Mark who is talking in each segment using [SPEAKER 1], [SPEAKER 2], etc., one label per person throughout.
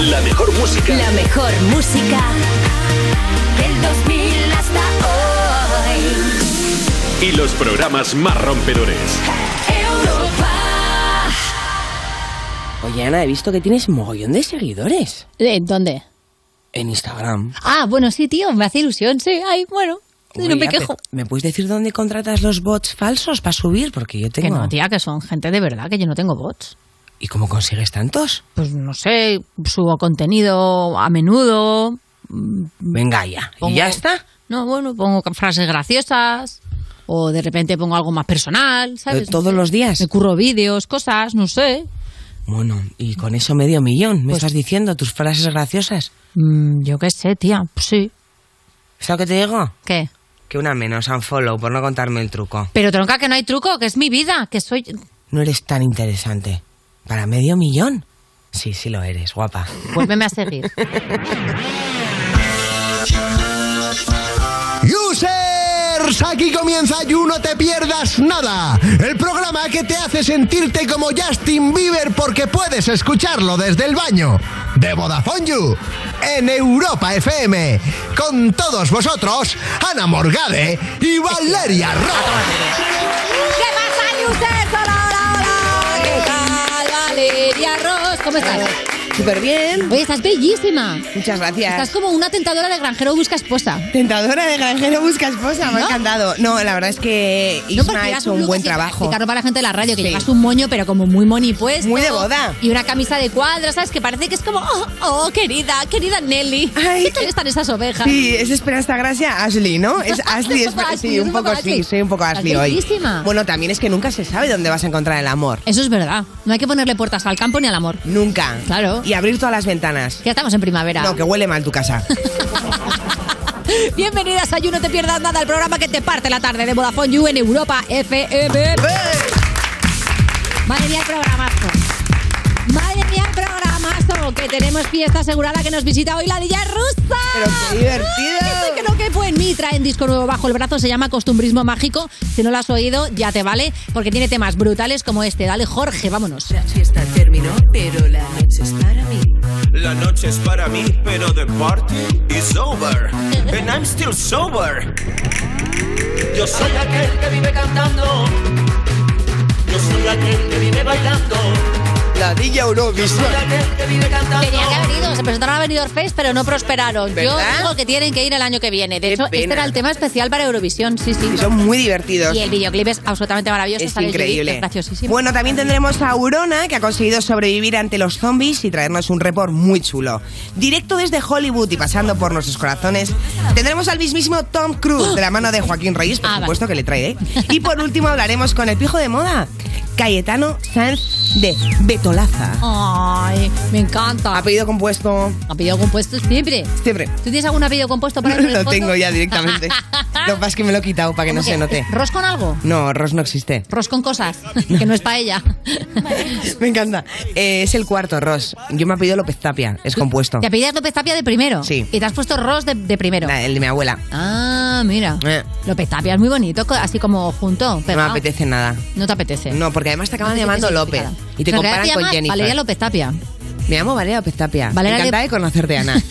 [SPEAKER 1] La mejor música.
[SPEAKER 2] La mejor música del 2000 hasta hoy.
[SPEAKER 1] Y los programas más rompedores.
[SPEAKER 2] Europa.
[SPEAKER 3] Oye, Ana, he visto que tienes mogollón de seguidores
[SPEAKER 4] Eh, ¿Dónde?
[SPEAKER 3] en Instagram.
[SPEAKER 4] Ah, bueno, sí, tío, me hace ilusión, sí. Ay, bueno, no
[SPEAKER 3] Oye,
[SPEAKER 4] me
[SPEAKER 3] ya,
[SPEAKER 4] quejo.
[SPEAKER 3] pe- ¿Me puedes decir dónde contratas los bots falsos para subir? Porque yo tengo.
[SPEAKER 4] Que no, tía, que son gente de verdad, que yo no tengo bots.
[SPEAKER 3] ¿Y cómo consigues tantos?
[SPEAKER 4] Pues no sé, subo contenido a menudo. mm,
[SPEAKER 3] Venga ya.
[SPEAKER 4] pongo-
[SPEAKER 3] ¿Y ya está?
[SPEAKER 4] No, bueno, pongo frases graciosas. O de repente pongo algo más personal,
[SPEAKER 3] Eh,
[SPEAKER 4] ¿sabes?
[SPEAKER 3] ¿Todos los días?
[SPEAKER 4] Me curro vídeos, cosas, no sé.
[SPEAKER 3] Bueno, y con eso medio millón, me estás diciendo tus frases graciosas.
[SPEAKER 4] Mm, yo qué sé, tía, pues sí.
[SPEAKER 3] ¿Sabes lo que te digo?
[SPEAKER 4] ¿Qué?
[SPEAKER 3] Que una menos, follow por no contarme el truco.
[SPEAKER 4] Pero tronca, que no hay truco, que es mi vida, que soy...
[SPEAKER 3] No eres tan interesante. ¿Para medio millón? Sí, sí lo eres, guapa.
[SPEAKER 4] Vuélveme a seguir.
[SPEAKER 5] Users, aquí comienza You No Te Pierdas Nada, el programa que te hace sentirte como Justin Bieber porque puedes escucharlo desde el baño de Vodafone You en Europa FM. Con todos vosotros, Ana Morgade y Valeria Ross.
[SPEAKER 4] ¿Qué pasa, Yusef? Hola, hola, hola. ¿Qué tal, Valeria Ross? ¿Cómo estás?
[SPEAKER 3] Súper bien.
[SPEAKER 4] Oye, estás bellísima.
[SPEAKER 6] Muchas
[SPEAKER 4] Estás
[SPEAKER 6] gracias.
[SPEAKER 4] como una tentadora de granjero busca esposa.
[SPEAKER 6] Tentadora de granjero busca esposa, me
[SPEAKER 4] ¿No?
[SPEAKER 6] ha encantado. No, la verdad es que
[SPEAKER 4] No
[SPEAKER 6] Isma ha
[SPEAKER 4] llevas
[SPEAKER 6] hecho un
[SPEAKER 4] look
[SPEAKER 6] buen
[SPEAKER 4] así,
[SPEAKER 6] trabajo.
[SPEAKER 4] explicarlo para la gente de la radio, que
[SPEAKER 6] Sí.
[SPEAKER 4] llevas un moño, pero como muy monipuesto.
[SPEAKER 6] Muy de boda.
[SPEAKER 4] Y una camisa de cuadro, ¿sabes? Que parece que es como, oh, oh, querida, querida Nelly.
[SPEAKER 6] Ay.
[SPEAKER 4] ¿Qué tal están esas ovejas?
[SPEAKER 6] Sí, es Esperanza Gracia Ashley, ¿no? Es Ashley, es,
[SPEAKER 4] Ashley,
[SPEAKER 6] sí,
[SPEAKER 4] es
[SPEAKER 6] un
[SPEAKER 4] un
[SPEAKER 6] poco
[SPEAKER 4] poco
[SPEAKER 6] sí,
[SPEAKER 4] Ashley.
[SPEAKER 6] soy un poco
[SPEAKER 4] Estás
[SPEAKER 6] Ashley hoy.
[SPEAKER 4] bellísima.
[SPEAKER 6] Bueno, también es que nunca se sabe dónde vas a encontrar el amor.
[SPEAKER 4] Eso es verdad. No hay que ponerle puertas al campo ni al amor.
[SPEAKER 6] Nunca.
[SPEAKER 4] Claro.
[SPEAKER 6] Y abrir todas las ventanas.
[SPEAKER 4] Ya estamos en primavera.
[SPEAKER 6] No, que huele mal tu casa.
[SPEAKER 4] Bienvenidas a You, no te pierdas nada, el programa que te parte la tarde de Vodafone You en Europa FM. Madre mía, el programazo. Madre mía, el programazo. Que tenemos fiesta asegurada que nos visita hoy la Dilla Rusa.
[SPEAKER 6] Pero qué divertido.
[SPEAKER 4] Ay, que soy que no que fue en mí. Traen disco nuevo bajo el brazo, se llama Costumbrismo Mágico. Si no lo has oído, ya te vale, porque tiene temas brutales como este. Dale, Jorge, vámonos.
[SPEAKER 7] La fiesta terminó, pero la noche es para mí.
[SPEAKER 8] La noche es para mí, pero the party is over. And I'm still sober. Yo soy aquel que vive cantando. Yo soy aquel que vive bailando.
[SPEAKER 5] La Dilla Eurovisión.
[SPEAKER 8] Soy aquel que vive cantando.
[SPEAKER 4] Tenían que haber ido, se presentaron a Benidorm Fest, pero no prosperaron.
[SPEAKER 6] ¿Verdad?
[SPEAKER 4] Yo digo que tienen que ir el año que viene. De
[SPEAKER 6] Qué
[SPEAKER 4] hecho, este
[SPEAKER 6] pena.
[SPEAKER 4] era el tema especial para Eurovisión, sí, sí.
[SPEAKER 6] Y son muy divertidos.
[SPEAKER 4] Y el videoclip es absolutamente maravilloso.
[SPEAKER 6] Es
[SPEAKER 4] sale Judith,
[SPEAKER 6] increíble.
[SPEAKER 4] es graciosísimo.
[SPEAKER 6] Bueno, también tendremos a Aurona, que ha conseguido sobrevivir ante los zombies y traernos un report muy chulo. Directo desde Hollywood y pasando por nuestros corazones, tendremos al mismísimo Tom Cruise, de la mano de Joaquín Reyes, por
[SPEAKER 4] Ah, vale.
[SPEAKER 6] supuesto que le trae. ¿eh? Y por último hablaremos con el pijo de moda, Cayetano Sanz de Betolaza.
[SPEAKER 4] Ay, me encanta.
[SPEAKER 6] Apellido compuesto,
[SPEAKER 4] Apellido compuesto siempre.
[SPEAKER 6] siempre.
[SPEAKER 4] ¿Tú tienes algún apellido compuesto para poner en el
[SPEAKER 6] Lo
[SPEAKER 4] fondo?
[SPEAKER 6] tengo ya directamente. Lo que pasa es que me lo he quitado para que no
[SPEAKER 4] ¿Cómo
[SPEAKER 6] se
[SPEAKER 4] que?
[SPEAKER 6] note.
[SPEAKER 4] ¿Ros con algo?
[SPEAKER 6] No, Ross no existe.
[SPEAKER 4] Ros con cosas, que no es para ella.
[SPEAKER 6] Me encanta. Eh, es el cuarto, Ross. Yo me apellido López Tapia, es compuesto.
[SPEAKER 4] Te apellidas López Tapia de primero.
[SPEAKER 6] Sí.
[SPEAKER 4] Y te has puesto Ros de, de primero.
[SPEAKER 6] La- El de mi abuela.
[SPEAKER 4] Ah, mira.
[SPEAKER 6] Eh.
[SPEAKER 4] López Tapia es muy bonito, co- así como junto.
[SPEAKER 6] No me
[SPEAKER 4] pegado.
[SPEAKER 6] apetece nada.
[SPEAKER 4] No te apetece.
[SPEAKER 6] No, porque además te acaban llamando López. Y te comparan con Jennifer.
[SPEAKER 4] Valeria López Tapia.
[SPEAKER 6] Me llamo Valeria López Tapia.
[SPEAKER 4] Valeria
[SPEAKER 6] Encantada de
[SPEAKER 4] López-
[SPEAKER 6] conocerte, Ana.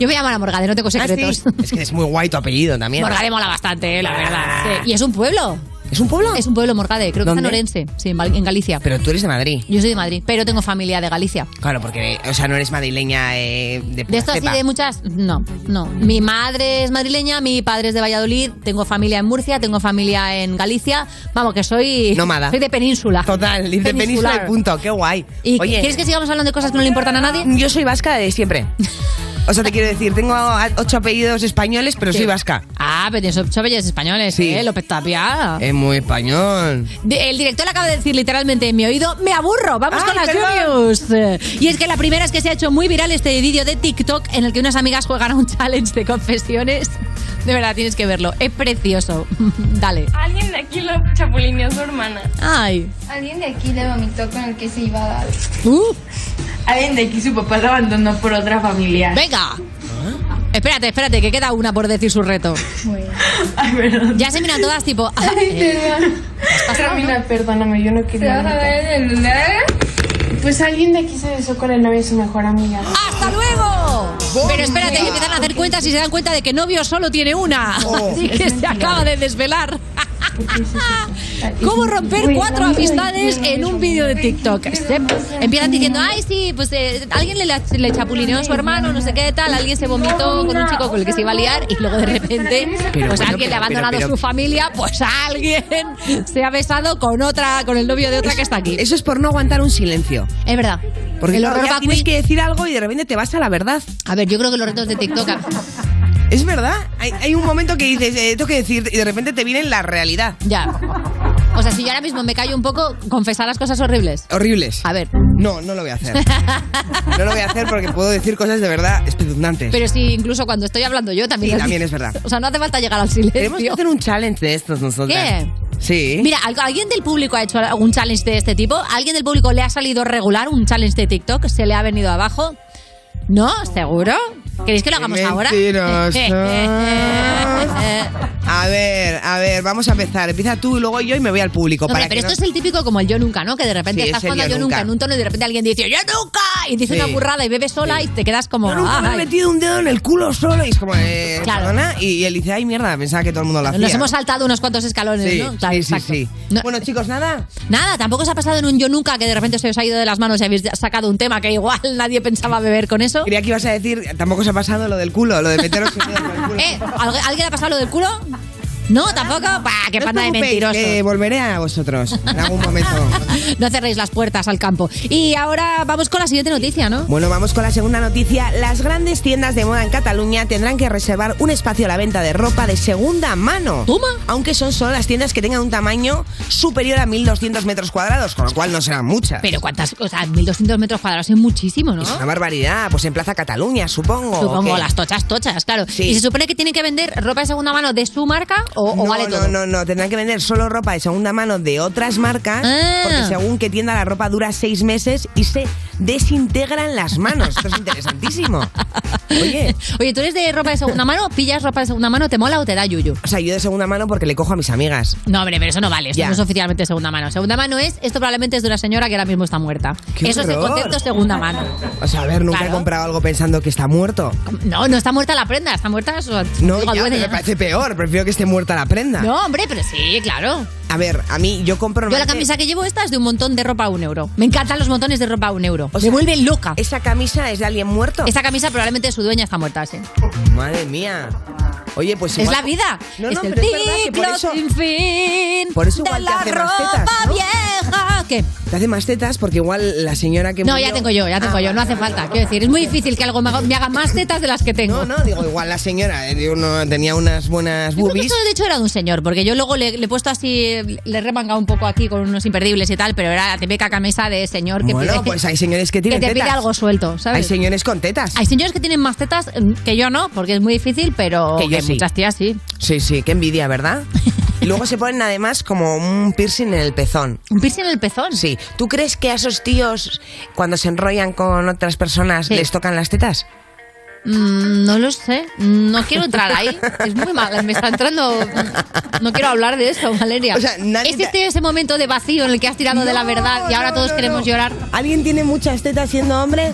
[SPEAKER 4] Yo me llamo Ana Morgade, no tengo
[SPEAKER 6] Ah, ¿sí?
[SPEAKER 4] secretos.
[SPEAKER 6] Es que es muy guay tu apellido también.
[SPEAKER 4] Morgade mola bastante, eh, la verdad. Sí. Y es un pueblo.
[SPEAKER 6] ¿Es un pueblo?
[SPEAKER 4] Es un pueblo Morgade, creo que está en
[SPEAKER 6] ¿Dónde?
[SPEAKER 4] Orense, sí, en, Val- en Galicia.
[SPEAKER 6] Pero tú eres de Madrid.
[SPEAKER 4] Yo soy de Madrid, pero tengo familia de Galicia.
[SPEAKER 6] Claro, porque, o sea, no eres madrileña eh, de pura
[SPEAKER 4] De esto así
[SPEAKER 6] cepa.
[SPEAKER 4] de muchas, no, no. Mi madre es madrileña, mi padre es de Valladolid, tengo familia en Murcia, tengo familia en Galicia. Vamos, que soy.
[SPEAKER 6] Nómada.
[SPEAKER 4] Soy de península.
[SPEAKER 6] Total, ir de
[SPEAKER 4] Peninsular.
[SPEAKER 6] península y punto. Qué guay.
[SPEAKER 4] ¿Y
[SPEAKER 6] Oye,
[SPEAKER 4] quieres que sigamos hablando de cosas que no le importan a nadie?
[SPEAKER 6] yo soy vasca de siempre. O sea, te quiero decir, tengo a- ocho apellidos españoles, pero soy vasca.
[SPEAKER 4] Ah, pero tienes ocho bellas españoles,
[SPEAKER 6] Sí.
[SPEAKER 4] ¿eh? López Tapia.
[SPEAKER 6] Es muy español.
[SPEAKER 4] De- El director acaba de decir literalmente en mi oído, me aburro, vamos
[SPEAKER 6] Ay,
[SPEAKER 4] con las
[SPEAKER 6] perdón.
[SPEAKER 4] Julius. Eh, Y es que la primera es que se ha hecho muy viral este vídeo de TikTok en el que unas amigas juegan a un challenge de confesiones. De verdad, tienes que verlo, es precioso. Dale.
[SPEAKER 9] Alguien de aquí lo chapulineó a su hermana.
[SPEAKER 4] Ay.
[SPEAKER 9] Alguien de aquí le vomitó con el que se iba a dar.
[SPEAKER 4] Uh,
[SPEAKER 9] Alguien de aquí su papá lo abandonó por otra familia.
[SPEAKER 4] venga. Espérate, espérate, que queda una por decir su reto.
[SPEAKER 9] Ay, perdón.
[SPEAKER 4] Ya se miran todas tipo... ah, eh,
[SPEAKER 9] Ah, Ramila, perdóname, yo no quería. ¿Te vas a ver el lunar? Pues alguien de aquí se besó con el novio de su mejor amiga.
[SPEAKER 4] ¡Hasta luego! Pero espérate, que empiezan a hacer cuentas y se dan cuenta de que novio solo tiene una.
[SPEAKER 3] Oh.
[SPEAKER 4] Así que se acaba de desvelar. ¿Cómo romper cuatro amistades en un vídeo de TikTok? Se- empiezan diciendo, ay, sí, pues eh, alguien le, la- le chapulineó a su hermano, no sé qué tal, alguien se vomitó con un chico con el que se iba a liar y luego de repente,
[SPEAKER 3] Pero
[SPEAKER 4] pues
[SPEAKER 3] bueno,
[SPEAKER 4] alguien le
[SPEAKER 3] pero,
[SPEAKER 4] ha abandonado
[SPEAKER 6] pero, pero-
[SPEAKER 4] su familia, pues alguien se ha besado con otra, con el novio de otra que está aquí.
[SPEAKER 6] Eso es por no aguantar un silencio.
[SPEAKER 4] Es verdad.
[SPEAKER 6] Porque
[SPEAKER 4] el
[SPEAKER 6] claro,
[SPEAKER 4] horror
[SPEAKER 6] ya
[SPEAKER 4] vacui-
[SPEAKER 6] tienes que decir algo y de repente te vas a la verdad.
[SPEAKER 4] A ver, yo creo que los retos de TikTok.
[SPEAKER 6] Es verdad. Hay, hay un momento que dices, eh, tengo que decir, y de repente te viene la realidad.
[SPEAKER 4] Ya. O sea, si yo ahora mismo me callo un poco, confesar las cosas horribles.
[SPEAKER 6] Horribles.
[SPEAKER 4] A ver.
[SPEAKER 6] No, no lo voy a hacer. No lo voy a hacer porque puedo decir cosas de verdad espeluznantes.
[SPEAKER 4] Pero si incluso cuando estoy hablando yo también.
[SPEAKER 6] Sí,
[SPEAKER 4] las
[SPEAKER 6] también
[SPEAKER 4] dices.
[SPEAKER 6] es verdad.
[SPEAKER 4] O sea, no hace falta llegar al
[SPEAKER 6] Tenemos que
[SPEAKER 4] silencio.
[SPEAKER 6] hacer ¿eh? un challenge de estos nosotros.
[SPEAKER 4] ¿Qué?
[SPEAKER 6] Sí.
[SPEAKER 4] Mira, ¿al- ¿alguien del público ha hecho algún challenge de este tipo? ¿Alguien del público le ha salido regular un challenge de TikTok? ¿Se le ha venido abajo? ¿No? ¿Seguro? ¿Queréis que lo hagamos ahora?
[SPEAKER 6] Mentiroso. A ver, a ver, vamos a empezar. Empieza tú y luego yo y me voy al público.
[SPEAKER 4] Hombre,
[SPEAKER 6] para
[SPEAKER 4] pero
[SPEAKER 6] que
[SPEAKER 4] esto
[SPEAKER 6] no-
[SPEAKER 4] es el típico como el yo nunca, ¿no? Que de repente
[SPEAKER 6] Sí,
[SPEAKER 4] estás
[SPEAKER 6] es el
[SPEAKER 4] jugando
[SPEAKER 6] yo
[SPEAKER 4] yo nunca
[SPEAKER 6] nunca.
[SPEAKER 4] en un tono y de repente alguien dice yo nunca y dice
[SPEAKER 6] Sí.
[SPEAKER 4] una burrada y bebe sola y te quedas como
[SPEAKER 6] Yo nunca me
[SPEAKER 4] "Ay".
[SPEAKER 6] he metido un dedo en el culo solo y es como, eh,
[SPEAKER 4] Claro.
[SPEAKER 6] perdona, y, y él dice, ay mierda, pensaba que todo el mundo lo hacía.
[SPEAKER 4] Nos hemos saltado unos cuantos escalones,
[SPEAKER 6] sí,
[SPEAKER 4] ¿no? Claro,
[SPEAKER 6] sí, sí,
[SPEAKER 4] exacto.
[SPEAKER 6] sí.
[SPEAKER 4] No-
[SPEAKER 6] Bueno, chicos, nada.
[SPEAKER 4] nada, tampoco os ha pasado en un yo nunca que de repente se os ha ido de las manos y habéis sacado un tema que igual nadie pensaba beber con eso.
[SPEAKER 6] Creía que ibas a decir, tampoco se ha pasado lo del culo, lo de meteros el dedo en el culo.
[SPEAKER 4] Eh, ¿algu- ¿Alguien ha pasado lo del culo? No, tampoco. Bah, ¡Qué
[SPEAKER 6] No os
[SPEAKER 4] panda de
[SPEAKER 6] preocupéis,
[SPEAKER 4] mentirosos!
[SPEAKER 6] que volveré a vosotros en algún momento.
[SPEAKER 4] No cerréis las puertas al campo. Y ahora vamos con la siguiente noticia, ¿no?
[SPEAKER 6] Bueno, vamos con la segunda noticia. Las grandes tiendas de moda en Cataluña tendrán que reservar un espacio a la venta de ropa de segunda mano.
[SPEAKER 4] Toma.
[SPEAKER 6] Aunque son solo las tiendas que tengan un tamaño superior a 1.200 metros cuadrados, con lo cual no serán muchas.
[SPEAKER 4] Pero cuántas cosas, 1200 metros cuadrados es muchísimo, ¿no?
[SPEAKER 6] Es una barbaridad. Pues en Plaza Cataluña, supongo.
[SPEAKER 4] Supongo,
[SPEAKER 6] ¿o qué?
[SPEAKER 4] las tochas, tochas, claro.
[SPEAKER 6] Sí.
[SPEAKER 4] ¿Y se supone que tienen que vender ropa de segunda mano de su marca o, o
[SPEAKER 6] no,
[SPEAKER 4] vale
[SPEAKER 6] no,
[SPEAKER 4] todo?
[SPEAKER 6] no, no, tendrán que vender solo ropa de segunda mano de otras marcas,
[SPEAKER 4] Ah.
[SPEAKER 6] porque según qué tienda la ropa dura seis meses y se desintegran las manos. Esto es interesantísimo. Oye,
[SPEAKER 4] Oye, tú eres de ropa de segunda mano, pillas ropa de segunda mano, te mola o te da yuyu.
[SPEAKER 6] o sea, yo de segunda mano porque le cojo a mis amigas.
[SPEAKER 4] No, hombre, pero eso no vale. Eso
[SPEAKER 6] Ya.
[SPEAKER 4] no es oficialmente segunda mano. Segunda mano es, esto probablemente es de una señora que ahora mismo está muerta.
[SPEAKER 6] ¡Qué
[SPEAKER 4] eso es el
[SPEAKER 6] horror!
[SPEAKER 4] concepto segunda mano.
[SPEAKER 6] O sea, a ver, nunca
[SPEAKER 4] Claro.
[SPEAKER 6] he comprado algo pensando que está muerto.
[SPEAKER 4] No, no está muerta la prenda, está muerta su
[SPEAKER 6] No,
[SPEAKER 4] su
[SPEAKER 6] ya,
[SPEAKER 4] dueña.
[SPEAKER 6] me parece peor. Prefiero que esté muerta la prenda.
[SPEAKER 4] No, hombre, pero sí, claro.
[SPEAKER 6] A ver, a mí yo compro.
[SPEAKER 4] Yo la
[SPEAKER 6] normalmente-
[SPEAKER 4] camisa que llevo esta es de un montón de ropa a un euro. Me encantan los montones de ropa a un euro.
[SPEAKER 6] O
[SPEAKER 4] Me
[SPEAKER 6] sea,
[SPEAKER 4] vuelve loca.
[SPEAKER 6] ¿Esa camisa es de alguien muerto?
[SPEAKER 4] Esa camisa probablemente su dueña está muerta, sí.
[SPEAKER 6] Madre mía. Oye, pues.
[SPEAKER 4] Es
[SPEAKER 6] igual-
[SPEAKER 4] la vida.
[SPEAKER 6] No,
[SPEAKER 4] es
[SPEAKER 6] no,
[SPEAKER 4] el
[SPEAKER 6] pero es verdad que por
[SPEAKER 4] ciclo
[SPEAKER 6] eso-
[SPEAKER 4] sin fin.
[SPEAKER 6] por eso
[SPEAKER 4] de
[SPEAKER 6] igual te
[SPEAKER 4] la
[SPEAKER 6] hace
[SPEAKER 4] ropa
[SPEAKER 6] más tetas, ¿no?
[SPEAKER 4] vieja. ¿Qué?
[SPEAKER 6] Te hace más tetas porque igual la señora que.
[SPEAKER 4] No,
[SPEAKER 6] murió-
[SPEAKER 4] ya tengo yo, ya tengo
[SPEAKER 6] Ah,
[SPEAKER 4] yo. No hace falta. Quiero decir, es muy difícil que algo me haga, me haga más tetas de las que tengo.
[SPEAKER 6] No, no, digo, igual la señora eh, digo, no, tenía unas buenas
[SPEAKER 4] Yo creo que
[SPEAKER 6] boobies.
[SPEAKER 4] esto, de hecho, era de un señor, porque yo luego le, le he puesto así, le he remangado un poco aquí con unos imperdibles y tal, pero era la típica camisa de señor que
[SPEAKER 6] Bueno,
[SPEAKER 4] pide-
[SPEAKER 6] pues hay señores que
[SPEAKER 4] que
[SPEAKER 6] tienen
[SPEAKER 4] te pide
[SPEAKER 6] tetas.
[SPEAKER 4] algo suelto, ¿sabes?
[SPEAKER 6] Hay señores con tetas.
[SPEAKER 4] Hay señores que tienen más tetas mm, que yo no, porque es muy difícil, pero
[SPEAKER 6] Que yo sí.
[SPEAKER 4] muchas tías sí.
[SPEAKER 6] Sí, sí, qué envidia, ¿verdad? y luego se ponen además como un piercing en el pezón.
[SPEAKER 4] Un piercing en el pezón.
[SPEAKER 6] Sí. ¿Tú crees que a esos tíos, cuando se enrollan con otras personas,
[SPEAKER 4] Sí.
[SPEAKER 6] les tocan las tetas?
[SPEAKER 4] Mm, no lo sé. mm, No quiero entrar ahí. Es muy mal. Me está entrando. mm, No quiero hablar de eso, Valeria.
[SPEAKER 6] O sea, nadie
[SPEAKER 4] ¿Existe
[SPEAKER 6] te-
[SPEAKER 4] ese momento de vacío en el que has tirado de la verdad y ahora
[SPEAKER 6] no,
[SPEAKER 4] todos
[SPEAKER 6] no,
[SPEAKER 4] queremos
[SPEAKER 6] no.
[SPEAKER 4] llorar?
[SPEAKER 6] ¿Alguien tiene muchas tetas siendo hombre?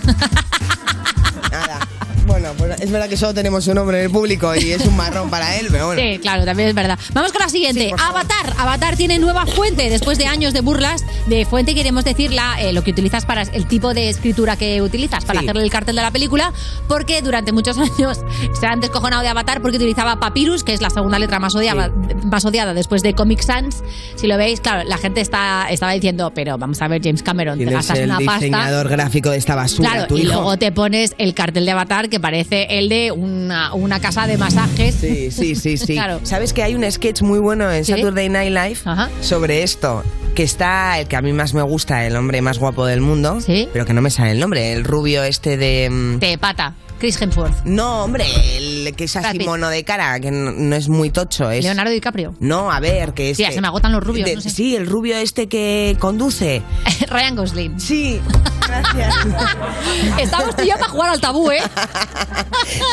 [SPEAKER 6] Nada. Bueno, pues es verdad que solo tenemos un hombre en el público y es un marrón para él, pero Ah, bueno.
[SPEAKER 4] Sí, claro, también es verdad. Vamos con la siguiente. Avatar. Avatar tiene nueva fuente. Después de años de burlas, de fuente queremos decir la, eh, lo que utilizas para el tipo de escritura que utilizas para
[SPEAKER 6] Sí.
[SPEAKER 4] hacerle el cartel de la película, porque durante muchos años se han descojonado de Avatar porque utilizaba Papyrus, que es la segunda letra más odiada, más odiada después de Comic Sans. Si lo veis, claro, la gente está, estaba diciendo, pero vamos a ver, James Cameron, te
[SPEAKER 6] Tienes
[SPEAKER 4] gastas
[SPEAKER 6] el
[SPEAKER 4] una pasta.
[SPEAKER 6] diseñador gráfico de esta basura,
[SPEAKER 4] Claro,
[SPEAKER 6] tu
[SPEAKER 4] y
[SPEAKER 6] hijo.
[SPEAKER 4] luego te pones el cartel de Avatar que parece el de una, una casa de masajes.
[SPEAKER 6] Sí, sí, sí, sí.
[SPEAKER 4] Claro.
[SPEAKER 6] ¿Sabes que hay un sketch muy bueno en
[SPEAKER 4] Sí. Ah.
[SPEAKER 6] Saturday Night Live
[SPEAKER 4] Ajá.
[SPEAKER 6] sobre esto? Que está el que a mí más me gusta, el hombre más guapo del mundo,
[SPEAKER 4] Sí.
[SPEAKER 6] pero que no me sale el nombre, el rubio este de... mm,
[SPEAKER 4] De pata, Chris Hemsworth.
[SPEAKER 6] No, hombre, el, el que es
[SPEAKER 4] Brad
[SPEAKER 6] así
[SPEAKER 4] Pitt.
[SPEAKER 6] mono de cara, que no, no es muy tocho. Es...
[SPEAKER 4] Leonardo DiCaprio.
[SPEAKER 6] No, a ver, que es.
[SPEAKER 4] Tía, se me agotan los rubios, no sé.
[SPEAKER 6] Sí, el rubio este que conduce.
[SPEAKER 4] Ryan Gosling.
[SPEAKER 6] Sí, gracias.
[SPEAKER 4] Estamos tú y yo para jugar al tabú, ¿eh?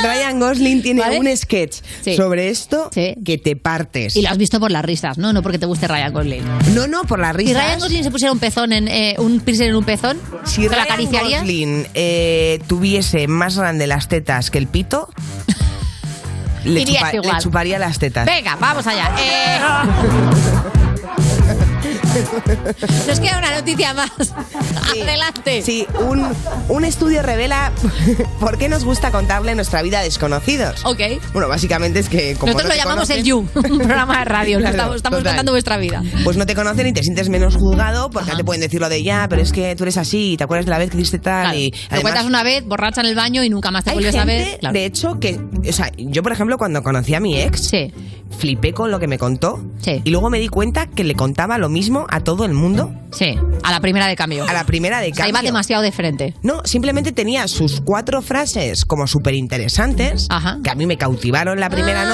[SPEAKER 6] Ryan Gosling tiene
[SPEAKER 4] ¿Vale?
[SPEAKER 6] un sketch
[SPEAKER 4] Sí.
[SPEAKER 6] sobre esto
[SPEAKER 4] Sí.
[SPEAKER 6] que te partes.
[SPEAKER 4] Y lo has visto por las risas, ¿no? No porque te guste Ryan Gosling.
[SPEAKER 6] No, no, por la
[SPEAKER 4] Si
[SPEAKER 6] risa.
[SPEAKER 4] Ryan Gosling se pusiera un pezón en eh, un piercing en un pezón,
[SPEAKER 6] Si
[SPEAKER 4] ¿te lo
[SPEAKER 6] Ryan
[SPEAKER 4] acariciarías?
[SPEAKER 6] Gosling eh, tuviese más grande las tetas que el pito, le,
[SPEAKER 4] Irías
[SPEAKER 6] chupa-
[SPEAKER 4] igual.
[SPEAKER 6] le chuparía las tetas.
[SPEAKER 4] Venga, vamos allá. Eh, Nos queda una noticia más. Adelante.
[SPEAKER 6] Sí, un, un estudio revela por qué nos gusta contarle nuestra vida a desconocidos.
[SPEAKER 4] Ok.
[SPEAKER 6] Bueno, básicamente es que como no
[SPEAKER 4] Nosotros lo
[SPEAKER 6] te
[SPEAKER 4] llamamos
[SPEAKER 6] conocen-
[SPEAKER 4] el You, un programa de radio. lo
[SPEAKER 6] Claro,
[SPEAKER 4] estamos estamos
[SPEAKER 6] total.
[SPEAKER 4] contando vuestra vida.
[SPEAKER 6] Pues no te conocen y te sientes menos juzgado porque
[SPEAKER 4] Ajá.
[SPEAKER 6] te pueden decir lo de ya, pero es que tú eres así y te acuerdas de la vez que hiciste tal
[SPEAKER 4] Claro,
[SPEAKER 6] y
[SPEAKER 4] lo cuentas una vez, borracha en el baño y nunca más te
[SPEAKER 6] hay
[SPEAKER 4] vuelves a ver.
[SPEAKER 6] gente,
[SPEAKER 4] Claro.
[SPEAKER 6] De hecho, que. O sea, yo, por ejemplo, cuando conocí a mi ex,
[SPEAKER 4] Sí.
[SPEAKER 6] flipé con lo que me contó.
[SPEAKER 4] Sí.
[SPEAKER 6] Y luego me di cuenta que le contaba lo mismo a todo el mundo
[SPEAKER 4] Sí, a la primera de cambio.
[SPEAKER 6] a la primera de
[SPEAKER 4] O sea,
[SPEAKER 6] cambio.
[SPEAKER 4] iba demasiado de frente.
[SPEAKER 6] No, simplemente tenía sus cuatro frases como súper interesantes,
[SPEAKER 4] Ajá.
[SPEAKER 6] que a mí me cautivaron la primera
[SPEAKER 4] Ah,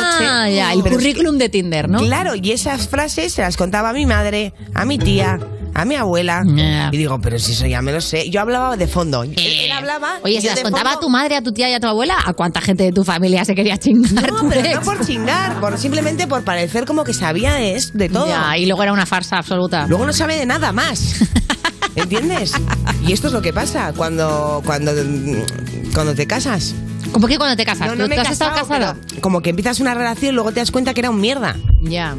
[SPEAKER 6] noche.
[SPEAKER 4] ya, el
[SPEAKER 6] Pero es que-
[SPEAKER 4] currículum de Tinder, ¿no?
[SPEAKER 6] Claro, y esas frases se las contaba a mi madre, a mi tía, a mi abuela.
[SPEAKER 4] Ya.
[SPEAKER 6] Y digo, pero si eso ya me lo sé. Yo hablaba de fondo.
[SPEAKER 4] Eh,
[SPEAKER 6] Él, él hablaba. y
[SPEAKER 4] Oye, si
[SPEAKER 6] yo
[SPEAKER 4] las
[SPEAKER 6] de
[SPEAKER 4] contaba a
[SPEAKER 6] fondo-
[SPEAKER 4] tu madre, a tu tía y a tu abuela, ¿a cuánta gente de tu familia se quería chingar? tu
[SPEAKER 6] No, pero no
[SPEAKER 4] ex?
[SPEAKER 6] por chingar, por, simplemente por parecer como que sabía de, es- de todo.
[SPEAKER 4] Ya, y luego era una farsa absoluta.
[SPEAKER 6] Luego no sabe de nada más. ¿Entiendes? Y esto es lo que pasa cuando, cuando, cuando te casas.
[SPEAKER 4] ¿Cómo que cuando te casas?
[SPEAKER 6] No, no
[SPEAKER 4] ¿Tú,
[SPEAKER 6] me he
[SPEAKER 4] tú has estado
[SPEAKER 6] casado,
[SPEAKER 4] casada?
[SPEAKER 6] pero Como que empiezas una relación y luego te das cuenta que era un mierda.
[SPEAKER 4] Ya.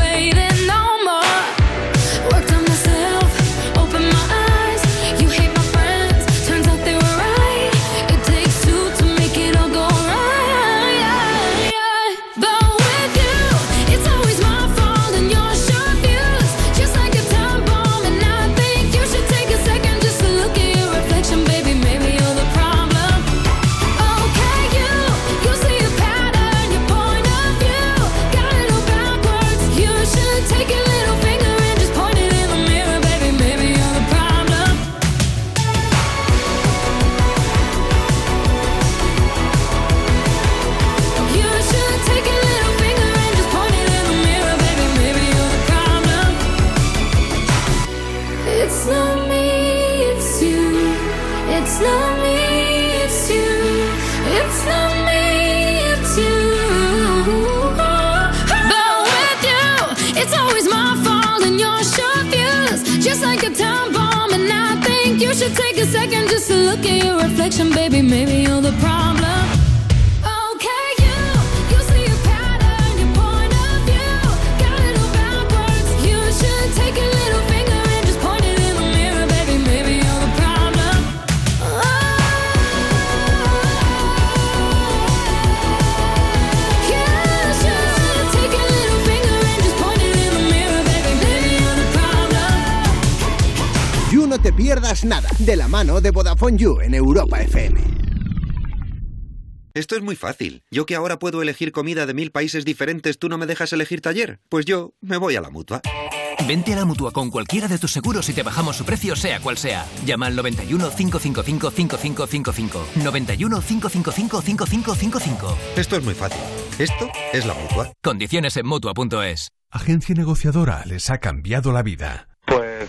[SPEAKER 10] waiting no more. Worked on myself, opened my eyes. You hate my friends, turns out they were right. It takes two to make it all go right. But with you, it's always my fault and your short views. Just like a time bomb, and I think you should take a second just to look at your reflection, baby. Maybe you're the problem. Okay, you, you see a pattern, your point of view. Got it all backwards. You should take your little finger and just point it in the mirror, baby. Maybe you're the problem. You should take your little finger and just point it in the mirror, baby. Maybe you're the problem. It's not me, it's you. It's not me, it's you. It's not me, it's you. But with you, it's always my fault and your short fuse. Just like a time bomb, and I think you should take a second just to look at your reflection, baby. Maybe you're the problem. Okay, you, you see a pattern, your point of view. Got it all backwards. You should take your little finger and just point it in the Oh. mirror, baby. Maybe you're the
[SPEAKER 11] pierdas nada, de la mano de Vodafone You en Europa FM.
[SPEAKER 2] Esto es muy fácil. Yo que ahora puedo elegir comida de mil países diferentes, ¿tú no me dejas elegir taller? Pues yo me voy a la mutua.
[SPEAKER 12] Vente a la mutua con cualquiera de tus seguros y te bajamos su precio, sea cual sea. Llama al 91 555 5555. 91 555 5555.
[SPEAKER 2] Esto es muy fácil. Esto es la mutua.
[SPEAKER 12] Condiciones en mutua.es.
[SPEAKER 13] Agencia negociadora les ha cambiado la vida.
[SPEAKER 14] Pues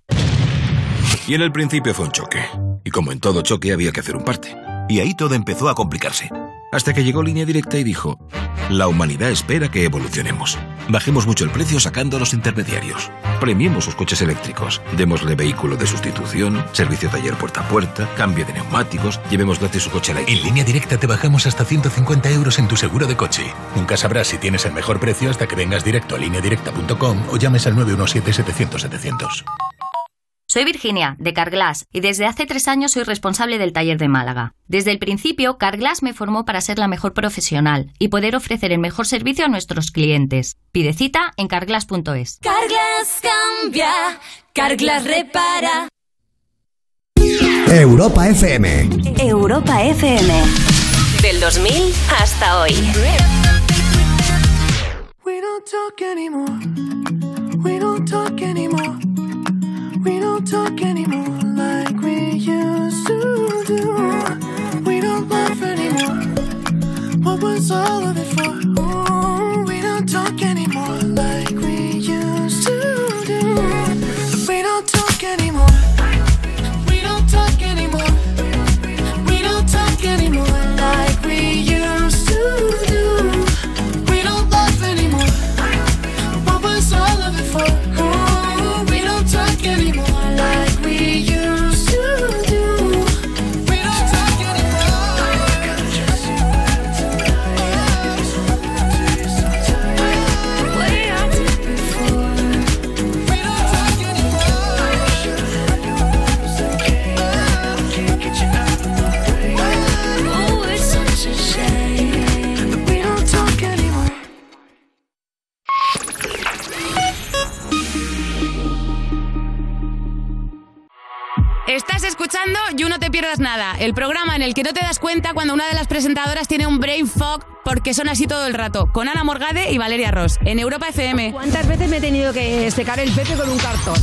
[SPEAKER 15] Y en el principio fue un choque. Y como en todo choque había que hacer un parte. Y ahí todo empezó a complicarse. Hasta que llegó Línea Directa y dijo, la humanidad espera que evolucionemos. Bajemos mucho el precio sacando a los intermediarios. Premiemos sus coches eléctricos. Démosle vehículo de sustitución, servicio taller puerta a puerta, cambio de neumáticos, llevemos gratis su coche a la...
[SPEAKER 16] En línea directa te bajamos hasta 150 euros en tu seguro de coche. Nunca sabrás si tienes el mejor precio hasta que vengas directo a lineadirecta.com o llames al 917-700-700.
[SPEAKER 17] Soy Virginia, de Carglass, y desde hace tres años soy responsable del taller de Málaga. Desde el principio, Carglass me formó para ser la mejor profesional y poder ofrecer el mejor servicio a nuestros clientes. Pide cita en carglass.es.
[SPEAKER 18] Carglass cambia, Carglass repara.
[SPEAKER 11] Europa FM.
[SPEAKER 19] Europa FM. Del 2000 hasta hoy.
[SPEAKER 20] We don't talk anymore. We don't talk anymore. We don't talk anymore like we used to do. We don't laugh anymore. What was all of it for? Ooh, we don't talk anymore like we used to do. We don't talk anymore. We don't talk anymore. We don't talk anymore like we used to do. We don't laugh anymore. What was all of it for? Ooh, we don't talk anymore like we used to do. We don't talk anymore. Way I did before. We don't talk anymore. Can't get you out of my brain. Oh, it's such a shame. We don't talk anymore.
[SPEAKER 21] Estás escuchando You No Te Pierdas Nada, el programa en el que no te das cuenta cuando una de las presentadoras tiene un brain fog porque son así todo el rato, con Ana Morgade y Valeria Ross, en Europa FM.
[SPEAKER 7] ¿Cuántas veces me he tenido que secar el pepe con un cartón?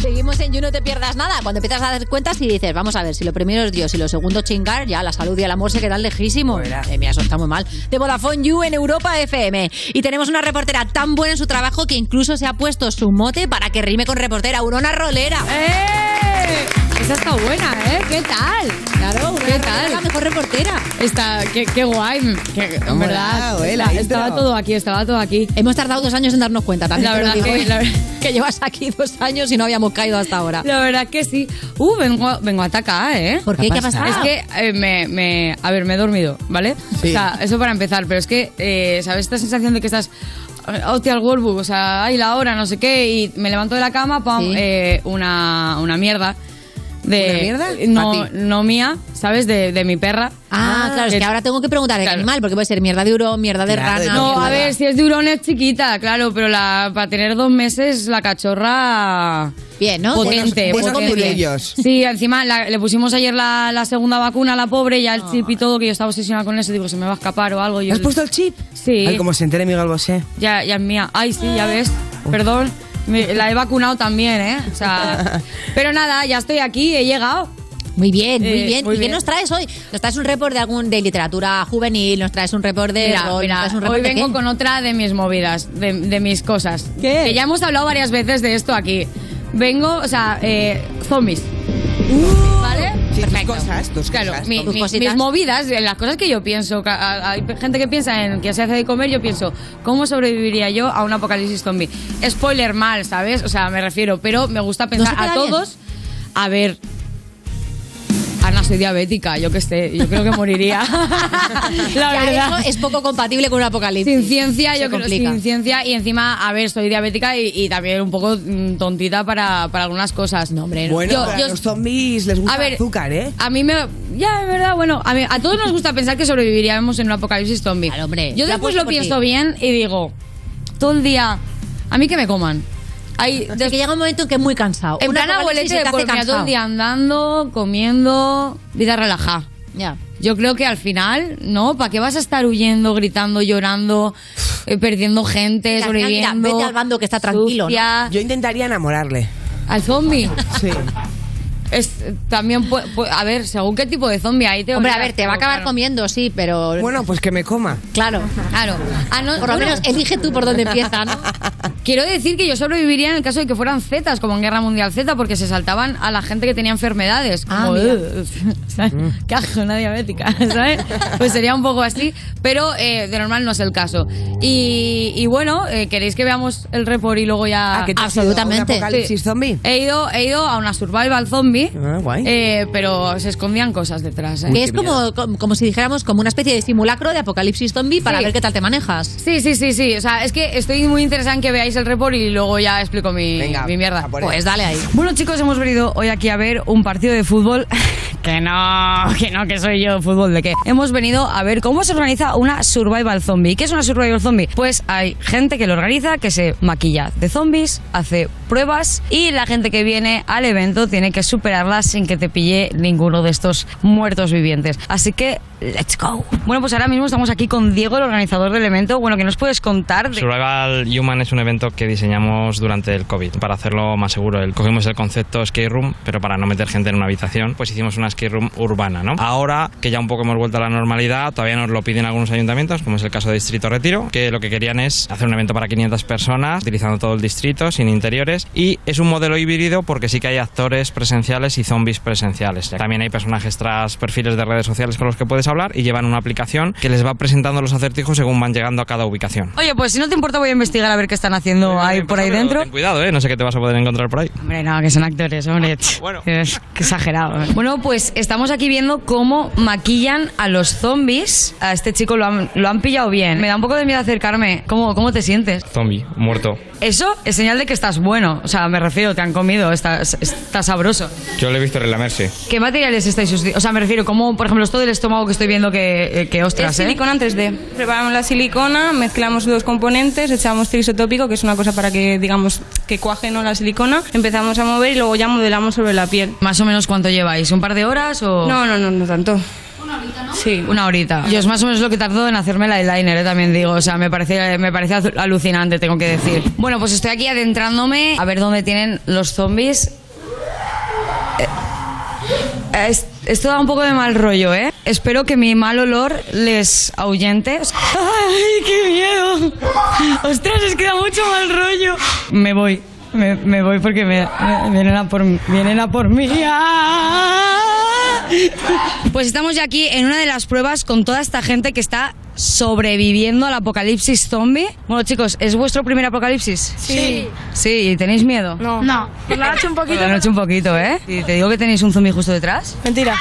[SPEAKER 4] Seguimos en You No Te Pierdas Nada. Cuando empiezas a hacer cuentas y dices, vamos a ver, si lo primero es Dios y lo segundo chingar, ya la salud y el amor se quedan lejísimos. Eh, mira, eso está muy mal. De Vodafone You en Europa FM. Y tenemos una reportera tan buena en su trabajo que incluso se ha puesto su mote para que rime con reportera, Aurora Rolera. ¡Eh! Esa está buena, ¿eh? ¿Qué tal? Claro, ¿qué tal? La mejor reportera.
[SPEAKER 7] Está, qué, qué guay. qué- en
[SPEAKER 4] Mola,
[SPEAKER 7] verdad,
[SPEAKER 4] eh, la
[SPEAKER 7] está-
[SPEAKER 4] intro.
[SPEAKER 7] estaba todo aquí, estaba todo aquí.
[SPEAKER 4] Hemos tardado dos años en darnos cuenta también.
[SPEAKER 7] La
[SPEAKER 4] te lo
[SPEAKER 7] verdad
[SPEAKER 4] digo,
[SPEAKER 7] que-
[SPEAKER 4] ¿eh?
[SPEAKER 7] la ver-
[SPEAKER 4] que llevas aquí dos años y no habíamos caído hasta ahora.
[SPEAKER 7] La verdad que sí. Uh, vengo, vengo atacada, ¿eh? ¿Por
[SPEAKER 4] qué? ¿Qué ha pasado?
[SPEAKER 7] Es que, eh, me, me- a ver, me he dormido, ¿vale? O sea, eso para empezar, pero es que, eh, ¿sabes esta sensación de que estás... eh, Hostia, al Worldbook, o sea, ay, la hora, no sé qué, y me levanto de la cama, pam, eh, una, una mierda. De,
[SPEAKER 4] ¿Una mierda?
[SPEAKER 7] No,
[SPEAKER 4] Pa' ti.
[SPEAKER 7] no mía, ¿sabes? De, de mi perra. Eh,
[SPEAKER 4] Ah, claro, es que ahora tengo que preguntar de qué animal, porque puede ser mierda de hurón, mierda de rana.
[SPEAKER 7] No,
[SPEAKER 4] mierda
[SPEAKER 7] a
[SPEAKER 4] de-
[SPEAKER 7] ver, si es de hurón es chiquita, claro, pero la, para tener dos meses la cachorra...
[SPEAKER 4] Bien, ¿no?
[SPEAKER 7] Potente,
[SPEAKER 4] Buenos- buenos
[SPEAKER 7] potente.
[SPEAKER 4] condileños.
[SPEAKER 7] Sí, encima la- le pusimos ayer la, la segunda vacuna a la pobre, ya el chip y todo, que yo estaba obsesionada con eso, digo, se me va a escapar o algo. Yo
[SPEAKER 6] Ah. ¿Has puesto el chip?
[SPEAKER 7] Sí.
[SPEAKER 6] Ay, como se entere Miguel Bosé.
[SPEAKER 7] Ya, ya es mía. Ay, sí, ya ves. Perdón. Me- la he vacunado también, ¿eh? O sea, pero nada, ya estoy aquí, he llegado.
[SPEAKER 4] Muy bien, muy
[SPEAKER 7] Eh,
[SPEAKER 4] bien.
[SPEAKER 7] muy
[SPEAKER 4] ¿Y qué
[SPEAKER 7] bien.
[SPEAKER 4] nos traes hoy? ¿Nos traes un report de algún de literatura juvenil? ¿Nos traes un report de
[SPEAKER 7] Mira,
[SPEAKER 4] rol?
[SPEAKER 7] mira,
[SPEAKER 4] ¿Nos traes un
[SPEAKER 7] hoy
[SPEAKER 4] report de
[SPEAKER 7] vengo
[SPEAKER 4] qué?
[SPEAKER 7] con otra de mis movidas, de, de mis cosas. Que ya hemos hablado varias veces de esto aquí. Vengo, o sea, eh, zombies.
[SPEAKER 6] Uh,
[SPEAKER 7] ¿Vale?
[SPEAKER 6] cosas, tus cosas.
[SPEAKER 7] Mi-
[SPEAKER 6] tus
[SPEAKER 7] mi-
[SPEAKER 6] cositas.
[SPEAKER 7] mis movidas, en las cosas que yo pienso. ca- a- Hay gente que piensa en que se hace de comer, yo pienso, ¿cómo sobreviviría yo a un apocalipsis zombie? Spoiler mal, ¿sabes? O sea, me refiero, pero me gusta pensar
[SPEAKER 4] se te
[SPEAKER 7] a
[SPEAKER 4] da bien?
[SPEAKER 7] todos. A ver, Ana, soy diabética, yo que sé, yo creo que moriría. La
[SPEAKER 4] Ya,
[SPEAKER 7] verdad.
[SPEAKER 4] eso es poco compatible con un apocalipsis.
[SPEAKER 7] Sin ciencia,
[SPEAKER 4] Se
[SPEAKER 7] yo creo
[SPEAKER 4] complica.
[SPEAKER 7] sin ciencia. Y encima, a ver, soy diabética y, y también un poco mm, tontita para, para algunas cosas. No, hombre,
[SPEAKER 6] Bueno, a los zombies les gusta
[SPEAKER 7] A ver,
[SPEAKER 6] el azúcar, ¿eh?
[SPEAKER 7] A mí me. Ya, es verdad, bueno, a, mí- a todos nos gusta pensar que sobreviviríamos en un apocalipsis zombie. Yo
[SPEAKER 4] la
[SPEAKER 7] después
[SPEAKER 4] apuesto
[SPEAKER 7] lo
[SPEAKER 4] por ti.
[SPEAKER 7] pienso bien y digo, todo el día, a mí que me coman. Hay,
[SPEAKER 4] que llega un momento en que es muy cansado.
[SPEAKER 7] En
[SPEAKER 4] Un
[SPEAKER 7] plan abuelete de
[SPEAKER 4] apocalipsis te hace
[SPEAKER 7] por, mira, todo
[SPEAKER 4] cansado.
[SPEAKER 7] el día andando, comiendo, vida relajada.
[SPEAKER 4] Ya.
[SPEAKER 7] Yo creo que al final, ¿no? ¿Para qué vas a estar huyendo, gritando, llorando, eh, perdiendo gente,
[SPEAKER 6] al final, mira,
[SPEAKER 7] sobreviviendo?
[SPEAKER 6] vete al bando que está
[SPEAKER 7] tranquilo,
[SPEAKER 6] Yo intentaría enamorarle.
[SPEAKER 7] ¿Al zombie?
[SPEAKER 6] Sí.
[SPEAKER 7] Es, también, pu- pu- a ver, según qué tipo de zombie hay.
[SPEAKER 4] Hombre, a ver, te va a acabar comiendo, sí, pero...
[SPEAKER 6] Bueno, pues que me coma.
[SPEAKER 4] Claro.
[SPEAKER 7] Claro. Ah, no,
[SPEAKER 4] Por lo menos elige tú por dónde empieza, ¿no?
[SPEAKER 7] Quiero decir que yo sobreviviría en el caso de que fueran Zetas, como en Guerra Mundial Z, porque se saltaban a la gente que tenía enfermedades.
[SPEAKER 4] Ah,
[SPEAKER 7] como,
[SPEAKER 4] mira.
[SPEAKER 7] "Ugh", ¿sabes? ¿Qué hago? Una diabética, ¿sabes? Pues sería un poco así, pero eh, de normal no es el caso. Y, y bueno, eh, ¿queréis que veamos el report y luego ya...?
[SPEAKER 6] Ah, que te has ido a un apocalipsis zombie?
[SPEAKER 7] He ido, he ido a una survival zombie,
[SPEAKER 6] Ah, guay.
[SPEAKER 7] eh, pero se escondían cosas detrás. ¿eh?
[SPEAKER 4] Que es como, como, como si dijéramos como una especie de simulacro de apocalipsis zombie para
[SPEAKER 7] Sí.
[SPEAKER 4] ver qué tal te manejas.
[SPEAKER 7] Sí, sí, sí, sí. O sea, es que estoy muy interesada en que veáis el report y luego
[SPEAKER 22] Ah,
[SPEAKER 7] ya explico mi, mi mierda.
[SPEAKER 4] él. Pues dale ahí.
[SPEAKER 7] Bueno, chicos, hemos venido hoy aquí a ver un partido de fútbol. que no, que no, que soy yo, fútbol de qué. Hemos venido a ver cómo se organiza una survival zombie. ¿Qué es una survival zombie? Pues hay gente que lo organiza, que se maquilla de zombies, hace pruebas y la gente que viene al evento tiene que superarlas sin que te pille ninguno de estos muertos vivientes. Así que, let's go. Bueno, pues ahora mismo estamos aquí con Diego, el organizador del evento. Bueno, que nos puedes contar de-
[SPEAKER 1] Survival Human es un evento que diseñamos durante el COVID para hacerlo más seguro. El- cogimos el concepto escape room, pero para no meter gente en una habitación, pues hicimos una escape room urbana, ¿no? Ahora que ya un poco hemos vuelto a la normalidad, todavía nos lo piden algunos ayuntamientos, como es el caso de Distrito Retiro, que lo que querían es hacer un evento para 500 personas, utilizando todo el distrito, sin interiores, y es un modelo híbrido porque sí que hay actores presenciales y zombies presenciales. También hay personajes tras perfiles de redes sociales con los que puedes hablar y llevan una aplicación que les va presentando los acertijos según van llegando a cada ubicación.
[SPEAKER 7] Oye, pues si no te importa voy a investigar a ver qué están haciendo ahí por ahí dentro.
[SPEAKER 1] Ten cuidado, ¿eh? No sé qué te vas a poder encontrar por ahí.
[SPEAKER 7] Hombre, no, que son actores, hombre. Bueno. Es exagerado. Bueno, pues estamos aquí viendo cómo maquillan a los zombies. A este chico lo han, lo han pillado bien. Me da un poco de miedo acercarme. ¿Cómo, cómo te sientes?
[SPEAKER 1] Zombie, muerto.
[SPEAKER 7] Eso es señal de que estás bueno. O sea, me refiero, te han comido, estás, estás sabroso.
[SPEAKER 1] Yo lo he visto relamerse.
[SPEAKER 7] ¿Qué materiales estáis usando? O sea, me refiero, como por ejemplo esto del estómago que estoy viendo que, eh, que ostras,
[SPEAKER 19] Es
[SPEAKER 7] ¿eh?
[SPEAKER 19] silicona en 3D. Preparamos la silicona, mezclamos los componentes, echamos trisotópico, que es una cosa para que, digamos, que cuaje no la silicona. Empezamos a mover y luego ya modelamos sobre la piel.
[SPEAKER 7] ¿Más o menos cuánto lleváis? ¿Un par de horas o...?
[SPEAKER 19] No, no, no, no tanto. Sí.
[SPEAKER 7] Una horita. Yo es más o menos lo que tardó en hacerme el eyeliner, eh, también digo. O sea, me parece, me parece azu- alucinante, tengo que decir. Bueno, pues estoy aquí adentrándome a ver dónde tienen los zombies. Eh, eh, es- esto da un poco de mal rollo, ¿eh? Espero que mi mal olor les ahuyente. ¡Ay, qué miedo! ¡Ostras, es que da mucho mal rollo! Me voy. Me, me voy porque me, me- vienen, a por, vienen a por mí. ¡Ah! Pues estamos ya aquí en una de las pruebas con toda esta gente que está sobreviviendo al apocalipsis zombie. Bueno, chicos, ¿es vuestro primer apocalipsis?
[SPEAKER 19] Sí.
[SPEAKER 7] Sí, ¿y tenéis miedo? No.
[SPEAKER 19] No. Por la noche un
[SPEAKER 7] Por
[SPEAKER 19] poquito.
[SPEAKER 7] la noche un poquito, ¿eh? ¿Y te digo que tenéis un zombie justo detrás?
[SPEAKER 19] Mentira.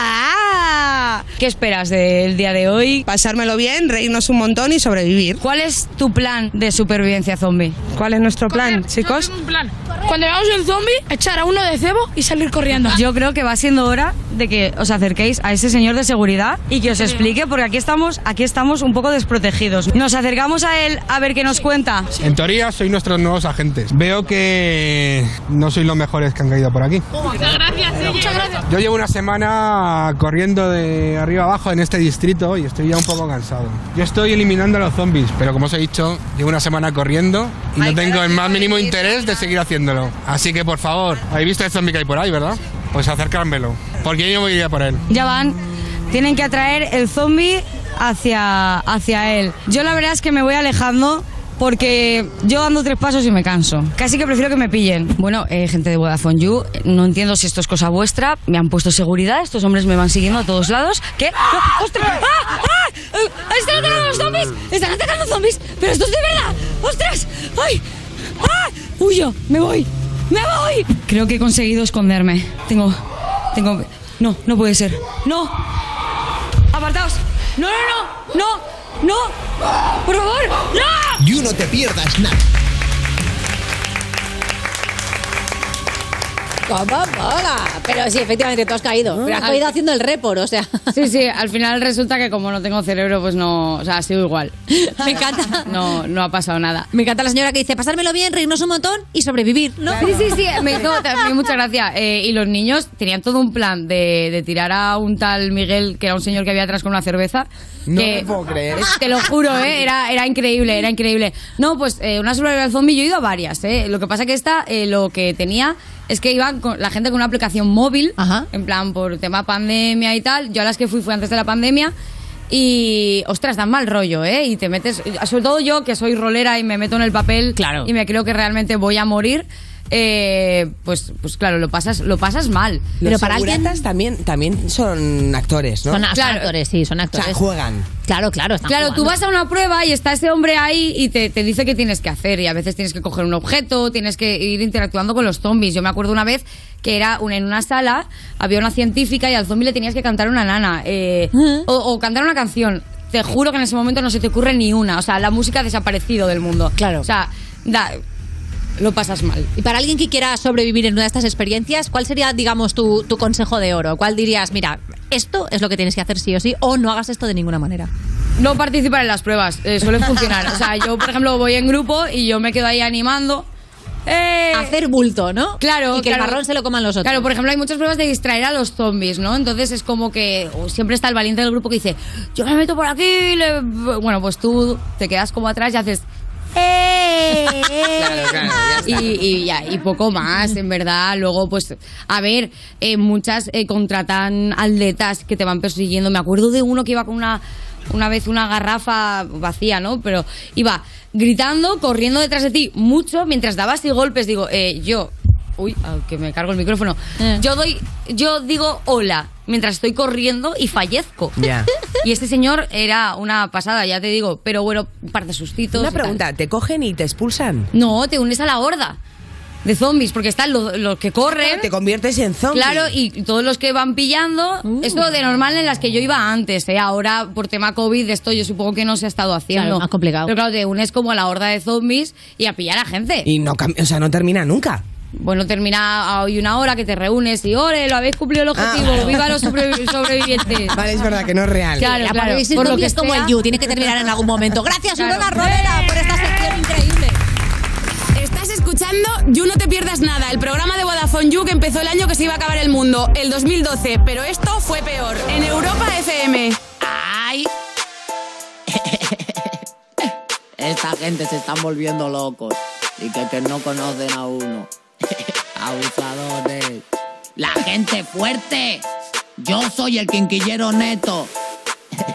[SPEAKER 7] ¡Ah! ¿Qué esperas del día de hoy?
[SPEAKER 23] Pasármelo bien, reírnos un montón y sobrevivir.
[SPEAKER 7] ¿Cuál es tu plan de supervivencia zombie?
[SPEAKER 19] ¿Cuál es nuestro plan, chicos?
[SPEAKER 24] Cuando veamos un zombie, echar a uno de cebo y salir corriendo.
[SPEAKER 7] Yo creo que va siendo hora de que os acerquéis a ese señor de seguridad y que os explique, porque aquí estamos, aquí estamos un poco desprotegidos. Nos acercamos a él a ver qué nos cuenta.
[SPEAKER 14] En teoría soy nuestros nuevos agentes. Veo que no sois los mejores que han caído por aquí.
[SPEAKER 24] Muchas gracias, Muchas gracias.
[SPEAKER 14] Yo llevo una semana corriendo de arriba abajo en este distrito y estoy ya un poco cansado. Yo estoy eliminando a los zombies, pero como os he dicho, llevo una semana corriendo y no tengo el más mínimo interés de seguir haciéndolo. Así que por favor, habéis visto el zombie que hay por ahí, ¿verdad? Pues acercármelo, porque yo me iría por él.
[SPEAKER 7] Ya van. Tienen que atraer el zombie hacia, hacia él. Yo la verdad es que me voy alejando porque yo ando tres pasos y me canso. Casi que prefiero que me pillen. Bueno, eh, gente de Vodafone You, no entiendo si esto es cosa vuestra. Me han puesto seguridad, estos hombres me van siguiendo a todos lados. ¿Qué? ¡Oh, ¡Ostras! ¡Ah! ¡Ah! Eh, ¡Están atacando los zombies! ¡Están atacando zombies! ¡Pero esto es de verdad! ¡Ostras! ¡Ay! ¡Ah! ¡Huyo! ¡Me voy! ¡Me voy! Creo que he conseguido esconderme. Tengo. Tengo.
[SPEAKER 25] No, no puede ser. No.
[SPEAKER 26] Apartaos. No, no, no, no, no. Por favor, no.
[SPEAKER 11] You no te pierdas nada.
[SPEAKER 4] ¿Cómo mola? Pero sí, efectivamente, tú has caído. Pero has
[SPEAKER 7] Ah.
[SPEAKER 4] caído haciendo el report, o sea.
[SPEAKER 7] Sí, sí, al final resulta que como no tengo cerebro, pues no, o sea, sigo igual.
[SPEAKER 4] Me encanta.
[SPEAKER 7] No, no ha pasado nada.
[SPEAKER 4] Me encanta la señora que dice, pasármelo bien, reírnos un montón y sobrevivir, ¿no?
[SPEAKER 7] Sí, sí, sí, me hizo también mucha gracia. Eh, y los niños tenían todo un plan de, de tirar a un tal Miguel, que era un señor que había atrás con una cerveza.
[SPEAKER 6] No
[SPEAKER 7] que-
[SPEAKER 6] me puedo creer.
[SPEAKER 7] Te lo juro, ¿eh? era, era increíble, era increíble. No, pues eh, una sobrevivencia zombie yo he ido a varias. ¿eh? Lo que pasa que esta eh, lo que tenía es que iban con, la gente con una aplicación móvil, en plan por tema pandemia y tal. Yo a las que fui fue antes de la pandemia. Y, ostras, dan mal rollo, ¿eh? Y te metes, sobre todo yo que soy rolera y me meto en el papel claro. y me creo que realmente voy a morir, eh, pues, pues claro, lo pasas, lo pasas mal.
[SPEAKER 6] Los seguratas también, también son actores, ¿no?
[SPEAKER 7] Son a- son Claro. eh,
[SPEAKER 4] actores, sí, son
[SPEAKER 6] O sea, juegan.
[SPEAKER 4] Claro, claro. están
[SPEAKER 7] Claro, tú
[SPEAKER 4] jugando.
[SPEAKER 7] vas a una prueba y está ese hombre ahí y te, te dice qué tienes que hacer. Y a veces tienes que coger un objeto, tienes que ir interactuando con los zombies. Yo me acuerdo una vez que era una- en una sala, había una científica y al zombie le tenías que cantar una nana eh, o, o cantar una canción. Te juro que en ese momento no se te ocurre ni una. O sea, la música ha desaparecido del mundo. Claro. O sea, da- lo pasas mal.
[SPEAKER 4] Y para alguien que quiera sobrevivir en una de estas experiencias, ¿cuál sería, digamos, tu, tu consejo de oro? ¿Cuál dirías, mira, esto es lo que tienes que hacer sí o sí, o no hagas esto de ninguna manera?
[SPEAKER 7] No participar en las pruebas, eh, suele funcionar. O sea, yo, por ejemplo, voy en grupo y yo me quedo ahí animando. Eh,
[SPEAKER 4] Hacer bulto, ¿no?
[SPEAKER 7] Claro.
[SPEAKER 4] Y que el
[SPEAKER 7] claro.
[SPEAKER 4] marrón se lo coman los otros.
[SPEAKER 7] Claro, por ejemplo, hay muchas pruebas de distraer a los zombies, ¿no? Entonces es como que o siempre está el valiente del grupo que dice, yo me meto por aquí, y le-". bueno, pues tú te quedas como atrás y haces... "Eh". y, y ya, y poco más, en verdad. Luego, pues, a ver, eh, muchas eh, contratan atletas que te van persiguiendo. Me acuerdo de uno que iba con una una vez una garrafa vacía, ¿no? Pero iba gritando, corriendo detrás de ti mucho, mientras daba así golpes. Digo, eh, yo, uy, ah, que me cargo el micrófono. Yo doy, yo digo hola mientras estoy corriendo y fallezco.
[SPEAKER 6] Ya.
[SPEAKER 7] Y este señor era una pasada, ya te digo. Pero bueno, un par de sustitos.
[SPEAKER 6] Una
[SPEAKER 7] y tal.
[SPEAKER 6] pregunta, ¿te cogen y te expulsan?
[SPEAKER 7] No, te unes a la horda de zombies, porque están los, los que corren.
[SPEAKER 6] Te conviertes en zombie.
[SPEAKER 7] Claro, y todos los que van pillando, esto de normal en las que yo iba antes, ¿eh? ahora por tema COVID esto yo supongo que no se ha estado haciendo.
[SPEAKER 4] Claro, más complicado.
[SPEAKER 7] Pero claro, te unes como a la horda de zombies y a pillar a gente.
[SPEAKER 6] Y no, cam- o sea, no termina nunca.
[SPEAKER 7] Bueno, termina hoy una hora que te reúnes y ¡ole! Lo habéis cumplido el objetivo,
[SPEAKER 6] claro.
[SPEAKER 7] viva los sobrevi- sobrevivientes.
[SPEAKER 6] Vale, es verdad que no es real.
[SPEAKER 7] Claro,
[SPEAKER 4] La
[SPEAKER 7] claro.
[SPEAKER 4] prohibición
[SPEAKER 7] Por lo
[SPEAKER 4] zombie
[SPEAKER 7] que
[SPEAKER 4] es como
[SPEAKER 7] sea.
[SPEAKER 4] el you, tiene que terminar en algún momento. Gracias,
[SPEAKER 21] Claro. ¡Eh!
[SPEAKER 4] Urona Rodera, por esta sección increíble.
[SPEAKER 21] Estás escuchando You No Te Pierdas Nada, el programa de Vodafone You que empezó el año que se iba a acabar el mundo, el 2012, pero esto fue peor, en Europa FM.
[SPEAKER 3] ¡Ay! Esta gente se están volviendo locos y que, que no conocen a uno. Abusadores. La gente fuerte. Yo soy el quinquillero neto.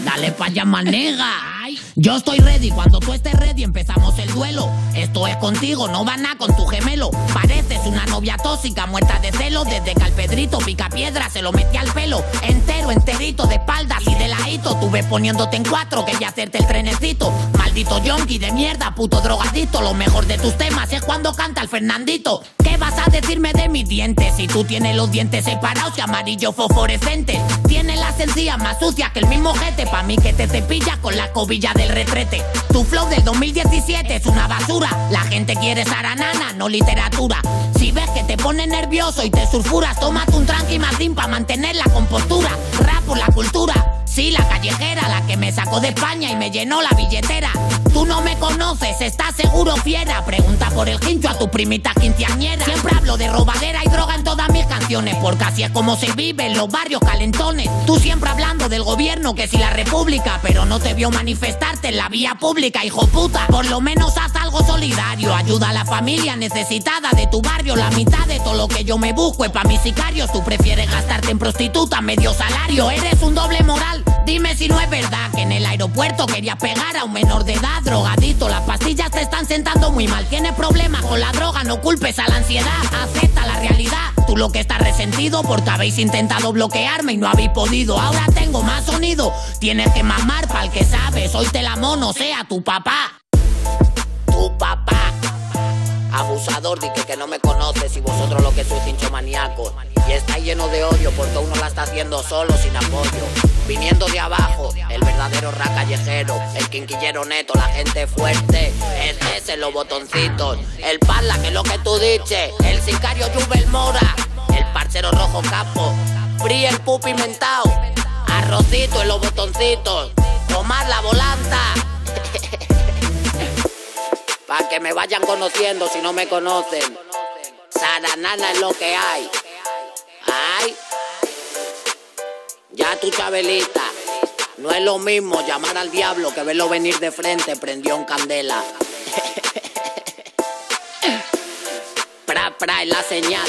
[SPEAKER 3] Dale pa' allá, manega. Ay. Yo estoy ready. Cuando tú estés ready, empezamos el duelo. Esto es contigo, no van a con tu gemelo. Pareces una novia tóxica, muerta de celo. Desde que al Pedrito pica piedra se lo metí al pelo. Entero, enterito, de espaldas y de ladito. Tuve poniéndote en cuatro, quería hacerte el trenecito. Maldito yonki de mierda, puto drogadito. Lo mejor de tus temas es cuando canta el Fernandito. ¿Qué vas a decirme de mis dientes? Si tú tienes los dientes separados y amarillo fosforescente. Tienes las encías más sucias que el mismo jete. Pa' mí que te cepillas con la cobilla del retrete. Tu flow del 2017 es una basura. La gente quiere saranana, no literatura. Si ves que te pone nervioso y te sulfuras, tómate un tranqui martín pa' mantener la compostura. Rap por la cultura. Sí, la callejera, la que me sacó de España y me llenó la billetera. Tú no me conoces, estás seguro fiera. Pregunta por el quincho a tu primita quinceañera. Siempre hablo de robadera y droga en todas mis canciones, porque así es como se vive en los barrios calentones. Tú siempre hablando del gobierno, que si la república, pero no te vio manifestarte en la vía pública, hijo puta. Por lo menos haz algo solidario, ayuda a la familia necesitada de tu barrio. La mitad de todo lo que yo me busco es pa' mis sicarios. Tú prefieres gastarte en prostituta, medio salario. Eres un doble moral. Dime si no es verdad que en el aeropuerto querías pegar a un menor de edad, drogadito. Las pastillas te están sentando muy mal. Tienes problemas con la droga, no culpes a la ansiedad. Acepta la realidad. Tú lo que estás resentido porque habéis intentado bloquearme y no habéis podido. Ahora tengo más sonido. Tienes que mamar pa'l que sabes. Hoy te la mono, sea tu papá. Tu papá. Abu-
[SPEAKER 5] abusador, dije que no me conoces y vosotros lo que sois hincho maníacos. Y está lleno de odio porque uno la está haciendo solo, sin apoyo. Viniendo de abajo, el verdadero ra callejero, el quinquillero neto, la gente fuerte. Es ese los botoncitos, el pala que es lo que tú dices, el sicario Jubel Mora, el parcero rojo capo, Free el pupi mentao, arrocito en los botoncitos, tomar la volanta. Pa' que me vayan conociendo si no me conocen. Saranana es lo que hay. Ay. Ya tu chabelita. No es lo mismo llamar al diablo que verlo venir de frente, prendió en candela. Pra, pra, es la señal.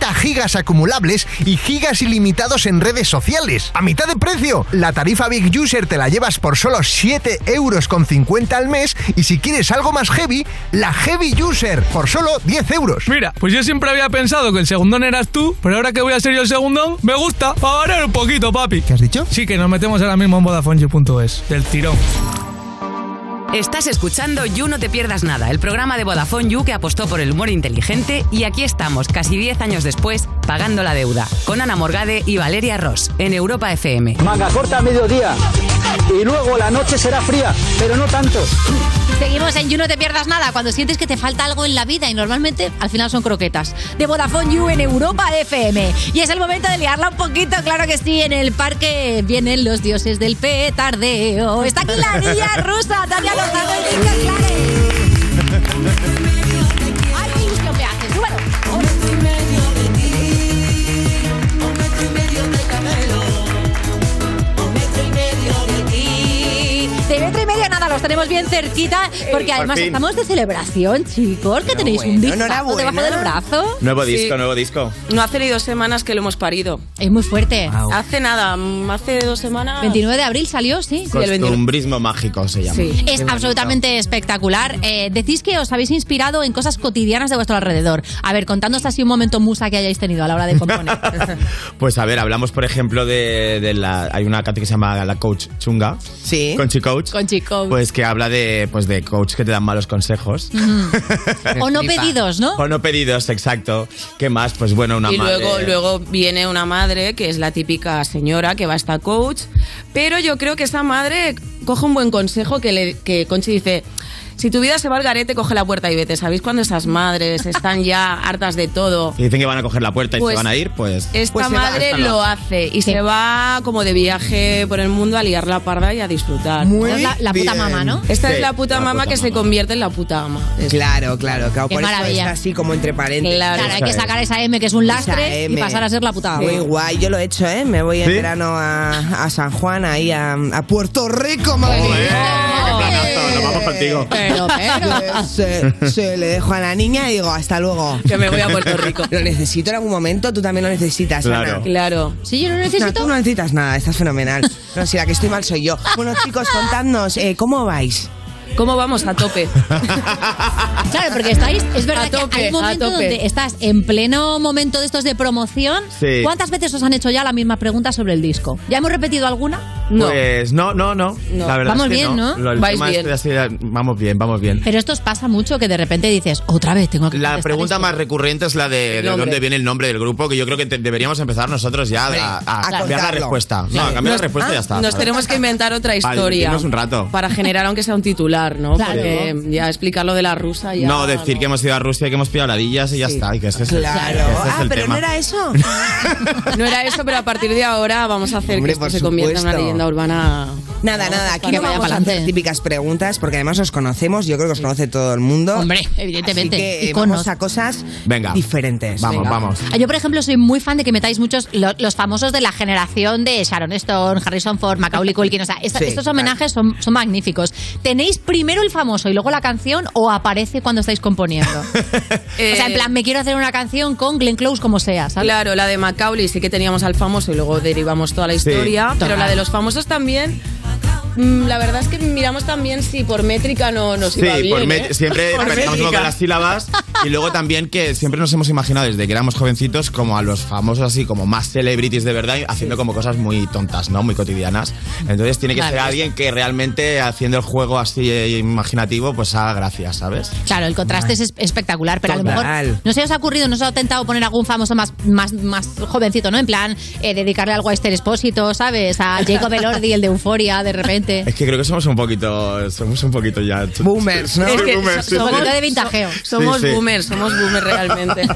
[SPEAKER 11] gigas acumulables y gigas ilimitados en redes sociales. A mitad de precio, la tarifa Big User te la llevas por solo 7,50 euros al mes y si quieres algo más heavy, la Heavy User por solo 10 euros.
[SPEAKER 8] Mira, pues yo siempre había pensado que el segundón eras tú, pero ahora que voy a ser yo el segundón, me gusta, para variar un poquito, papi.
[SPEAKER 11] ¿Qué has dicho?
[SPEAKER 8] Sí, que nos metemos ahora mismo en VodafoneYou.es, del tirón.
[SPEAKER 21] Estás escuchando You No Te Pierdas Nada, el programa de Vodafone You que apostó por el humor inteligente y aquí estamos, casi 10 años después, pagando la deuda, con Ana Morgade y Valeria Ross, en Europa FM.
[SPEAKER 27] Manga corta a mediodía y luego la noche será fría, pero no tanto.
[SPEAKER 4] Seguimos en You No Te Pierdas Nada, cuando sientes que te falta algo en la vida y normalmente al final son croquetas. De Vodafone You en Europa FM. Y es el momento de liarla un poquito, claro que sí, en el parque vienen los dioses del petardeo. Está aquí la niña rusa, Tania Lozano y Nico Claret. Ay, qué ilusión me hace, súbelo. De metro y medio nada, los tenemos bien cerquita porque además
[SPEAKER 28] fin.
[SPEAKER 4] estamos de celebración, chicos, que tenéis un
[SPEAKER 28] bueno,
[SPEAKER 4] disco debajo
[SPEAKER 28] enhorabuena.
[SPEAKER 4] del brazo.
[SPEAKER 28] Nuevo
[SPEAKER 4] Sí.
[SPEAKER 28] disco, nuevo disco.
[SPEAKER 4] No hace ni dos semanas que lo hemos parido. Es muy fuerte.
[SPEAKER 28] Wow.
[SPEAKER 4] Hace nada, mm, hace dos semanas. 29 de abril salió, sí.
[SPEAKER 28] Costumbrismo mágico se llama.
[SPEAKER 4] Es absolutamente espectacular. Eh, decís que os habéis inspirado en cosas cotidianas de vuestro alrededor. A ver, contándonos así un momento musa que hayáis tenido a la hora de componer.
[SPEAKER 28] Pues a ver, hablamos por ejemplo de, de la... Hay una canta que se llama La Coach Chunga. Sí. Conchi Coach.
[SPEAKER 4] Con chicos.
[SPEAKER 28] Pues que habla de, pues de coach que te dan malos consejos.
[SPEAKER 4] o no pedidos, ¿no?
[SPEAKER 28] O no pedidos, exacto. ¿Qué más? Pues bueno, una
[SPEAKER 22] y
[SPEAKER 28] madre...
[SPEAKER 22] luego, luego viene una madre que es la típica señora que va hasta coach. Pero yo creo que esa madre coge un buen consejo que, le, que Conchi dice. Si tu vida se va al garete, coge la puerta y vete. ¿Sabéis cuando esas madres están ya hartas de todo?
[SPEAKER 28] Que dicen que van a coger la puerta y
[SPEAKER 22] Pues,
[SPEAKER 28] se van a ir, pues...
[SPEAKER 22] Esta
[SPEAKER 28] pues se va.
[SPEAKER 22] madre
[SPEAKER 28] Esta no.
[SPEAKER 22] lo hace y se va como de viaje por el mundo a liar la parda y a disfrutar.
[SPEAKER 4] Muy Es la- la puta bien. mamá, ¿no?
[SPEAKER 22] Esta
[SPEAKER 4] Sí,
[SPEAKER 22] es la puta
[SPEAKER 4] la
[SPEAKER 22] mamá
[SPEAKER 4] puta
[SPEAKER 22] que se
[SPEAKER 4] mamá.
[SPEAKER 22] convierte en la puta ama.
[SPEAKER 6] Claro, claro, claro.
[SPEAKER 22] Qué
[SPEAKER 6] Por eso
[SPEAKER 22] maravilla.
[SPEAKER 6] está así como entre paréntesis.
[SPEAKER 4] Claro, hay que sacar esa M que es un lastre y
[SPEAKER 6] M.
[SPEAKER 4] pasar a ser la puta.
[SPEAKER 6] eh, Muy
[SPEAKER 4] ama.
[SPEAKER 6] guay, yo lo he hecho, ¿eh? Me voy en
[SPEAKER 4] ¿Sí?
[SPEAKER 6] verano a, a San Juan, ahí a, a Puerto Rico, madre mía.
[SPEAKER 28] Nos vamos contigo.
[SPEAKER 4] Pero, pero.
[SPEAKER 6] Se, se le dejo a la niña y digo, hasta luego.
[SPEAKER 22] Que me voy a Puerto Rico.
[SPEAKER 6] Lo necesito en algún momento, tú también lo necesitas,
[SPEAKER 22] Claro.
[SPEAKER 6] Ana.
[SPEAKER 22] Claro.
[SPEAKER 4] Sí, yo lo
[SPEAKER 6] No, tú no necesitas nada, estás fenomenal. No, si la que estoy mal soy yo. Bueno, chicos, contadnos, eh, ¿cómo vais?
[SPEAKER 22] ¿Cómo vamos? A tope.
[SPEAKER 4] Claro, porque estáis, es verdad
[SPEAKER 22] A tope,
[SPEAKER 4] que hay un momento
[SPEAKER 22] a tope.
[SPEAKER 4] donde estás en pleno momento de estos de promoción.
[SPEAKER 28] Sí.
[SPEAKER 4] ¿Cuántas veces os han hecho ya la misma pregunta sobre el disco? ¿Ya hemos repetido alguna?
[SPEAKER 28] Pues no, no, no.
[SPEAKER 4] No.
[SPEAKER 28] La verdad
[SPEAKER 4] Vamos
[SPEAKER 28] es que
[SPEAKER 4] bien, ¿no?
[SPEAKER 28] Lo- el
[SPEAKER 4] Vais
[SPEAKER 28] tema este
[SPEAKER 4] bien.
[SPEAKER 28] de así, vamos bien, vamos bien.
[SPEAKER 4] Pero esto os pasa mucho que de repente dices, otra vez tengo que
[SPEAKER 28] La
[SPEAKER 4] contestar
[SPEAKER 28] pregunta
[SPEAKER 4] esto.
[SPEAKER 28] más recurrente es la de, de
[SPEAKER 4] nombre.
[SPEAKER 28] dónde viene el nombre del grupo, que yo creo que te- deberíamos empezar nosotros ya a, a
[SPEAKER 22] a
[SPEAKER 28] cambiar la
[SPEAKER 22] contarlo.
[SPEAKER 28] respuesta. No,
[SPEAKER 22] Claro.
[SPEAKER 28] a cambiar la respuesta y ya está.
[SPEAKER 22] Nos
[SPEAKER 28] ¿sabes?
[SPEAKER 22] tenemos que inventar otra
[SPEAKER 28] Vale,
[SPEAKER 22] historia.
[SPEAKER 28] tenemos un rato.
[SPEAKER 22] Para generar, aunque sea un titular, ¿no?
[SPEAKER 28] Claro.
[SPEAKER 22] Porque ya explicar lo de la rusa ya.
[SPEAKER 28] no, decir que hemos ido a Rusia y que hemos pillado ladillas y ya está. Y que ese es el-
[SPEAKER 22] Claro.
[SPEAKER 28] que ese es
[SPEAKER 22] Ah,
[SPEAKER 28] el
[SPEAKER 22] pero no
[SPEAKER 28] tema.
[SPEAKER 22] era
[SPEAKER 6] eso?
[SPEAKER 22] No era eso, pero a partir de ahora vamos a hacer
[SPEAKER 28] Hombre,
[SPEAKER 22] que esto
[SPEAKER 28] por
[SPEAKER 22] se convierta en una
[SPEAKER 28] supuesto.
[SPEAKER 22] leyenda urbana
[SPEAKER 6] Nada, nada, aquí
[SPEAKER 4] que
[SPEAKER 6] no
[SPEAKER 4] vaya
[SPEAKER 6] vamos a
[SPEAKER 4] pa'lante.
[SPEAKER 6] hacer típicas preguntas porque además os conocemos, yo creo que os conoce todo el mundo.
[SPEAKER 4] Hombre,
[SPEAKER 6] Así
[SPEAKER 4] evidentemente.
[SPEAKER 6] que eh,
[SPEAKER 4] iconos.
[SPEAKER 6] vamos a cosas diferentes.
[SPEAKER 4] Venga. Ah, Yo, por ejemplo, soy muy fan de que metáis muchos lo- los famosos de la generación de Sharon Stone, Harrison Ford, Macaulay Culkin. O sea, esta-
[SPEAKER 6] Sí,
[SPEAKER 4] estos homenajes son, son magníficos. ¿Tenéis primero el famoso y luego la canción o aparece cuando estáis componiendo? o sea, en plan, me quiero hacer una canción con Glenn Close como sea, ¿sabes?
[SPEAKER 22] Claro, la de Macaulay sí que teníamos al famoso y luego derivamos toda la historia, pero
[SPEAKER 4] Total.
[SPEAKER 22] la de los famosos también. mm, La verdad es que miramos también si por métrica no nos
[SPEAKER 28] Sí,
[SPEAKER 22] iba bien.
[SPEAKER 28] por met-
[SPEAKER 22] ¿eh?
[SPEAKER 28] siempre
[SPEAKER 22] Por
[SPEAKER 28] pensamos un poco en
[SPEAKER 22] métrica.
[SPEAKER 28] las sílabas y luego también que siempre nos hemos imaginado desde que éramos jovencitos como a los famosos así como más celebrities de verdad haciendo como cosas muy tontas, ¿no? Muy cotidianas. Entonces tiene que
[SPEAKER 4] Vale,
[SPEAKER 28] ser
[SPEAKER 4] pues-
[SPEAKER 28] alguien que realmente haciendo el juego así eh, imaginativo pues haga gracia, ¿sabes?
[SPEAKER 4] Claro, el contraste es es- espectacular, pero a
[SPEAKER 28] Total.
[SPEAKER 4] lo mejor no se os ha ocurrido, no se os ha tentado poner algún famoso más, más, más jovencito, ¿no? En plan, eh, dedicarle algo a Esther Espósito, ¿sabes? A Jacob Elordi, el de Euforia, de repente.
[SPEAKER 28] Es que creo que somos un poquito, somos un poquito ya... Boomers,
[SPEAKER 6] ¿no?
[SPEAKER 22] Es que
[SPEAKER 28] boomers, sí,
[SPEAKER 4] Un
[SPEAKER 28] sí.
[SPEAKER 4] poquito de vintajeo.
[SPEAKER 22] Somos
[SPEAKER 28] Sí, sí.
[SPEAKER 22] boomers, somos boomers realmente.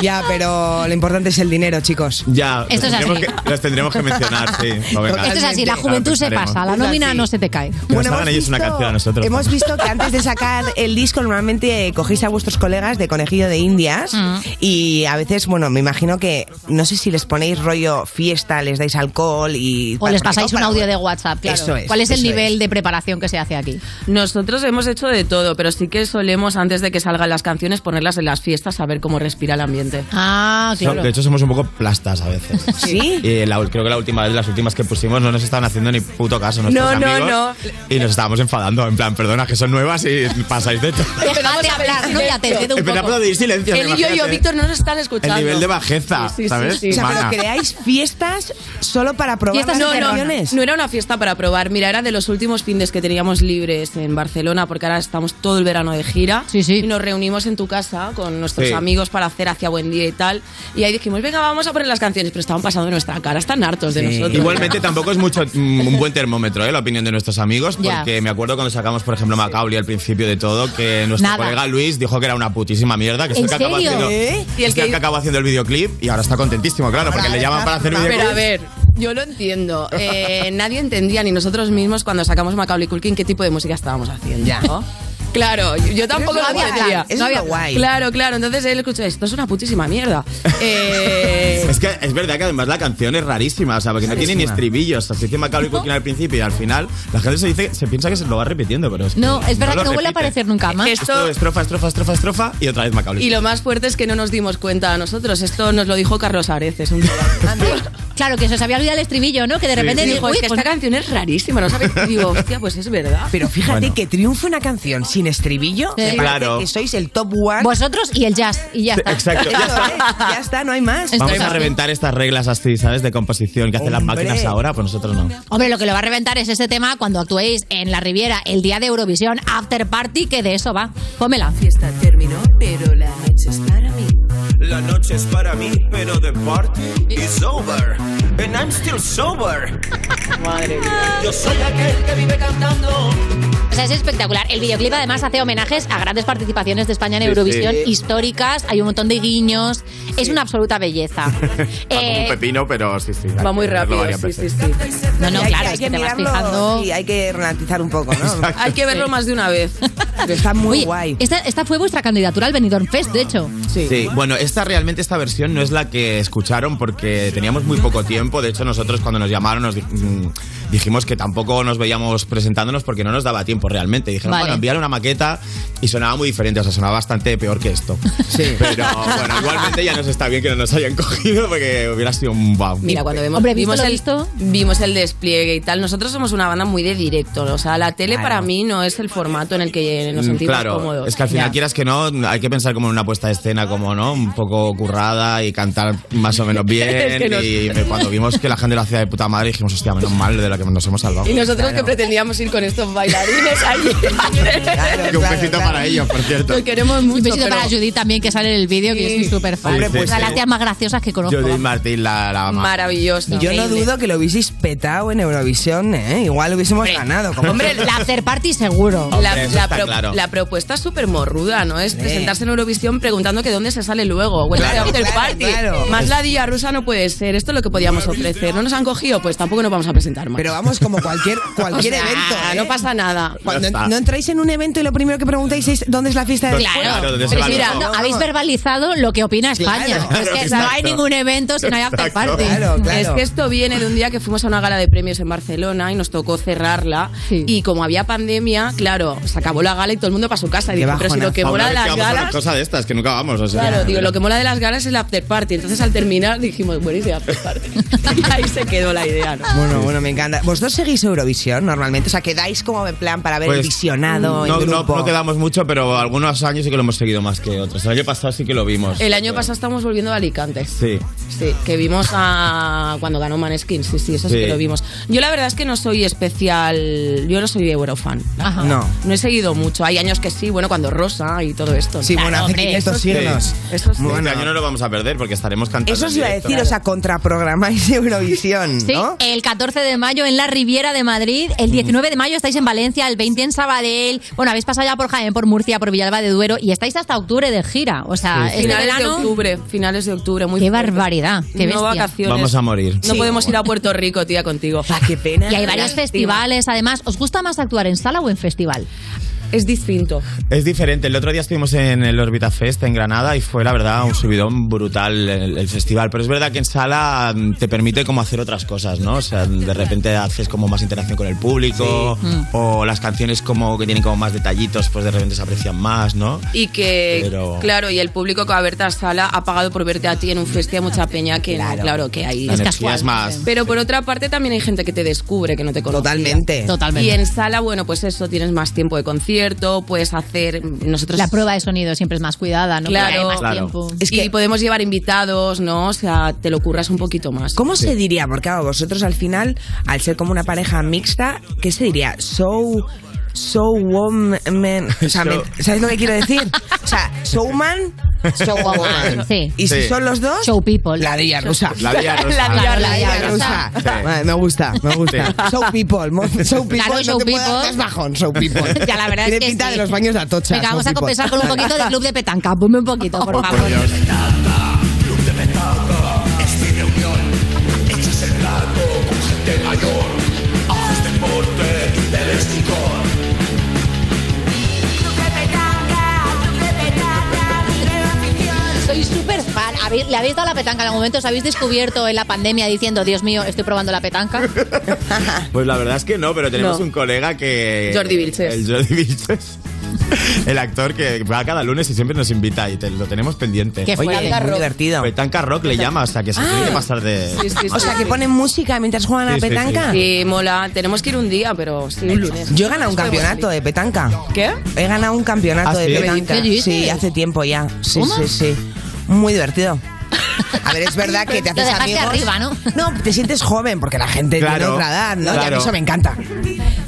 [SPEAKER 6] Ya, pero lo importante es el dinero, chicos.
[SPEAKER 28] Ya,
[SPEAKER 4] Esto es
[SPEAKER 28] los tendremos
[SPEAKER 4] así.
[SPEAKER 28] que- los tendremos que mencionar, sí. No, venga.
[SPEAKER 4] Esto es así, la juventud se
[SPEAKER 28] Ahora
[SPEAKER 4] pasa, la
[SPEAKER 28] pensaremos.
[SPEAKER 4] nómina no se te cae.
[SPEAKER 28] Que nos hagan ellos una canción a nosotros.
[SPEAKER 6] Hemos visto que antes de sacar el disco normalmente eh, cogéis a vuestros colegas de conejillo de indias y a veces, bueno, me imagino que no sé si les ponéis rollo fiesta, les dais alcohol y...
[SPEAKER 4] O les
[SPEAKER 6] para-
[SPEAKER 4] pasáis un
[SPEAKER 6] para-
[SPEAKER 4] audio de WhatsApp, claro.
[SPEAKER 6] Eso es,
[SPEAKER 4] ¿Cuál es el
[SPEAKER 6] eso
[SPEAKER 4] nivel de preparación que se hace aquí?
[SPEAKER 22] Nosotros hemos hecho de todo, pero sí que solemos antes de que salgan las canciones ponerlas en las fiestas a ver cómo respira el ambiente.
[SPEAKER 4] Ah,
[SPEAKER 28] So- De hecho, somos un poco plastas a veces.
[SPEAKER 22] Sí.
[SPEAKER 28] Y la ul- creo que la última vez, las últimas que pusimos, no nos estaban haciendo ni puto caso. Nuestros
[SPEAKER 22] No, no,
[SPEAKER 28] amigos,
[SPEAKER 22] no.
[SPEAKER 28] Y nos estábamos enfadando. En plan, perdona, que son nuevas y pasáis de todo.
[SPEAKER 4] Dejad de hablar, no ya te un
[SPEAKER 28] Empezamos
[SPEAKER 4] poco.
[SPEAKER 28] a pedir silencio.
[SPEAKER 22] Él y yo y yo,
[SPEAKER 28] imagínate.
[SPEAKER 22] Víctor, no nos están
[SPEAKER 28] El
[SPEAKER 22] escuchando.
[SPEAKER 28] nivel de bajeza,
[SPEAKER 22] Sí, sí,
[SPEAKER 28] ¿sabes?
[SPEAKER 22] sí, sí.
[SPEAKER 6] O sea,
[SPEAKER 28] Humana.
[SPEAKER 6] pero creáis fiestas solo para probar
[SPEAKER 22] Fiestas
[SPEAKER 6] las
[SPEAKER 22] no, no,
[SPEAKER 6] canciones.
[SPEAKER 22] no era una fiesta para probar. Mira, era de los últimos fines que teníamos libres en Barcelona, porque ahora estamos todo el verano de gira. Y nos reunimos en tu casa con nuestros
[SPEAKER 28] Sí.
[SPEAKER 22] amigos para hacer hacia buen día y tal. Y ahí dijimos, venga, vamos a poner las canciones, pero estaban pasando de nuestra cara, están hartos de nosotros.
[SPEAKER 28] Igualmente tampoco es mucho mm, un buen termómetro, ¿eh? la opinión de nuestros amigos,
[SPEAKER 22] Ya.
[SPEAKER 28] porque me acuerdo cuando sacamos, por ejemplo, Macaulay al principio de todo, que nuestro
[SPEAKER 22] Nada.
[SPEAKER 28] colega Luis dijo que era una putísima mierda, que es
[SPEAKER 22] ¿En
[SPEAKER 28] el que acabó
[SPEAKER 22] serio?
[SPEAKER 28] haciendo,
[SPEAKER 22] ¿Eh? Y el
[SPEAKER 28] es el
[SPEAKER 22] que-
[SPEAKER 28] que acabó haciendo el videoclip y ahora está contentísimo, claro, porque le llaman para hacer videoclip.
[SPEAKER 22] Pero a ver, yo lo entiendo. Eh, nadie entendía, ni nosotros mismos, cuando sacamos Macaulay Culkin, qué tipo de música estábamos haciendo.
[SPEAKER 6] Ya.
[SPEAKER 22] ¿no? Claro, yo- yo tampoco
[SPEAKER 6] Pero
[SPEAKER 22] lo
[SPEAKER 6] es lo guay,
[SPEAKER 22] entendía.
[SPEAKER 6] eso es lo guay.
[SPEAKER 22] Claro, claro. Entonces él escuchó esto, es una putísima mierda. Eh,
[SPEAKER 28] Es que es verdad que además la canción es rarísima, o sea, porque no tiene ni
[SPEAKER 22] Rarísima.
[SPEAKER 28] estribillos. Así que Macaulay Culkin al principio y al final, la gente se dice, se piensa que se lo va repitiendo, pero es que
[SPEAKER 4] No, es verdad
[SPEAKER 28] lo
[SPEAKER 4] que no vuelve a
[SPEAKER 28] repite.
[SPEAKER 4] aparecer nunca más.
[SPEAKER 28] Es todo estrofa, estrofa, estrofa, estrofa y otra vez Macaulay.
[SPEAKER 22] y lo más fuerte es que no nos dimos cuenta a nosotros. Esto nos lo dijo Carlos Areces un día.
[SPEAKER 4] Claro, que se os había olvidado el estribillo, ¿no? Que de
[SPEAKER 22] Sí.
[SPEAKER 4] repente
[SPEAKER 22] Sí.
[SPEAKER 4] dijo,
[SPEAKER 22] Dijo,
[SPEAKER 4] uy,
[SPEAKER 22] es que esta canción es rarísima, ¿no sabes? Y digo, hostia, pues es verdad.
[SPEAKER 6] Pero fíjate que triunfe una canción sin estribillo.
[SPEAKER 4] Sí.
[SPEAKER 6] me parece
[SPEAKER 28] Claro.
[SPEAKER 6] Que sois el top one.
[SPEAKER 4] Vosotros y el jazz. Y ya está.
[SPEAKER 28] Exacto, ya
[SPEAKER 6] Claro, ¿eh? Ya está, no hay más.
[SPEAKER 28] Vamos a reventar estas reglas así, ¿sabes? De composición que hacen las máquinas ahora, pues nosotros no.
[SPEAKER 4] Hombre, lo que lo va a reventar es este tema cuando actuéis en la Riviera el día de Eurovisión After Party, que de eso va. Pómela.
[SPEAKER 29] Fiesta terminó, pero la noche es para mí.
[SPEAKER 30] La noche es para mí, pero the party is over. And I'm still sober. Madre mía. Yo soy aquel que vive cantando.
[SPEAKER 4] O sea, es espectacular. El videoclip además hace homenajes a grandes participaciones de España en
[SPEAKER 28] Sí,
[SPEAKER 4] Eurovisión
[SPEAKER 28] sí.
[SPEAKER 4] históricas. Hay un montón de guiños. Es una absoluta belleza. Eh,
[SPEAKER 28] pepino, pero sí, sí.
[SPEAKER 4] Va muy rápido, sí, no, no,
[SPEAKER 6] Y hay que-
[SPEAKER 4] claro, es
[SPEAKER 6] hay
[SPEAKER 4] que te vas
[SPEAKER 6] mirarlo
[SPEAKER 4] fijando.
[SPEAKER 6] Y hay que ralentizar un poco, ¿no?
[SPEAKER 22] Hay que verlo más de una vez.
[SPEAKER 6] Está muy
[SPEAKER 4] Oye,
[SPEAKER 6] guay.
[SPEAKER 4] Esta, esta fue vuestra candidatura al Benidorm Fest, de hecho.
[SPEAKER 28] Sí, bueno, esta realmente, esta versión no es la que escucharon porque teníamos muy poco tiempo. De hecho, nosotros cuando nos llamaron nos di- mm, dijimos que tampoco nos veíamos presentándonos porque no nos daba tiempo realmente. Dijeron,
[SPEAKER 4] Vale.
[SPEAKER 28] bueno, enviar una maqueta y sonaba muy diferente, o sea, sonaba bastante peor que esto. Sí. Pero bueno, igualmente ya nos está bien que no nos hayan cogido porque hubiera sido un wow.
[SPEAKER 22] Mira, cuando vemos,
[SPEAKER 4] Hombre, ¿visto
[SPEAKER 22] vimos,
[SPEAKER 4] lo
[SPEAKER 22] el, vimos el despliegue y tal, nosotros somos una banda muy de directo. ¿no? O sea, la tele para mí no es el formato en el que nos
[SPEAKER 28] Mm,
[SPEAKER 22] sentimos
[SPEAKER 28] claro,
[SPEAKER 22] cómodos.
[SPEAKER 28] es que al final
[SPEAKER 22] Ya.
[SPEAKER 28] quieras que no, hay que pensar como en una puesta de escena, como no, un poco currada y cantar más o menos bien.
[SPEAKER 22] Es que nos-
[SPEAKER 28] Y cuando vimos que la gente lo hacía de puta madre, dijimos, hostia, menos mal de la que nos hemos salvado.
[SPEAKER 22] Y nosotros que pretendíamos ir con estos bailarines Navidades allí.
[SPEAKER 28] Que un besito para ellos, por cierto.
[SPEAKER 22] queremos mucho.
[SPEAKER 4] Un besito
[SPEAKER 22] pero-
[SPEAKER 4] para Judith también, que sale en el vídeo, que yo soy súper fan.
[SPEAKER 28] Hombre, pues
[SPEAKER 22] eh,
[SPEAKER 4] Una de
[SPEAKER 28] sí.
[SPEAKER 4] las tías más graciosas que conozco.
[SPEAKER 28] Judith Martín, la, la ama.
[SPEAKER 22] Maravilloso.
[SPEAKER 6] Yo no dudo que lo hubieseis petado en Eurovisión, ¿eh? Igual hubiésemos ganado. como-
[SPEAKER 4] after party seguro.
[SPEAKER 6] Hombre,
[SPEAKER 22] la,
[SPEAKER 6] eso
[SPEAKER 22] la
[SPEAKER 6] está
[SPEAKER 22] pro-
[SPEAKER 6] claro.
[SPEAKER 22] la propuesta es súper morruda, ¿no? Es presentarse en Eurovisión preguntando que dónde se sale luego. Bueno,
[SPEAKER 6] Claro,
[SPEAKER 22] after
[SPEAKER 6] claro,
[SPEAKER 22] party.
[SPEAKER 6] claro.
[SPEAKER 22] Más la día rusa no puede ser. Esto es lo que podíamos ofrecer. No nos han cogido, pues tampoco nos vamos a presentar más.
[SPEAKER 6] Pero vamos, como cualquier, cualquier
[SPEAKER 22] O sea,
[SPEAKER 6] evento. ¿eh?
[SPEAKER 22] No pasa nada.
[SPEAKER 6] Cuando
[SPEAKER 22] está.
[SPEAKER 6] no entráis en un evento y lo primero que preguntáis es dónde es la fiesta de
[SPEAKER 4] Claro. Claro, ¿dónde se Pero va mira, luego? no, habéis verbalizado lo que opina España. Es que no hay ningún evento si no hay after party.
[SPEAKER 22] Es que esto viene de un día que fuimos a una gala de premios en Barcelona y nos tocó cerrarla. Y como había pandemia, claro, se acabó la gala y todo el mundo para su casa. Y
[SPEAKER 28] Qué
[SPEAKER 22] dijo, pero si
[SPEAKER 28] bajonazo.
[SPEAKER 22] lo que
[SPEAKER 28] Para
[SPEAKER 22] mola de
[SPEAKER 28] una vez
[SPEAKER 22] las
[SPEAKER 28] que vamos a una
[SPEAKER 22] galas.
[SPEAKER 28] cosa de estas, que nunca vamos. O sea,
[SPEAKER 22] Claro, digo, lo que mola de las galas es el after party. Entonces al terminar dijimos, bueno, ¿y si after party? Y ahí se quedó la idea, ¿no?
[SPEAKER 6] Bueno, bueno, me encanta. ¿Vosotros seguís Eurovisión normalmente? O sea, quedáis como en plan para ver
[SPEAKER 28] Pues,
[SPEAKER 6] el visionado,
[SPEAKER 28] no,
[SPEAKER 6] el
[SPEAKER 28] no,
[SPEAKER 6] grupo.
[SPEAKER 28] no quedamos mucho, pero algunos años sí que lo hemos seguido más que otros. El año pasado sí que lo vimos.
[SPEAKER 22] El año pasado estamos volviendo a Alicante.
[SPEAKER 28] Sí.
[SPEAKER 22] Sí, que vimos a cuando ganó Maneskin, sí, sí, eso sí,
[SPEAKER 28] Sí.
[SPEAKER 22] que lo vimos. Yo la verdad es que no soy especial, yo no soy Eurofan.
[SPEAKER 6] Ajá. No.
[SPEAKER 22] No he seguido mucho, hay años que sí, bueno, cuando Rosa y todo esto.
[SPEAKER 6] Sí, bueno, hace 500 siglos.
[SPEAKER 22] Eso sí.
[SPEAKER 28] Este año no lo vamos a perder porque estaremos cantando.
[SPEAKER 6] Eso os
[SPEAKER 28] en
[SPEAKER 6] iba a
[SPEAKER 28] directo.
[SPEAKER 6] decir, o sea, contraprogramáis Eurovisión,
[SPEAKER 4] Sí,
[SPEAKER 6] ¿no?
[SPEAKER 4] el 14 de mayo en la Riviera de Madrid, el 19 de mayo estáis en Valencia, el 20 en Sabadell, bueno, habéis pasado ya por Jaén, por Murcia, por Villalba de Duero y estáis hasta octubre de gira, o sea, este
[SPEAKER 22] finales de
[SPEAKER 4] verano-
[SPEAKER 22] octubre, finales de octubre, muy
[SPEAKER 4] Qué barbaridad, qué
[SPEAKER 22] no
[SPEAKER 4] bestia.
[SPEAKER 22] vacaciones.
[SPEAKER 28] Vamos a morir.
[SPEAKER 22] No
[SPEAKER 28] Sí.
[SPEAKER 22] podemos ir a Puerto Rico, tía, contigo. qué pena.
[SPEAKER 4] Y hay varios festivales, además, ¿os gusta más actuar en sala o en festival?
[SPEAKER 22] Es distinto.
[SPEAKER 28] Es diferente. El otro día estuvimos en el Orbita Fest en Granada y fue, la verdad, un subidón brutal el, el festival. Pero es verdad que en sala mm, te permite como hacer otras cosas, ¿no? O sea, de repente haces como más interacción con el público
[SPEAKER 22] Sí. Mm.
[SPEAKER 28] o las canciones como que tienen como más detallitos, pues de repente se aprecian más, ¿no?
[SPEAKER 22] Y que,
[SPEAKER 28] Pero-
[SPEAKER 22] claro, y el público que va a verte a sala ha pagado por verte a ti en un festival mucha peña que, claro, que hay.
[SPEAKER 28] La Es energía casual, es más-
[SPEAKER 22] Pero por otra parte también hay gente que te descubre que no te conoce.
[SPEAKER 6] Totalmente. Totalmente.
[SPEAKER 22] Y en sala, bueno, pues eso, tienes más tiempo de concierto, puedes hacer. Nosotros.
[SPEAKER 4] La prueba de sonido siempre es más cuidada, ¿no?
[SPEAKER 22] Claro.
[SPEAKER 4] Porque hay más
[SPEAKER 22] Claro.
[SPEAKER 4] tiempo.
[SPEAKER 22] Es que podemos llevar invitados, ¿no? O sea, te lo curras un poquito más.
[SPEAKER 6] ¿Cómo se diría? Porque claro, vosotros al final, al ser como una pareja mixta, ¿qué se diría? So... So woman, o sea, me- ¿sabes lo que quiero decir? O sea, showman, showwoman.
[SPEAKER 4] Sí.
[SPEAKER 6] Y si
[SPEAKER 4] Sí.
[SPEAKER 6] son los dos,
[SPEAKER 4] show people.
[SPEAKER 6] La Día rusa.
[SPEAKER 28] La Día Rusa.
[SPEAKER 6] La Día
[SPEAKER 28] Claro,
[SPEAKER 6] rusa.
[SPEAKER 28] la Día Rusa. Sí.
[SPEAKER 6] Vale, Me gusta, me gusta.
[SPEAKER 28] Sí.
[SPEAKER 6] Show people, mo- show people.
[SPEAKER 4] Claro,
[SPEAKER 6] no
[SPEAKER 4] show
[SPEAKER 6] te puede dar
[SPEAKER 4] people.
[SPEAKER 6] más bajón, show people.
[SPEAKER 4] Ya, la verdad
[SPEAKER 6] Tiene
[SPEAKER 4] es que
[SPEAKER 6] pinta
[SPEAKER 4] sí.
[SPEAKER 6] de los baños de Atocha.
[SPEAKER 4] Venga,
[SPEAKER 6] show
[SPEAKER 4] vamos a
[SPEAKER 6] people.
[SPEAKER 4] compensar con un poquito de club de petanca. Ponme un poquito,
[SPEAKER 22] Oh,
[SPEAKER 4] por favor.
[SPEAKER 31] Es mi reunión, hechas el blanco con gente mayor. Haces deporte y bebes licor.
[SPEAKER 4] Soy súper fan. ¿Habéis- ¿Le habéis dado la petanca en algún momento? ¿Os habéis descubierto en la pandemia diciendo, Dios mío, estoy probando la petanca?
[SPEAKER 28] Pues la verdad es que no, pero tenemos
[SPEAKER 4] No.
[SPEAKER 28] un colega que...
[SPEAKER 4] Jordi Vilches.
[SPEAKER 28] El Jordi Vilches. El actor que va cada lunes y siempre nos invita y te- lo tenemos pendiente.
[SPEAKER 6] Qué Oye, fuerte. muy
[SPEAKER 28] divertido. Petanca Rock le llama, o sea que se tiene que pasar de...
[SPEAKER 6] O sea, que ponen música mientras juegan a
[SPEAKER 28] Sí, sí, sí.
[SPEAKER 6] petanca.
[SPEAKER 22] Sí, mola. Tenemos que ir un día, pero sí, un lunes.
[SPEAKER 6] Yo he ganado un campeonato de petanca.
[SPEAKER 22] ¿Qué?
[SPEAKER 6] He ganado un campeonato
[SPEAKER 22] ¿Ah,
[SPEAKER 6] de
[SPEAKER 22] sí?
[SPEAKER 6] petanca.
[SPEAKER 22] ¿Qué dices?
[SPEAKER 6] Sí, hace tiempo ya. Sí,
[SPEAKER 22] ¿Cómo?
[SPEAKER 6] sí, sí. Muy divertido. A ver, es verdad que te
[SPEAKER 4] Lo
[SPEAKER 6] haces
[SPEAKER 4] dejaste
[SPEAKER 6] amigos.
[SPEAKER 4] arriba, ¿no?
[SPEAKER 6] No, te sientes joven porque la gente tiene
[SPEAKER 28] Claro,
[SPEAKER 6] otra edad, ¿no? Y a mí
[SPEAKER 28] claro.
[SPEAKER 6] eso me encanta.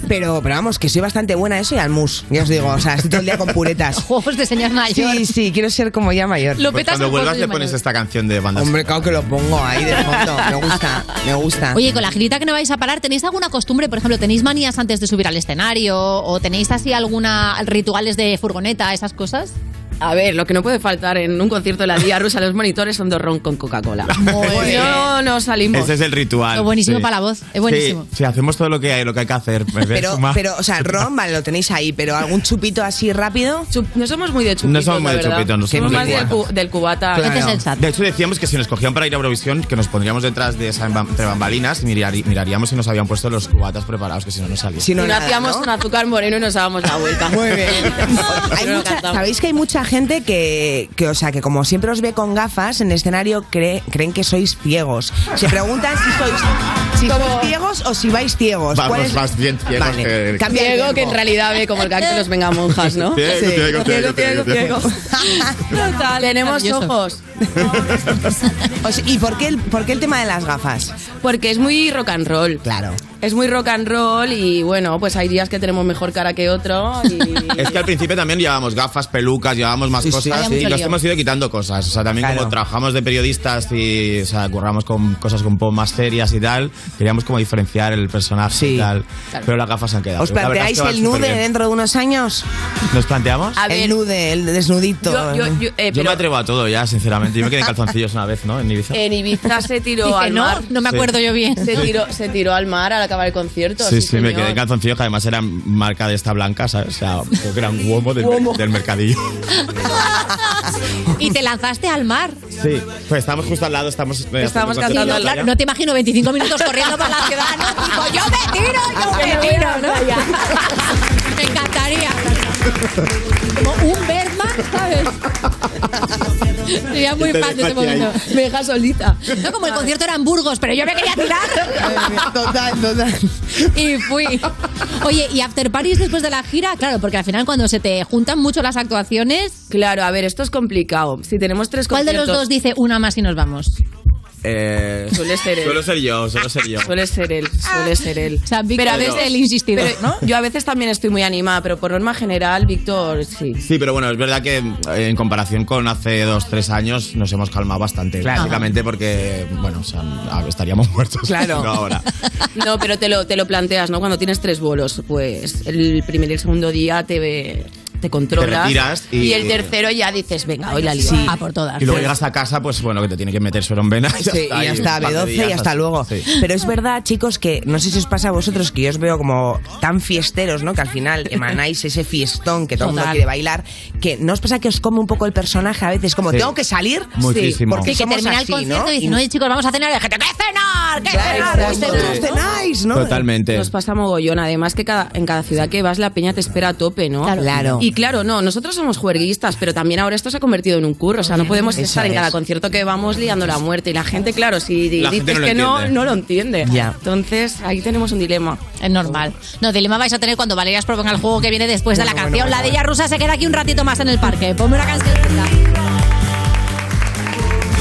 [SPEAKER 6] Pero, pero vamos, que soy bastante buena a eso y al mus. Ya os digo, o sea, estoy todo el día con puretas.
[SPEAKER 4] Ojos de señor mayor.
[SPEAKER 6] Sí, sí, quiero ser como ya mayor.
[SPEAKER 28] Pues cuando vuelvas le pones esta canción de banda.
[SPEAKER 6] Hombre, claro que lo pongo ahí de fondo. Me gusta, me gusta.
[SPEAKER 4] Oye, con la girita que no vais a parar, ¿tenéis alguna costumbre? Por ejemplo, ¿tenéis manías antes de subir al escenario? ¿O tenéis así alguna rituales de furgoneta, esas cosas?
[SPEAKER 22] A ver, lo que no puede faltar en un concierto de la Día Rusa, los monitores son dos ron con Coca-Cola. No, no salimos.
[SPEAKER 28] Ese es el ritual.
[SPEAKER 22] Lo buenísimo para la voz, es buenísimo.
[SPEAKER 28] Sí, sí, hacemos todo lo que hay, lo que hay que hacer. Me voy a
[SPEAKER 6] Pero,
[SPEAKER 28] fumar.
[SPEAKER 6] pero, o sea, ron, vale, lo tenéis ahí, pero algún chupito así rápido.
[SPEAKER 22] no somos muy de
[SPEAKER 28] chupitos, No somos muy la de verdad. Este chupitos, no
[SPEAKER 22] Somos
[SPEAKER 28] somos
[SPEAKER 22] más
[SPEAKER 28] de
[SPEAKER 22] del, cu-
[SPEAKER 28] cubatas.
[SPEAKER 22] del cubata.
[SPEAKER 28] Claro. De hecho, decíamos que si nos cogían para ir a Eurovisión, que nos pondríamos detrás de esas bam- entre bambalinas y mirar- miraríamos si nos habían puesto los cubatas preparados, que si no, no salía.
[SPEAKER 22] Si no, hacíamos un azúcar moreno y nos dábamos la vuelta.
[SPEAKER 6] Muy bien. Hay mucha- Sabéis que hay mucha gente que, que, o sea, que como siempre os ve con gafas en escenario, cree- creen que sois ciegos. Se preguntan si sois, si sois ciegos o si vais ciegos. ¿Cuál
[SPEAKER 32] Vamos
[SPEAKER 6] es-
[SPEAKER 32] más bien ciegos
[SPEAKER 6] Vale,
[SPEAKER 32] que...
[SPEAKER 6] cambia el
[SPEAKER 22] Ciego que en
[SPEAKER 6] verbo.
[SPEAKER 22] realidad ve como el gag de los vengamonjas, ¿no?
[SPEAKER 32] Ciego, ciego, ciego, ciego, ciego.
[SPEAKER 22] Total, tenemos
[SPEAKER 6] Maravilloso.
[SPEAKER 22] ojos.
[SPEAKER 6] O sea, ¿Y por qué, el, por qué el tema de las gafas?
[SPEAKER 22] Porque es muy rock and roll.
[SPEAKER 6] Claro.
[SPEAKER 22] Es muy rock and roll y bueno, pues hay días que tenemos mejor cara que otro. y-
[SPEAKER 28] Es que al principio también llevábamos gafas, pelucas, llevábamos más
[SPEAKER 22] Sí, sí,
[SPEAKER 28] cosas
[SPEAKER 22] había
[SPEAKER 28] y
[SPEAKER 22] mucho
[SPEAKER 28] nos
[SPEAKER 22] lío.
[SPEAKER 28] hemos ido quitando cosas. O sea, también como trabajamos de periodistas y o sea, curramos con cosas un poco más serias y tal, queríamos como diferenciar el personaje y tal.
[SPEAKER 6] Claro.
[SPEAKER 28] Pero las gafas se han quedado.
[SPEAKER 6] ¿Os
[SPEAKER 28] La verdad es
[SPEAKER 6] planteáis
[SPEAKER 28] que va
[SPEAKER 6] el
[SPEAKER 28] superbién.
[SPEAKER 6] nude dentro de unos años?
[SPEAKER 28] ¿Nos planteamos?
[SPEAKER 6] el nude, el desnudito.
[SPEAKER 22] Yo- yo- eh,
[SPEAKER 28] Yo me
[SPEAKER 22] pero-
[SPEAKER 28] atrevo a todo ya, sinceramente. Yo me quedé en calzoncillos una vez, ¿no? En Ibiza.
[SPEAKER 22] En Ibiza se tiró
[SPEAKER 4] Dice,
[SPEAKER 22] al
[SPEAKER 4] no,
[SPEAKER 22] mar.
[SPEAKER 4] no me
[SPEAKER 28] Sí. acuerdo
[SPEAKER 22] yo bien. Se tiró, se tiró al mar al acabar el concierto.
[SPEAKER 28] Sí, sí, me
[SPEAKER 22] señor.
[SPEAKER 28] quedé en calzoncillos que además eran marca de esta blanca, ¿sabes? O sea, creo que eran Uomo del,
[SPEAKER 4] Uomo.
[SPEAKER 28] del mercadillo.
[SPEAKER 4] Y te lanzaste al mar.
[SPEAKER 28] Sí, pues estamos justo al lado, estamos... eh, haciendo
[SPEAKER 4] Estábamos
[SPEAKER 28] concierto en la playa.
[SPEAKER 4] no te imagino 25 minutos corriendo para la ciudad, ¿no? Tipo, yo me tiro, yo
[SPEAKER 22] Yo me
[SPEAKER 4] me
[SPEAKER 22] voy
[SPEAKER 4] tiro,
[SPEAKER 22] a la
[SPEAKER 4] ¿no?
[SPEAKER 22] playa.
[SPEAKER 4] Me encantaría. Como un Bergman, ¿sabes? Sería muy
[SPEAKER 22] Te
[SPEAKER 4] fácil
[SPEAKER 22] dejo
[SPEAKER 4] ese
[SPEAKER 22] aquí
[SPEAKER 4] momento.
[SPEAKER 22] Me deja solita.
[SPEAKER 4] No como el concierto era en Burgos, pero yo me quería tirar.
[SPEAKER 6] Total, total.
[SPEAKER 4] Y fui. Oye, ¿y after parties después de la gira? Claro, porque al final cuando se te juntan mucho las actuaciones...
[SPEAKER 22] Claro, a ver, esto es complicado. Si tenemos tres
[SPEAKER 4] ¿Cuál de los
[SPEAKER 22] conciertos-
[SPEAKER 4] dos dice una más y nos vamos?
[SPEAKER 28] Eh,
[SPEAKER 22] Suele ser él.
[SPEAKER 28] Suelo ser yo, suelo ser yo.
[SPEAKER 22] Suele ser él, suele ser él.
[SPEAKER 4] Ah. Víctor es el insistidor,
[SPEAKER 22] pero Yo a veces también estoy muy animada, pero por norma general, Víctor, sí.
[SPEAKER 28] Sí, pero bueno, es verdad que eh, en comparación con hace dos, tres años nos hemos calmado bastante.
[SPEAKER 22] Claro.
[SPEAKER 28] Básicamente porque, bueno, o sea, ah, estaríamos muertos.
[SPEAKER 22] Claro.
[SPEAKER 28] No, ahora.
[SPEAKER 22] No, pero te lo, te lo planteas, ¿no? Cuando tienes tres vuelos, pues el primer y el segundo día te, te controlas.
[SPEAKER 28] Te retiras y-
[SPEAKER 22] el tercero ya dices, venga, hoy la lío.
[SPEAKER 28] Sí.
[SPEAKER 22] A por todas.
[SPEAKER 28] Y luego llegas a casa, pues bueno, que te tiene que meter suero en vena.
[SPEAKER 6] Sí, y ya está,
[SPEAKER 28] un par de
[SPEAKER 6] B12
[SPEAKER 28] días
[SPEAKER 6] y hasta
[SPEAKER 28] así.
[SPEAKER 6] luego.
[SPEAKER 28] Sí.
[SPEAKER 6] Pero es verdad, chicos, que no sé si os pasa a vosotros que yo os veo como tan fiesteros, ¿no? Que al final emanáis ese fiestón que todo el mundo
[SPEAKER 22] Total.
[SPEAKER 6] quiere bailar, que no os pasa que os come un poco el personaje a veces, como
[SPEAKER 22] Sí.
[SPEAKER 6] tengo que salir,
[SPEAKER 28] Muchísimo.
[SPEAKER 6] porque
[SPEAKER 4] Y que
[SPEAKER 6] somos
[SPEAKER 4] termina el
[SPEAKER 6] así,
[SPEAKER 4] concierto
[SPEAKER 6] ¿no?
[SPEAKER 4] y dicen, oye chicos, vamos a cenar. Y la gente, ¿qué cenar? ¿Qué cenar?
[SPEAKER 22] exacto.
[SPEAKER 4] ¿Vosotros
[SPEAKER 6] cenáis, no?
[SPEAKER 28] Totalmente.
[SPEAKER 22] Nos pasa mogollón. Además que cada, en cada ciudad que vas la peña te espera a tope, ¿no?
[SPEAKER 6] Claro. Claro.
[SPEAKER 22] Y claro, no, nosotros somos juerguistas, pero también ahora esto se ha convertido en un curro. O sea, no podemos
[SPEAKER 6] Eso
[SPEAKER 22] estar en
[SPEAKER 6] es.
[SPEAKER 22] cada concierto que vamos liando la muerte. Y la gente, claro, si
[SPEAKER 6] La gente
[SPEAKER 22] dices
[SPEAKER 6] no lo
[SPEAKER 22] que no,
[SPEAKER 6] entiende.
[SPEAKER 22] no lo entiende.
[SPEAKER 6] Ya.
[SPEAKER 22] Entonces, ahí tenemos un dilema.
[SPEAKER 4] Es normal. No, dilema vais a tener cuando Valeria os proponga el juego que viene después de la canción. la de ella rusa se queda aquí un ratito más en el parque. Ponme una canción.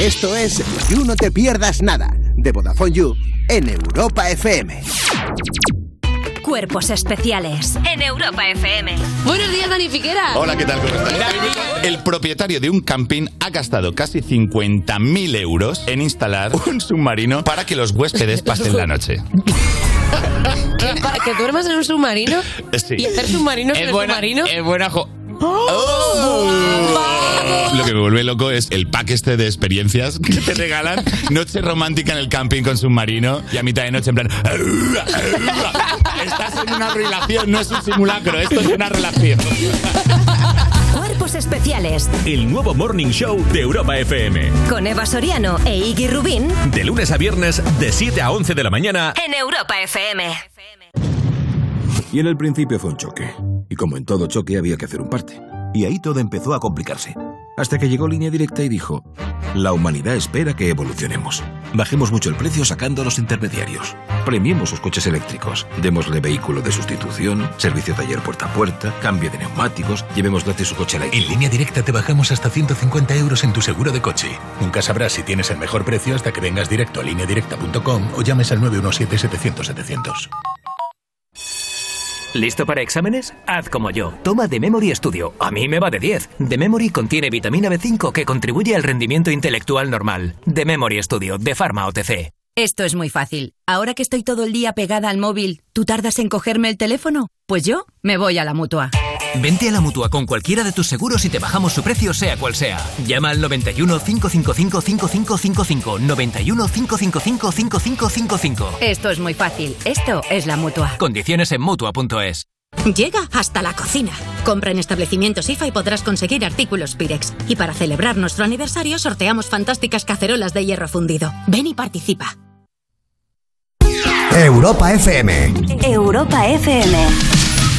[SPEAKER 5] Esto es You No Te Pierdas Nada de Vodafone You en Europa FM.
[SPEAKER 19] Cuerpos especiales en Europa FM.
[SPEAKER 4] Buenos días, Dani Fiquera.
[SPEAKER 16] Hola, ¿qué tal? ¿Cómo estáis? El propietario de un camping ha gastado casi 50.000 euros en instalar un submarino para que los huéspedes pasen la noche.
[SPEAKER 22] ¿Que- ¿Para que duermas en un submarino?
[SPEAKER 16] Sí.
[SPEAKER 22] ¿Y hacer submarinos en el submarino?
[SPEAKER 16] Es buena jo- Lo que me vuelve loco es el pack este de experiencias que te regalan. Noche romántica en el camping con submarino y a mitad de noche en plan... Estás en una relación, no es un simulacro, esto es una relación.
[SPEAKER 19] Cuerpos especiales
[SPEAKER 33] El nuevo Morning Show de Europa FM.
[SPEAKER 19] con Eva Soriano e Iggy Rubín
[SPEAKER 33] De lunes a viernes, de 7 a 11 de la mañana.
[SPEAKER 19] en Europa FM.
[SPEAKER 14] Y en el principio fue un choque. Y como en todo choque había que hacer un parte. Y ahí todo empezó a complicarse. Hasta que llegó Línea Directa y dijo, la humanidad espera que evolucionemos. Bajemos mucho el precio sacando a los intermediarios. Premiemos sus coches eléctricos. Démosle vehículo de sustitución, servicio taller puerta a puerta, cambio de neumáticos, llevemos gratis su coche eléctrico.
[SPEAKER 13] En línea directa te bajamos hasta 150 euros en tu seguro de coche. Nunca sabrás si tienes el mejor precio hasta que vengas directo a lineadirecta.com o llames al 917-700-700.
[SPEAKER 12] ¿Listo para exámenes? Haz como yo. Toma The Memory Studio. A mí me va de 10. The Memory contiene vitamina B5 que contribuye al rendimiento intelectual normal. The Memory Studio de Pharma OTC.
[SPEAKER 20] Esto es muy fácil. Ahora que estoy todo el día pegada al móvil, ¿tú tardas en cogerme el teléfono? Pues yo me voy a la mutua.
[SPEAKER 12] Vente a la mutua con cualquiera de tus seguros y te bajamos su precio, sea cual sea. Llama al 91 555 5555. 91 555 5555.
[SPEAKER 20] Esto es muy fácil. Esto es la mutua.
[SPEAKER 12] Condiciones en mutua.es.
[SPEAKER 34] Llega hasta la cocina. Compra en establecimientos IFA y podrás conseguir artículos Pirex. Y para celebrar nuestro aniversario sorteamos fantásticas cacerolas de hierro fundido. Ven y participa.
[SPEAKER 5] Europa FM.
[SPEAKER 19] Europa FM.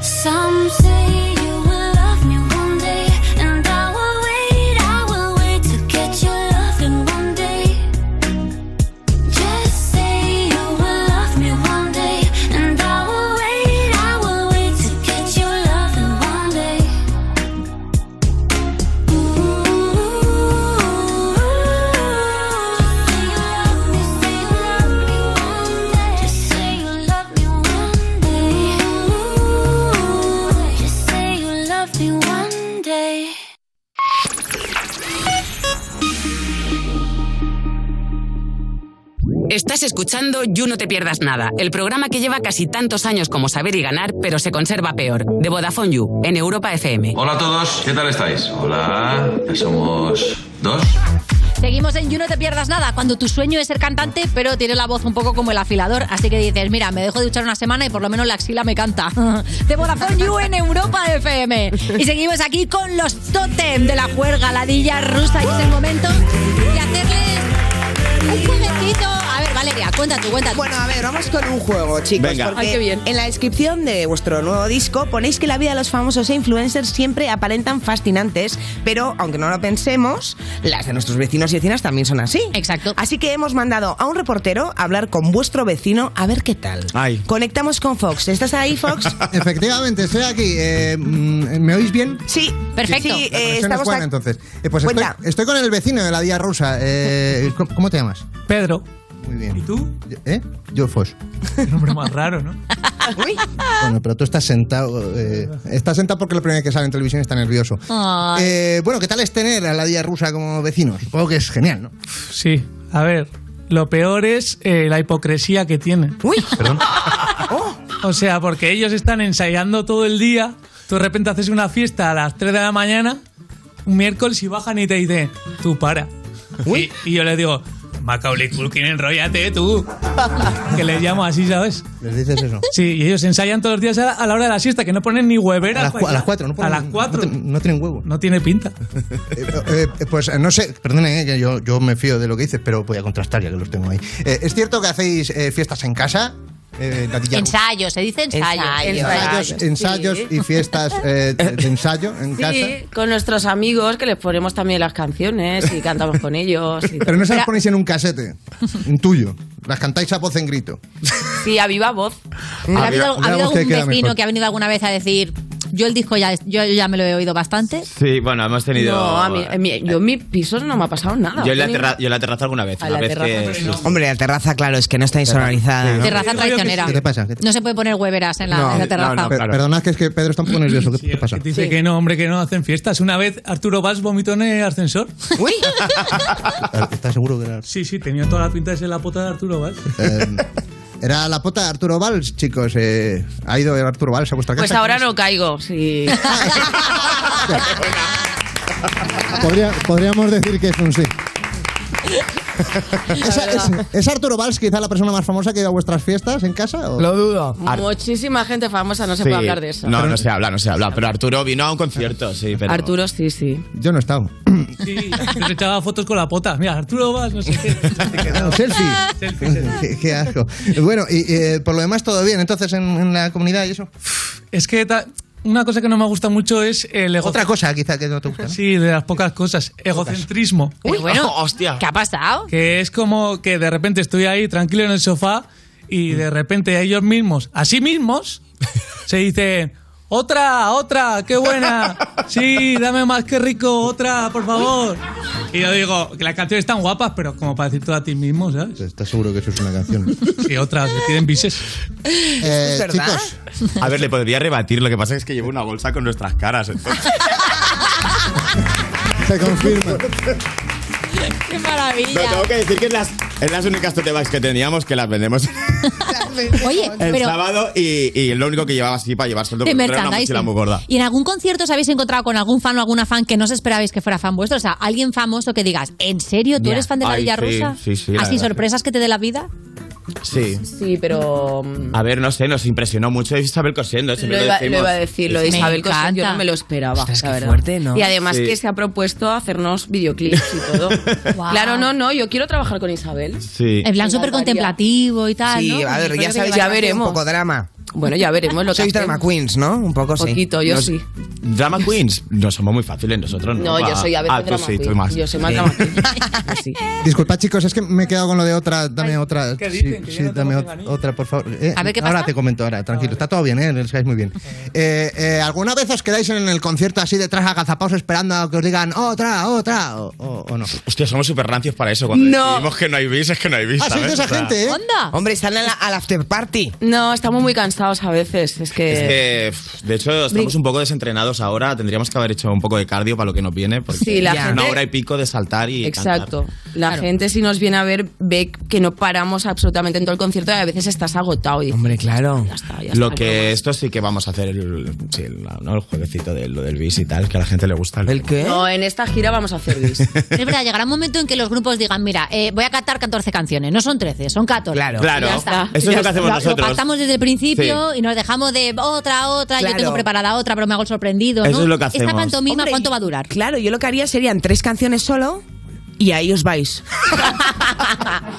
[SPEAKER 18] Some say you will love me one day, and I will wait, I will wait to get your love in one day. Just say you will love me one day, and I will wait, I will wait to get your love in one day. Just say you love me one day. Just say you love me one day.
[SPEAKER 21] Estás escuchando You No Te Pierdas Nada, el programa que lleva casi tantos años como saber y ganar, pero se conserva peor. De Vodafone You, en Europa FM.
[SPEAKER 20] Hola a todos, ¿qué tal estáis? Hola, ya somos dos.
[SPEAKER 4] Seguimos en You No Te Pierdas Nada, cuando tu sueño es ser cantante, pero tienes la voz un poco como el afilador, así que dices, mira, me dejo de duchar una semana y por lo menos la axila me canta. De Vodafone You en Europa FM. Y seguimos aquí con los Totem de la juerga, ladilla rusa, y es el momento de hacerles un jueguecito. A ver, Valeria, cuenta tú, cuenta tú.
[SPEAKER 6] Bueno, a ver, vamos con un juego, chicos.
[SPEAKER 4] Venga.
[SPEAKER 6] porque
[SPEAKER 4] Ay, qué
[SPEAKER 6] En la descripción de vuestro nuevo disco ponéis que la vida de los famosos e influencers siempre aparentan fascinantes, pero aunque no lo pensemos, las de nuestros vecinos y vecinas también son así.
[SPEAKER 4] Exacto.
[SPEAKER 6] Así que hemos mandado a un reportero a hablar con vuestro vecino a ver qué tal. Conectamos con Fox. ¿Estás ahí, Fox?
[SPEAKER 11] Efectivamente, estoy aquí. Eh, mm, ¿Me oís bien?
[SPEAKER 6] Sí, perfecto. Sí,
[SPEAKER 11] Sí,
[SPEAKER 6] eh,
[SPEAKER 11] la conexión
[SPEAKER 6] estamos
[SPEAKER 11] es buena,
[SPEAKER 6] aquí.
[SPEAKER 11] entonces. Eh, pues estoy,
[SPEAKER 6] Cuenta.
[SPEAKER 11] estoy con el vecino de la Día Rusa. Eh, ¿cómo- ¿Cómo te llamas? Pedro. Muy bien. ¿Y tú? ¿Eh? Yo, Fos.
[SPEAKER 8] Un nombre más raro, ¿no?
[SPEAKER 11] Bueno, pero tú estás sentado. eh, estás sentado porque lo primero que sale en televisión está nervioso.
[SPEAKER 6] Ah.
[SPEAKER 4] Ay.
[SPEAKER 11] Eh, bueno, ¿qué tal es tener a la Día Rusa como vecino? Supongo que es genial, ¿no?
[SPEAKER 8] Sí, a ver. Lo peor es eh, la hipocresía que tienen.
[SPEAKER 6] ¡Uy!
[SPEAKER 8] Perdón.
[SPEAKER 11] Oh.
[SPEAKER 8] O sea, porque ellos están ensayando todo el día. Tú de repente haces una fiesta a las 3 de la mañana, un miércoles, y bajan y te dicen, tú para. Y, y yo les digo, Macaulay Culkin, enrollate tú. Que le llamo así, ¿sabes?
[SPEAKER 11] ¿Les dices eso?
[SPEAKER 8] Sí, y ellos ensayan todos los días a a la hora de la siesta, que no ponen ni huevera.
[SPEAKER 11] A las cua- a las cuatro, no ponen-
[SPEAKER 8] A las cuatro.
[SPEAKER 11] no ten- no tienen huevo.
[SPEAKER 8] No tiene pinta.
[SPEAKER 11] Eh, eh, eh, pues eh, no sé, perdone, eh, que yo, yo me fío de lo que dices, pero voy a contrastar ya que los tengo ahí. Eh, ¿Es cierto que hacéis eh, fiestas en casa? Eh, Natilla-
[SPEAKER 4] Ensayo, se dice ensayo.
[SPEAKER 11] ensayos, ensayos y fiestas eh, de de ensayo en casa.
[SPEAKER 22] Sí, con nuestros amigos que les ponemos también las canciones y cantamos con ellos. y todo.
[SPEAKER 11] Pero no se las ponéis en un casete, un tuyo. Las cantáis a voz en grito.
[SPEAKER 22] Sí, a viva voz.
[SPEAKER 4] ¿Ha habido,
[SPEAKER 11] Había-
[SPEAKER 4] ha habido
[SPEAKER 11] había voz que
[SPEAKER 4] algún
[SPEAKER 11] queda
[SPEAKER 4] vecino
[SPEAKER 11] mejor.
[SPEAKER 4] que ha venido alguna vez a decir, yo el disco ya, yo, yo ya me lo he oído bastante?
[SPEAKER 28] Sí, bueno, hemos tenido.
[SPEAKER 22] No, a mí, a mí- yo en mi piso no me ha pasado nada.
[SPEAKER 28] yo, en la
[SPEAKER 22] Ni-
[SPEAKER 28] terra- yo en la terraza alguna vez.
[SPEAKER 22] Ah, A
[SPEAKER 28] una
[SPEAKER 22] la
[SPEAKER 28] vez
[SPEAKER 22] terraza,
[SPEAKER 28] que.
[SPEAKER 22] pero no.
[SPEAKER 6] Hombre, la terraza, claro, es que no está insonorizada. ¿no?
[SPEAKER 4] Terraza traicionera.
[SPEAKER 11] ¿Qué te pasa? ¿Qué te-
[SPEAKER 4] No se puede poner hueveras en la, en la terraza.
[SPEAKER 11] Per- Perdonad que es que Pedro está un poco nervioso. ¿Qué, qué pasa?
[SPEAKER 8] Dice que no, hombre, que no hacen fiestas. Una vez Arturo Valls vomitó en el ascensor.
[SPEAKER 6] ¡Uy!
[SPEAKER 11] ¿Estás seguro que era?
[SPEAKER 8] Sí, sí, tenía toda la pinta de ser la pota de Arturo Valls.
[SPEAKER 11] eh, era la pota de Arturo Valls, chicos. eh, ¿Ha ido Arturo Valls a vuestra casa?
[SPEAKER 22] Pues ahora no caigo. Sí.
[SPEAKER 11] Podría- podríamos decir que es un sí. ¿Es, es, es Arturo Valls quizá la persona más famosa que ha ido a vuestras fiestas en casa?
[SPEAKER 28] Lo dudo.
[SPEAKER 22] Muchísima gente famosa no se puede hablar de eso.
[SPEAKER 28] No, no se habla, no se habla. Pero Arturo vino a un concierto, sí. Pero...
[SPEAKER 22] Arturo sí, sí.
[SPEAKER 11] Yo no he estado.
[SPEAKER 8] Sí, les echaba fotos con la pota. Mira, Arturo Valls, no sé qué.
[SPEAKER 11] Ah, selfie. qué, qué asco. Bueno, y eh, por lo demás todo bien. Entonces en, en la comunidad y eso.
[SPEAKER 8] Es que ta- una cosa que no me gusta mucho es el ego.
[SPEAKER 11] Otra cosa ¿eh? quizá que no te gusta.
[SPEAKER 8] Sí, de las pocas cosas. Egocentrismo.
[SPEAKER 4] Pero bueno,
[SPEAKER 28] hostia.
[SPEAKER 4] ¿qué ha pasado?
[SPEAKER 8] Que es como que de repente estoy ahí tranquilo en el sofá y de repente ellos mismos, a sí mismos, se dicen. Otra, otra, qué buena. Sí, dame más, qué rico, otra, por favor. Y yo digo, que las canciones están guapas, pero como para decir todo a ti mismo, ¿sabes?
[SPEAKER 11] ¿Estás seguro que eso es una canción?
[SPEAKER 8] Y otras, que tienen bises.
[SPEAKER 11] Eh,
[SPEAKER 28] verdad? A ver, le podría rebatir. Lo que pasa es que llevo una bolsa con nuestras caras. entonces.
[SPEAKER 11] Se confirma.
[SPEAKER 4] Qué
[SPEAKER 28] Pero
[SPEAKER 4] maravilla.
[SPEAKER 28] tengo que decir que es las, es las únicas tote bags que teníamos que las vendemos
[SPEAKER 4] Oye,
[SPEAKER 28] el
[SPEAKER 4] pero
[SPEAKER 28] sábado y, y lo único que llevaba así para llevar sueldo
[SPEAKER 4] de
[SPEAKER 28] porque era una
[SPEAKER 4] merchandising.
[SPEAKER 28] mochila muy gorda.
[SPEAKER 4] ¿Y en algún concierto os habéis encontrado con algún fan o alguna fan que no os esperabais que fuera fan vuestro? O sea, alguien famoso que digas, ¿en serio tú
[SPEAKER 28] Ya.
[SPEAKER 4] eres fan de la
[SPEAKER 28] Ay,
[SPEAKER 4] Villa
[SPEAKER 28] sí,
[SPEAKER 4] Rusa?
[SPEAKER 28] sí, sí, la
[SPEAKER 4] Así
[SPEAKER 28] verdad.
[SPEAKER 4] sorpresas que te dé la vida.
[SPEAKER 28] Sí.
[SPEAKER 22] Sí, pero. mm,
[SPEAKER 28] A ver, no sé, nos impresionó mucho Isabel Cosiendo. siempre
[SPEAKER 22] Lo iba,
[SPEAKER 28] decimos.
[SPEAKER 22] lo iba a decir, lo de Isabel Cosín, yo no me lo esperaba. la verdad. Y además
[SPEAKER 28] Sí.
[SPEAKER 22] que se ha propuesto hacernos videoclips y todo. Claro, no, no, yo quiero trabajar con Isabel.
[SPEAKER 28] Sí.
[SPEAKER 4] En plan súper contemplativo y tal.
[SPEAKER 6] Sí,
[SPEAKER 4] ¿no?
[SPEAKER 6] a ver,
[SPEAKER 4] Creo
[SPEAKER 6] ya
[SPEAKER 4] que
[SPEAKER 6] sabéis,
[SPEAKER 4] lleva-
[SPEAKER 6] que hace Un poco drama.
[SPEAKER 22] Bueno, ya veremos lo que
[SPEAKER 6] Sois drama
[SPEAKER 22] hacemos.
[SPEAKER 6] queens, ¿no? Un poco sí.
[SPEAKER 22] Poquito, yo
[SPEAKER 28] Pues Nos-
[SPEAKER 22] sí.
[SPEAKER 28] Drama Queens, no somos muy fáciles nosotros. No,
[SPEAKER 22] No, yo
[SPEAKER 28] Va-
[SPEAKER 22] soy a veces
[SPEAKER 28] Ah, tú
[SPEAKER 22] drama
[SPEAKER 28] sí, tú
[SPEAKER 22] queen.
[SPEAKER 28] más.
[SPEAKER 22] Yo soy más drama queen.
[SPEAKER 11] Disculpad, chicos, es que me he quedado con lo de otra. Dame otra. sí, sí, dame ot- otra, por favor. Eh,
[SPEAKER 4] A ver, ¿qué
[SPEAKER 11] Ahora
[SPEAKER 4] pasa?
[SPEAKER 11] te comento, ahora, tranquilo. Está todo bien, ¿eh? Lo sabéis muy bien. Eh, eh, ¿Alguna vez os quedáis en el concierto así detrás agazapaos esperando a que os digan otra, otra? O, o- o no.
[SPEAKER 28] Hostia, somos súper rancios para eso. Cuando
[SPEAKER 22] No.
[SPEAKER 28] decimos que no hay bis, es que no hay
[SPEAKER 6] Ah,
[SPEAKER 28] bis. Ah, ¿sabes? O sea,
[SPEAKER 6] ¿eh?
[SPEAKER 11] ¿eh?
[SPEAKER 22] ¿Onda?
[SPEAKER 6] Hombre, están a la- al after party.
[SPEAKER 22] No, estamos muy cansados a veces. Es que.
[SPEAKER 28] Es que, pff, de hecho, estamos un poco desentrenados ahora. Tendríamos que haber hecho un poco de cardio para lo que nos viene. Porque
[SPEAKER 22] Sí, la
[SPEAKER 28] es
[SPEAKER 22] gente-
[SPEAKER 28] una hora y pico de saltar y.
[SPEAKER 22] Exacto.
[SPEAKER 28] cantar.
[SPEAKER 22] La gente si nos viene a ver ve que no paramos absolutamente en todo el concierto y a veces estás agotado. Y Hombre,
[SPEAKER 6] claro.
[SPEAKER 28] Lo que esto sí que vamos a hacer el, sí, el- ¿no? el jueguecito de lo del bis y tal, que a la gente le gusta. ¿El,
[SPEAKER 6] qué?
[SPEAKER 22] No, en esta gira vamos a hacer bis.
[SPEAKER 4] Es verdad, llegará un momento en que los grupos digan, mira, eh, voy a catar 14 canciones, no son 13, son 14.
[SPEAKER 28] Claro. Claro.
[SPEAKER 4] Ya está.
[SPEAKER 28] Eso es lo
[SPEAKER 4] Ya
[SPEAKER 28] que
[SPEAKER 4] está.
[SPEAKER 28] hacemos nosotros.
[SPEAKER 4] Lo pactamos desde el principio y nos dejamos de otra, otra,
[SPEAKER 6] Claro.
[SPEAKER 4] yo tengo preparada otra, pero me hago el sorprendido.
[SPEAKER 6] Eso
[SPEAKER 4] ¿no?
[SPEAKER 6] es lo que hacemos.
[SPEAKER 4] Esta pantomima,
[SPEAKER 6] Hombre,
[SPEAKER 4] ¿cuánto va a durar?
[SPEAKER 6] Claro, yo lo que haría serían tres canciones solo y ahí os vais.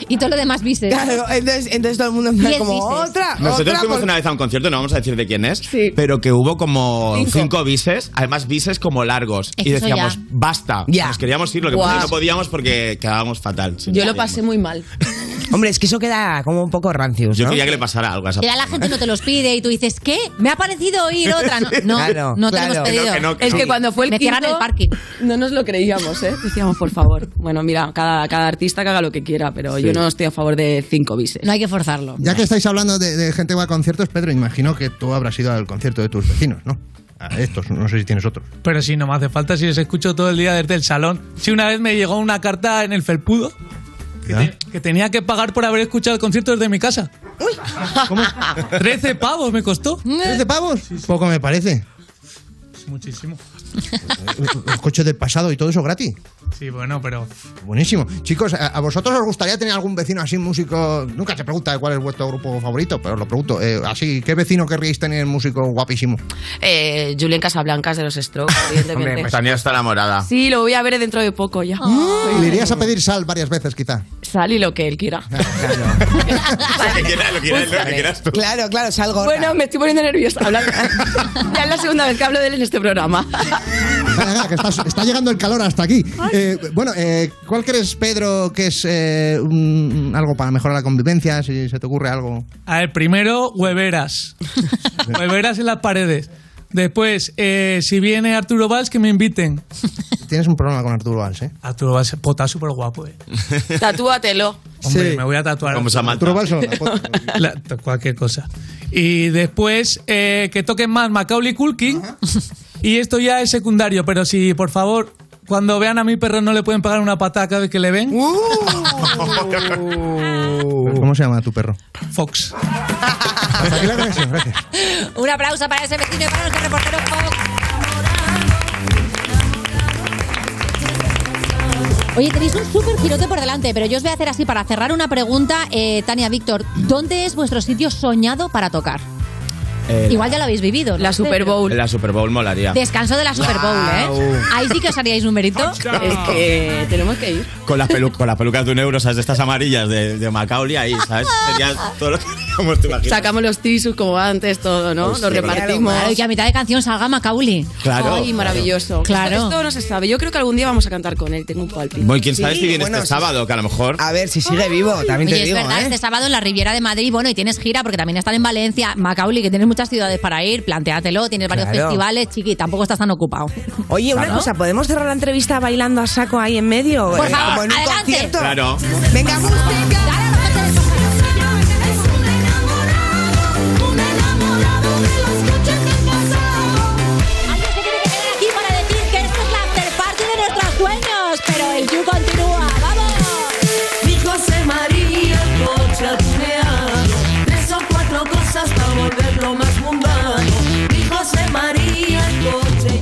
[SPEAKER 4] Y todo lo demás viste.
[SPEAKER 6] Claro, entonces, entonces todo el mundo está
[SPEAKER 4] Diez
[SPEAKER 6] como
[SPEAKER 4] bises.
[SPEAKER 6] otra,
[SPEAKER 28] Nosotros
[SPEAKER 6] otra.
[SPEAKER 28] fuimos
[SPEAKER 6] por-
[SPEAKER 28] una vez a un concierto, no vamos a decir de quién es, pero que hubo como cinco, bises, además bises como largos.
[SPEAKER 22] Es
[SPEAKER 28] y
[SPEAKER 22] que eso
[SPEAKER 28] decíamos,
[SPEAKER 22] ya.
[SPEAKER 28] basta.
[SPEAKER 22] Ya.
[SPEAKER 28] Nos queríamos ir, lo que
[SPEAKER 22] Guau.
[SPEAKER 28] pasa es que no podíamos porque quedábamos fatal. Sí,
[SPEAKER 22] Yo lo
[SPEAKER 28] podíamos.
[SPEAKER 22] pasé muy mal.
[SPEAKER 6] Hombre, es que eso queda como un poco rancios,
[SPEAKER 28] Yo
[SPEAKER 6] ¿no?
[SPEAKER 28] quería que le pasara algo a esa
[SPEAKER 4] Y ya la gente no te los pide y tú dices, ¿qué? Me ha parecido oír otra. No, no,
[SPEAKER 6] Claro,
[SPEAKER 4] no te
[SPEAKER 6] claro.
[SPEAKER 4] hemos
[SPEAKER 6] Que no,
[SPEAKER 4] pedido.
[SPEAKER 6] que no, que Es no. que cuando
[SPEAKER 22] fue el
[SPEAKER 4] Me cierran
[SPEAKER 22] quinto-
[SPEAKER 4] el parking.
[SPEAKER 22] No nos lo creíamos, ¿eh? Decíamos, por favor. Bueno, mira, cada, cada artista que haga lo que quiera, pero
[SPEAKER 11] Sí.
[SPEAKER 22] yo no estoy a favor de cinco bises.
[SPEAKER 4] No hay que forzarlo.
[SPEAKER 11] Ya que estáis hablando de, de gente que va a conciertos, Pedro, imagino que tú habrás ido al concierto de tus vecinos, ¿no? A estos, no sé si tienes otros.
[SPEAKER 8] Pero si no me hace falta, si les escucho todo el día desde el salón. Si una vez me llegó una carta en el felpudo que, te- que tenía que pagar por haber escuchado el concierto desde mi casa. ¿Cómo? 13 pavos me costó.
[SPEAKER 11] ¿Tres de pavos? Poco me parece.
[SPEAKER 8] Muchísimo.
[SPEAKER 11] Los coches del pasado y todo eso gratis.
[SPEAKER 8] Sí, bueno, pero.
[SPEAKER 11] Buenísimo. Chicos, ¿a, a vosotros os gustaría tener algún vecino así, músico? Nunca se pregunta cuál es vuestro grupo favorito, pero os lo pregunto. Eh, así, ¿qué vecino querríais tener músico guapísimo?
[SPEAKER 22] Eh, Julián Casablancas de los Strokes, evidentemente.
[SPEAKER 11] pues,
[SPEAKER 28] Tania está enamorada.
[SPEAKER 22] Sí, lo voy a ver dentro de poco ya.
[SPEAKER 11] Le irías a pedir sal varias veces, quizá.
[SPEAKER 22] Sal y lo que él quiera.
[SPEAKER 28] Lo que quieras, lo que quieras tú.
[SPEAKER 22] Pues, Claro, claro, salgo. Bueno, me estoy poniendo nerviosa. hablando- ya es la segunda vez que hablo de él en este programa.
[SPEAKER 11] Venga, venga, que está, está llegando el calor hasta aquí. Eh, bueno, eh, ¿cuál crees, Pedro, que es eh, un- algo para mejorar la convivencia? Si se te ocurre algo.
[SPEAKER 8] A ver, primero, hueveras. hueveras en las paredes. Después, eh, si viene Arturo Valls, que me inviten.
[SPEAKER 11] Tienes un problema con Arturo Valls, ¿eh?
[SPEAKER 8] Arturo Valls, pota súper guapo, eh.
[SPEAKER 22] Tatúatelo.
[SPEAKER 8] Hombre, me voy a tatuar.
[SPEAKER 28] Como Samantha. Arturo Valls o
[SPEAKER 8] La- to- cualquier cosa. Y después, eh, que toquen más Macaulay Culkin. Y esto ya es secundario, pero si, por favor, cuando vean a mi perro no le pueden pegar una patada cada vez que le ven.
[SPEAKER 4] Uh.
[SPEAKER 11] ¿Cómo se llama tu perro?
[SPEAKER 8] Fox.
[SPEAKER 11] Hasta aquí la conexión, gracias.
[SPEAKER 4] Un aplauso para ese vecino y para nuestro reportero Fox. Oye, tenéis un súper girote por delante, pero yo os voy a hacer así para cerrar una pregunta, eh, Tania Víctor. ¿Dónde es vuestro sitio soñado para tocar?
[SPEAKER 28] Eh,
[SPEAKER 4] Igual ya lo habéis vivido. La Super Bowl.
[SPEAKER 28] La Super Bowl molaría.
[SPEAKER 4] Descanso de la Super Bowl,
[SPEAKER 28] Wow.
[SPEAKER 4] ¿eh? Ahí sí que os haríais numerito.
[SPEAKER 22] Es que tenemos que ir.
[SPEAKER 28] Con las, pelu- con las pelucas de un euro, ¿sabes? De estas amarillas de, de Macaulay ahí, ¿sabes? Sería todo lo que haríamos, te imaginas.
[SPEAKER 22] Sacamos los tisus como antes, todo, ¿no?
[SPEAKER 28] Pues
[SPEAKER 22] Los
[SPEAKER 28] sí.
[SPEAKER 22] repartimos.
[SPEAKER 4] Claro, que a mitad de canción salga Macaulay. Oh,
[SPEAKER 28] Claro,
[SPEAKER 22] Ay,
[SPEAKER 28] claro.
[SPEAKER 22] maravilloso.
[SPEAKER 4] Claro.
[SPEAKER 22] Esto, esto no se sabe. Yo creo que algún día vamos a cantar con él. Tengo un palpito.
[SPEAKER 28] Voy, quién sabe si viene este sábado, que a lo mejor.
[SPEAKER 6] A ver, si sigue vivo, también ¿eh?
[SPEAKER 4] Oye, es verdad, este sábado en la Riviera de Madrid, bueno, y tienes gira porque también están en Valencia, Macaulay, que tienes muchas ciudades para ir, plantéatelo, tienes varios
[SPEAKER 6] Claro.
[SPEAKER 4] festivales, chiqui, tampoco estás tan ocupado.
[SPEAKER 6] Oye, una
[SPEAKER 4] Claro.
[SPEAKER 6] cosa, ¿podemos cerrar la entrevista bailando a saco ahí en medio?
[SPEAKER 4] Por
[SPEAKER 6] Eh,
[SPEAKER 4] favor,
[SPEAKER 6] como en un
[SPEAKER 4] adelante.
[SPEAKER 6] concierto.
[SPEAKER 28] Claro.
[SPEAKER 6] Venga, música.
[SPEAKER 4] Aquí para decir que esto es la after party de nuestros sueños, pero el You continúa, ¡vamos!
[SPEAKER 35] Mi José María, cochatmea. Tres o cuatro cosas para volverlo más mundano. Mi José María, coche.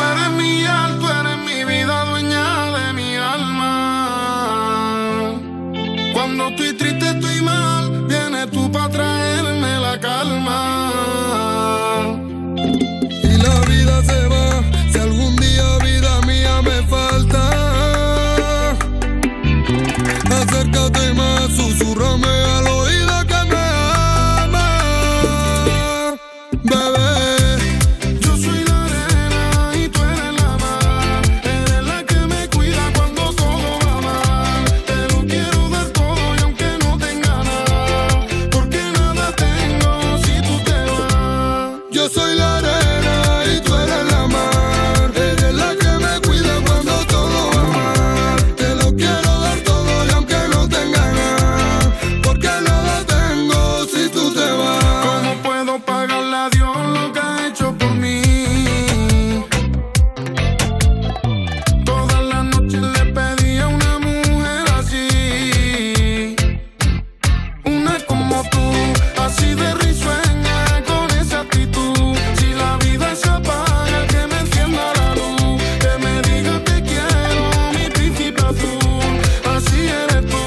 [SPEAKER 35] eres mi al, tú eres mi vida, dueña de mi alma. Cuando estoy triste, estoy mal, vienes tú para traerme la calma. Y la vida se va, si algún día vida mía me falta. Acércate más, susurrame al oído que me ama, bebé. Yo soy la arena y tú eres la mar, eres la que me cuida cuando todo va mal. Te lo quiero dar todo y aunque no tenga nada, porque nada tengo si tú te vas. Yo soy la arena y tú eres la mar, eres la que me cuida cuando todo va mal. Te lo quiero dar todo y aunque no tenga nada. Porque nada tengo si tú te vas. ¿Cómo puedo pagarle a Dios lo que ha hecho por mí? Todas las noches le pedí a una mujer así. Una como tú, así de risueña, con esa actitud. Si la vida se apaga, que me encienda la luz. Que me diga te quiero, mi príncipe azul. Así eres tú.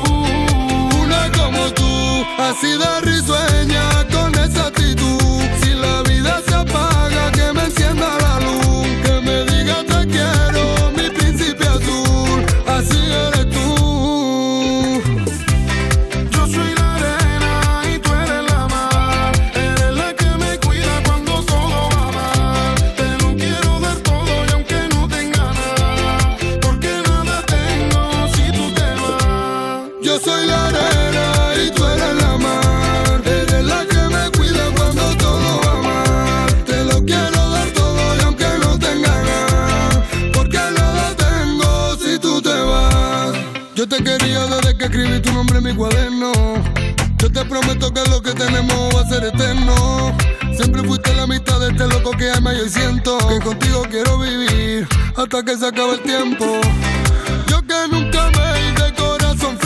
[SPEAKER 35] Una como tú, así de risueña, con esa actitud. Si la vida se apaga, que me encienda la luz. Que me diga te quiero, mi príncipe azul. Así eres tú. Yo soy la arena y tú eres la mar. Eres la que me cuida cuando todo va mal. Te lo quiero dar todo y aunque no tenga nada, porque nada tengo si tú te vas. Yo soy la arena y tú eres la mar. Eres la que me cuida cuando todo va mal. Te lo quiero dar todo y aunque no tenga nada, porque nada tengo si tú te vas. Yo te quería desde que escribí tu nombre en mi cuaderno. Yo te prometo que lo que tenemos va a ser eterno. Siempre fuiste la mitad de este loco que ama y hoy siento que contigo quiero vivir hasta que se acabe el tiempo. Yo que nunca me hice corazón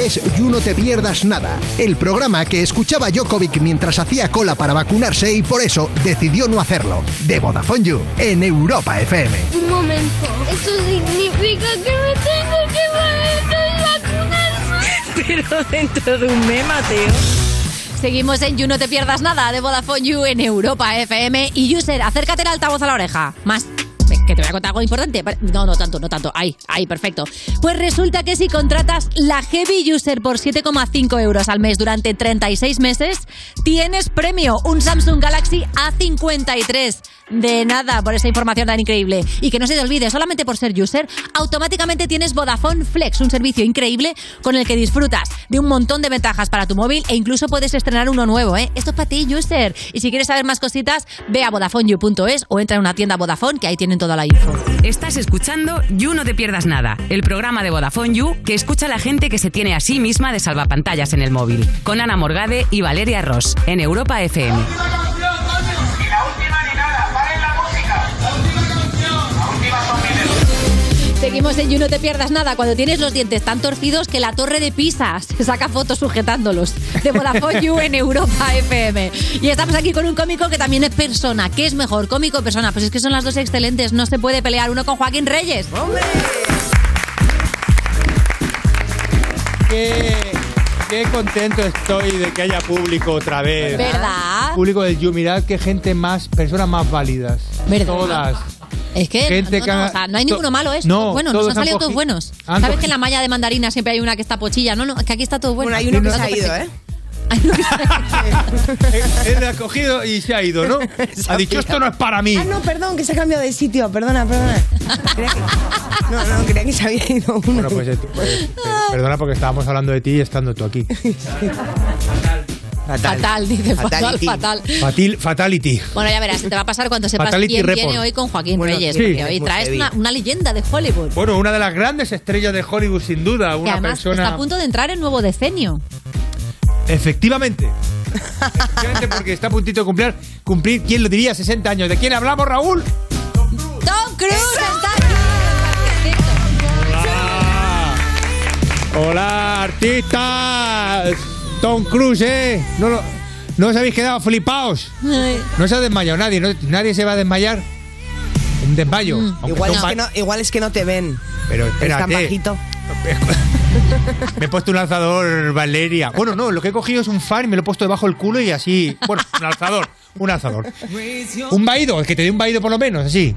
[SPEAKER 5] es You No Te Pierdas Nada, el programa que escuchaba Jokovic mientras hacía cola para vacunarse y por eso decidió no hacerlo. De Vodafone You, en Europa FM.
[SPEAKER 18] Un momento. Eso significa que me tengo que
[SPEAKER 4] Pero dentro de un meme, Mateo. Seguimos en You No Te Pierdas Nada de Vodafone You en Europa FM. Y User, acércate el altavoz a la oreja. Más. Ve, Que te voy a contar algo importante. Vale, No, no tanto, no tanto. Ahí, ahí, perfecto. Pues resulta que si contratas la Heavy User por 7,5 euros al mes durante 36 meses, tienes premio un Samsung Galaxy A53. De nada por esa información tan increíble. Y que no se te olvide, solamente por ser user, automáticamente tienes Vodafone Flex, un servicio increíble con el que disfrutas de un montón de ventajas para tu móvil e incluso puedes estrenar uno nuevo. ¿eh? Esto es para ti, user. Y si quieres saber más cositas, ve a vodafoneyou.es o entra en una tienda Vodafone que ahí tienen toda la info.
[SPEAKER 21] Estás escuchando You No Te Pierdas Nada, el programa de Vodafone You que escucha a la gente que se tiene a sí misma de salvapantallas en el móvil, con Ana Morgade y Valeria Ross, en Europa FM.
[SPEAKER 4] Seguimos en You No Te Pierdas Nada. Cuando tienes los dientes tan torcidos que la torre de Pisa se saca fotos sujetándolos. De Vodafone You en Europa FM. Y estamos aquí con un cómico que también es persona. ¿Qué es mejor, cómico o persona? Pues es que son las dos excelentes. No se puede pelear uno con Joaquín Reyes.
[SPEAKER 2] Qué, qué contento estoy de que haya público otra vez.
[SPEAKER 4] ¿Verdad?
[SPEAKER 2] Público del You, mirad qué gente más, personas más válidas.
[SPEAKER 4] ¿Verdad?
[SPEAKER 2] Todas.
[SPEAKER 4] Es que
[SPEAKER 2] Gente
[SPEAKER 4] no,
[SPEAKER 2] que
[SPEAKER 4] no,
[SPEAKER 2] ha-
[SPEAKER 4] o sea, no hay
[SPEAKER 2] to-
[SPEAKER 4] ninguno malo, ¿eh?
[SPEAKER 2] no,
[SPEAKER 4] Todos buenos,
[SPEAKER 2] todos
[SPEAKER 4] nos han
[SPEAKER 2] han
[SPEAKER 4] salido todos
[SPEAKER 2] cogi-
[SPEAKER 4] buenos.
[SPEAKER 2] han
[SPEAKER 4] ¿Sabes
[SPEAKER 2] cogi-
[SPEAKER 4] que en la malla de mandarina siempre hay una que está pochilla? No, no, es que aquí está todo bueno.
[SPEAKER 2] Bueno, hay uno que se ha ido, ¿eh? Él la ha cogido y se ha ido, ¿no? Ha dicho, esto no es para mí.
[SPEAKER 6] Ah, no, perdón, que se ha cambiado de sitio. Perdona, perdona. Creía que- No, no, creía que se había ido uno.
[SPEAKER 2] Bueno, pues, eh, pues,
[SPEAKER 4] Ah.
[SPEAKER 2] per- perdona porque estábamos hablando de ti y estando tú aquí.
[SPEAKER 4] Fatal, dice, fatal, fatal.
[SPEAKER 2] Fatil- fatality.
[SPEAKER 4] Bueno, ya verás, se te va a pasar cuando sepas
[SPEAKER 2] Fatality
[SPEAKER 4] quién viene
[SPEAKER 2] Report.
[SPEAKER 4] hoy con Joaquín
[SPEAKER 2] Bueno,
[SPEAKER 4] Reyes.
[SPEAKER 2] sí.
[SPEAKER 4] porque hoy
[SPEAKER 2] Hemos
[SPEAKER 4] traes
[SPEAKER 2] pedido.
[SPEAKER 4] una, una leyenda de Hollywood.
[SPEAKER 2] Bueno, una de las grandes estrellas de Hollywood, sin duda.
[SPEAKER 4] que
[SPEAKER 2] Una
[SPEAKER 4] además está
[SPEAKER 2] persona.
[SPEAKER 4] a punto de entrar en nuevo decenio.
[SPEAKER 2] Efectivamente. Efectivamente, porque está a puntito de cumplir, cumplir, ¿quién lo diría? 60 años. ¿De quién hablamos, Raúl?
[SPEAKER 4] ¡Tom Cruise está aquí!
[SPEAKER 2] Hola, artistas. Tom Cruise, ¿eh? No, lo- no os habéis quedado flipaos.
[SPEAKER 4] Ay.
[SPEAKER 2] No se ha desmayado nadie. no- nadie se va a desmayar. Un desmayo.
[SPEAKER 4] Mm.
[SPEAKER 2] Aunque
[SPEAKER 6] Igual
[SPEAKER 2] son
[SPEAKER 6] es,
[SPEAKER 2] va-
[SPEAKER 6] que no, igual es que no te ven.
[SPEAKER 2] Pero
[SPEAKER 6] Eres tan
[SPEAKER 2] espérate.
[SPEAKER 6] bajito.
[SPEAKER 2] Me he puesto un lanzador, Valeria. Bueno, no, lo que he cogido es un fan y me lo he puesto debajo del culo y así. Bueno, un lanzador, un lanzador. Un vaído, el que te dé un vaído por lo menos, así.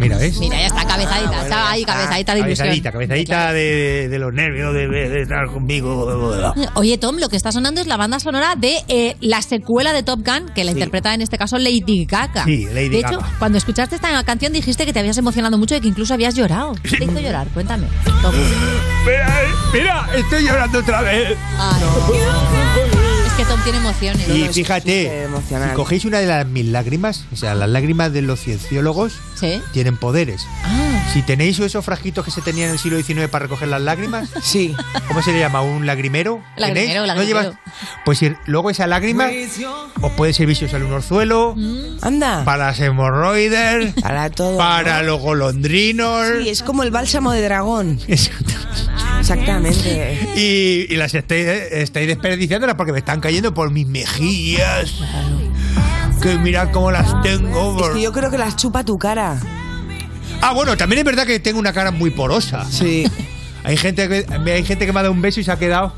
[SPEAKER 2] Mira, ¿ves? Ah,
[SPEAKER 4] Mira, ya está, cabezadita. está ahí, cabezadita de ilusión.
[SPEAKER 2] Cabezadita, cabezadita de, de- de los nervios, de, de- de estar conmigo.
[SPEAKER 4] Oye, Tom, lo que está sonando es la banda sonora de eh, la secuela de Top Gun, que la interpreta en este caso Lady Gaga.
[SPEAKER 2] Sí, Lady
[SPEAKER 4] de hecho,
[SPEAKER 2] Gaga.
[SPEAKER 4] cuando escuchaste esta canción dijiste que te habías emocionado mucho y que incluso habías llorado. ¿Qué te hizo llorar? Cuéntame. Tom.
[SPEAKER 2] Mira, mira, estoy llorando otra vez.
[SPEAKER 4] Ay. Es que Tom tiene emociones.
[SPEAKER 2] Y fíjate, si cogéis una de las mil lágrimas, o sea, las lágrimas de los cienciólogos tienen poderes. Si tenéis esos frasquitos que se tenían en el siglo XIX para recoger las lágrimas, sí. ¿cómo se le llama? ¿Un lagrimero? ¿Tenéis?
[SPEAKER 4] Lagrimero,
[SPEAKER 2] ¿No
[SPEAKER 4] lagrimero.
[SPEAKER 2] llevas? Pues si- luego esa lágrima os puede servir si os sale un orzuelo,
[SPEAKER 6] Mm. Anda.
[SPEAKER 2] para las hemorroides,
[SPEAKER 6] para todo.
[SPEAKER 2] Para los golondrinos.
[SPEAKER 6] Sí, es como el bálsamo de dragón. Exactamente.
[SPEAKER 2] Y, y las estáis, estáis desperdiciándolas porque me están cayendo por mis mejillas. Que mirad cómo las tengo.
[SPEAKER 6] Es
[SPEAKER 2] por-
[SPEAKER 6] que yo creo que las chupa tu cara.
[SPEAKER 2] Ah, bueno, también es verdad que tengo una cara muy porosa. Sí. hay, gente que, hay gente que me ha dado un beso y se ha quedado.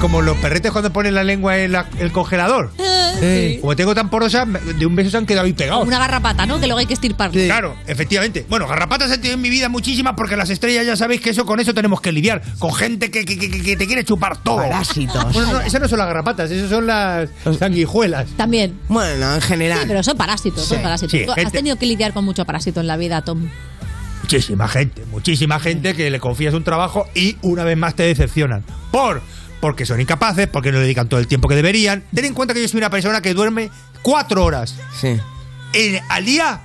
[SPEAKER 2] Como los perretes cuando ponen la lengua en la- el congelador.
[SPEAKER 4] Sí.
[SPEAKER 2] Como tengo tan porosa, me- de un beso se han quedado ahí pegados.
[SPEAKER 4] Una garrapata, ¿no? Que luego hay que estirparla.
[SPEAKER 2] Claro, efectivamente. Bueno, garrapatas he tenido en mi vida muchísimas porque las estrellas ya sabéis que eso con eso tenemos que lidiar. Con gente que, que- que- que te quiere chupar todo.
[SPEAKER 6] Parásitos.
[SPEAKER 2] Bueno, no, esas no son las garrapatas, esas son las sanguijuelas.
[SPEAKER 4] También.
[SPEAKER 6] Bueno, en general.
[SPEAKER 4] Sí, pero son parásitos, son
[SPEAKER 2] Sí,
[SPEAKER 4] parásitos.
[SPEAKER 2] sí,
[SPEAKER 4] Tú Has
[SPEAKER 2] gente-
[SPEAKER 4] tenido que lidiar con mucho parásito en la vida, Tom.
[SPEAKER 2] Muchísima gente, muchísima gente que le confías un trabajo y una vez más te decepcionan. Por porque son incapaces, porque no le dedican todo el tiempo que deberían. Ten en cuenta que yo soy una persona que duerme cuatro horas
[SPEAKER 6] Sí.
[SPEAKER 2] en- al día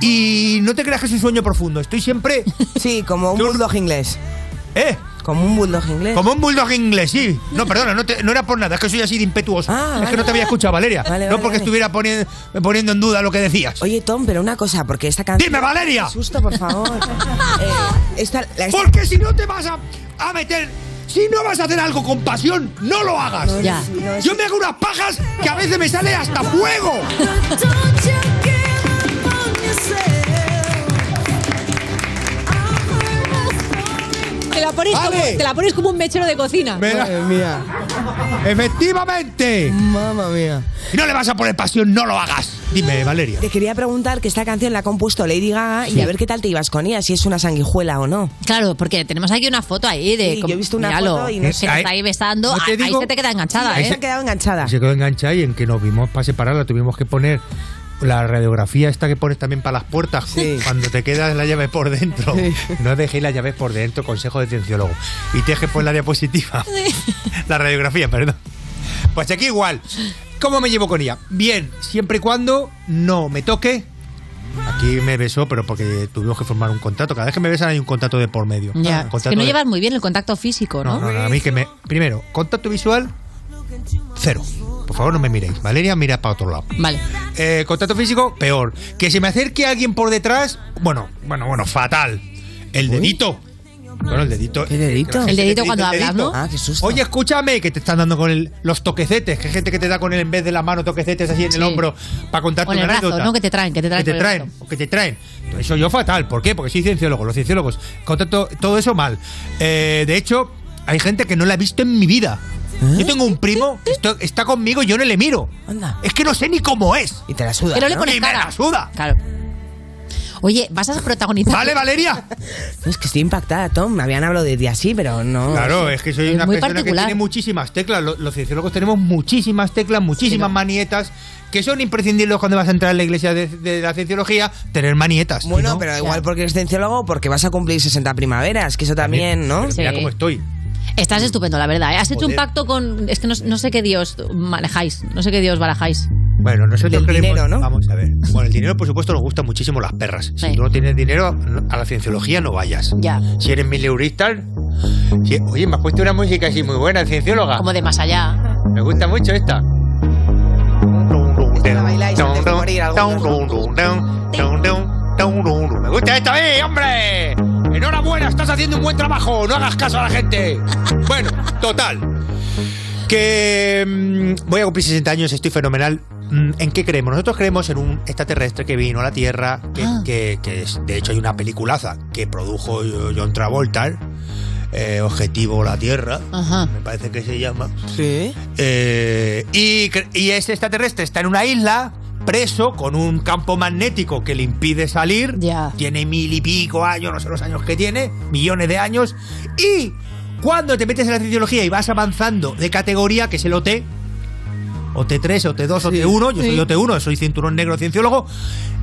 [SPEAKER 2] y no te creas que es un sueño profundo. Estoy siempre.
[SPEAKER 6] Sí, como un bulldog inglés.
[SPEAKER 2] ¿Eh?
[SPEAKER 6] Como un bulldog inglés.
[SPEAKER 2] Como un bulldog inglés, sí. No, perdona, no, te- no era por nada, es que soy así de impetuoso. es que no te había escuchado, Valeria.
[SPEAKER 6] Ah, Vale,
[SPEAKER 2] no
[SPEAKER 6] vale,
[SPEAKER 2] porque
[SPEAKER 6] vale.
[SPEAKER 2] estuviera poniendo, poniendo en duda lo que decías.
[SPEAKER 6] Oye, Tom, pero una cosa, porque esta canción.
[SPEAKER 2] ¡Dime, Valeria!
[SPEAKER 6] Me asusta, por favor. Eh, esta, la- esta-
[SPEAKER 2] Porque si no te vas a, a meter.
[SPEAKER 3] Si no vas a hacer algo con pasión, no lo hagas.
[SPEAKER 4] No, Ya.
[SPEAKER 3] Yo me hago unas pajas que a veces me sale hasta fuego.
[SPEAKER 7] Te la pones, como, te la pones como un mechero de cocina.
[SPEAKER 3] Madre mía. Efectivamente. Mamma mía. Si no le vas a poner pasión, no lo hagas. Dime, Valeria.
[SPEAKER 6] Te quería preguntar que esta canción la ha compuesto Lady Gaga y a ver qué tal te ibas con ella, si es una sanguijuela o no.
[SPEAKER 4] Claro, porque tenemos aquí una foto ahí de.
[SPEAKER 6] Sí,
[SPEAKER 4] como-
[SPEAKER 6] yo he visto una
[SPEAKER 4] míralo,
[SPEAKER 6] foto y no
[SPEAKER 4] que
[SPEAKER 6] sé.
[SPEAKER 4] te está ahí besando.
[SPEAKER 6] No te
[SPEAKER 4] ahí
[SPEAKER 6] digo-
[SPEAKER 4] se te queda enganchada,
[SPEAKER 2] Sí, ahí
[SPEAKER 4] ¿eh?
[SPEAKER 2] se ha
[SPEAKER 6] quedado enganchada.
[SPEAKER 2] Se quedó enganchada y en que nos vimos para separarla tuvimos que poner la radiografía esta que pones también para las puertas cuando te quedas la llave por dentro. No dejéis las llaves por dentro, consejo de cienciólogo. Y te que poner la diapositiva. La radiografía, perdón. Pues aquí igual. ¿Cómo me llevo con ella? Bien, siempre y cuando no me toque. Aquí me besó, pero porque tuvimos que formar un contrato. Cada vez que me besan hay un contrato de por medio.
[SPEAKER 4] Ya.
[SPEAKER 2] Un
[SPEAKER 4] Es
[SPEAKER 2] contrato
[SPEAKER 4] que no
[SPEAKER 2] de-
[SPEAKER 4] llevas muy bien el contacto físico, ¿no?
[SPEAKER 2] no, no, no, a mí que me. Primero, contacto visual, cero. Por favor, no me miréis. Valeria, mira para otro lado.
[SPEAKER 4] Vale.
[SPEAKER 2] Eh, contacto físico, peor. Que se me acerque alguien por detrás, bueno, bueno, bueno, fatal. El dedito. Bueno, el dedito. ¿Qué dedito?
[SPEAKER 4] El dedito cuando hablas, ¿no?
[SPEAKER 2] Ah, qué susto. Oye, escúchame, que te están dando con el- los toquecetes. Que hay gente que te da con él en vez de la mano toquecetes así en
[SPEAKER 4] Sí.
[SPEAKER 2] el hombro para contarte
[SPEAKER 4] O en
[SPEAKER 2] una
[SPEAKER 4] el brazo,
[SPEAKER 2] anécdota
[SPEAKER 4] ¿no? Que te traen, que te traen.
[SPEAKER 2] que te
[SPEAKER 4] por el
[SPEAKER 2] traen,
[SPEAKER 4] brazo.
[SPEAKER 2] o que te traen. Eso yo fatal. ¿Por qué? Porque soy cienciólogo. Los cienciólogos, contacto, todo eso mal. Eh, de hecho, hay gente que no la he visto en mi vida. Yo tengo un primo que esto- está conmigo y yo no le miro. Es que no sé ni cómo es.
[SPEAKER 6] Y te la suda.
[SPEAKER 4] Pero le pones
[SPEAKER 2] Y me
[SPEAKER 4] cara.
[SPEAKER 2] la suda.
[SPEAKER 4] Claro. Oye, vas a protagonizar.
[SPEAKER 2] Vale, Valeria.
[SPEAKER 6] Es que estoy impactada, Tom. Me habían hablado de ti así, pero no.
[SPEAKER 2] Claro, es que soy una persona que tiene muchísimas teclas. Lo- Los, cienciólogos tenemos muchísimas teclas, muchísimas manietas, que son imprescindibles cuando vas a entrar en la iglesia de, de la cienciología, tener manietas. si
[SPEAKER 6] Bueno,
[SPEAKER 2] no-
[SPEAKER 6] pero igual porque eres cienciólogo o porque vas a cumplir 60 primaveras, que eso también, ¿no?
[SPEAKER 4] Pero mira Sí. cómo
[SPEAKER 2] estoy.
[SPEAKER 4] Estás estupendo, la verdad. ¿eh? Has hecho un
[SPEAKER 6] Joder.
[SPEAKER 4] pacto con. Es que no, no sé qué dios manejáis. No sé qué dios barajáis.
[SPEAKER 2] Bueno, nosotros
[SPEAKER 4] Del
[SPEAKER 2] creemos-
[SPEAKER 4] dinero, ¿no?
[SPEAKER 2] Vamos a ver. Bueno, el dinero, por supuesto, nos gustan muchísimo las perras. Si tú no tienes dinero, no- a la cienciología no vayas.
[SPEAKER 4] Ya.
[SPEAKER 2] Si eres mileurista... si- oye, me has puesto una música así muy buena, ciencióloga.
[SPEAKER 4] Como de más allá.
[SPEAKER 2] Me gusta mucho esta. Me gusta esta, ¡eh, hombre! ¡Enhorabuena! Estás haciendo un buen trabajo. No hagas caso a la gente. Bueno, total. Que mm, voy a cumplir 60 años, estoy fenomenal. Mm, ¿En qué creemos? Nosotros creemos en un extraterrestre que vino a la Tierra, que,
[SPEAKER 9] Ah.
[SPEAKER 2] que- que es- de hecho hay una peliculaza que produjo eh, John Travolta, eh, Objetivo la Tierra, me parece que se llama. Eh,
[SPEAKER 6] Sí.
[SPEAKER 2] y, cre- y ese extraterrestre está en una isla preso con un campo magnético que le impide salir. Tiene mil y pico años, no sé los años que tiene, millones de años. Y cuando te metes en la cienciología y vas avanzando de categoría, que es el OT, OT3, OT2, OT1, yo soy
[SPEAKER 9] sí.
[SPEAKER 2] OT1, soy cinturón negro cienciólogo,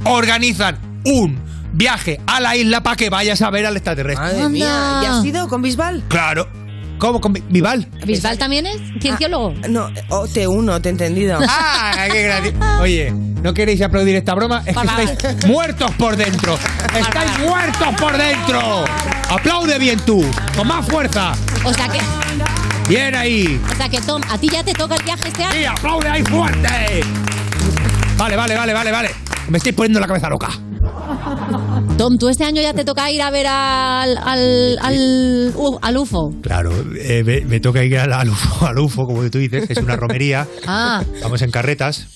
[SPEAKER 2] organizan un viaje a la isla para que vayas a ver al extraterrestre.
[SPEAKER 6] Madre mía. ¿Y has ido con Bisbal?
[SPEAKER 2] Claro. ¿Cómo con Vi- Vival?
[SPEAKER 4] ¿Bisbal también es cienciólogo?
[SPEAKER 6] Ah, No, o T1, te he entendido.
[SPEAKER 2] ¡Ah, qué gracioso! Oye, ¿no queréis aplaudir esta broma? Es que estáis muertos por dentro. ¡Estáis muertos por dentro! ¡Aplaude bien tú! ¡Con más fuerza!
[SPEAKER 4] O sea que,
[SPEAKER 2] ¡Bien ahí!
[SPEAKER 4] o sea que Tom, a ti ya te toca el viaje este año.
[SPEAKER 2] ¡Sí, aplaude ahí fuerte! Vale, vale, vale, vale, vale. Me estáis poniendo la cabeza loca.
[SPEAKER 4] Tom, tú este año ya te toca ir a ver al, al, al, u- al UFO.
[SPEAKER 2] Claro, eh, me, me toca ir al, al UFO, al UFO, como tú dices, que es una romería.
[SPEAKER 4] Ah,
[SPEAKER 2] Vamos en carretas.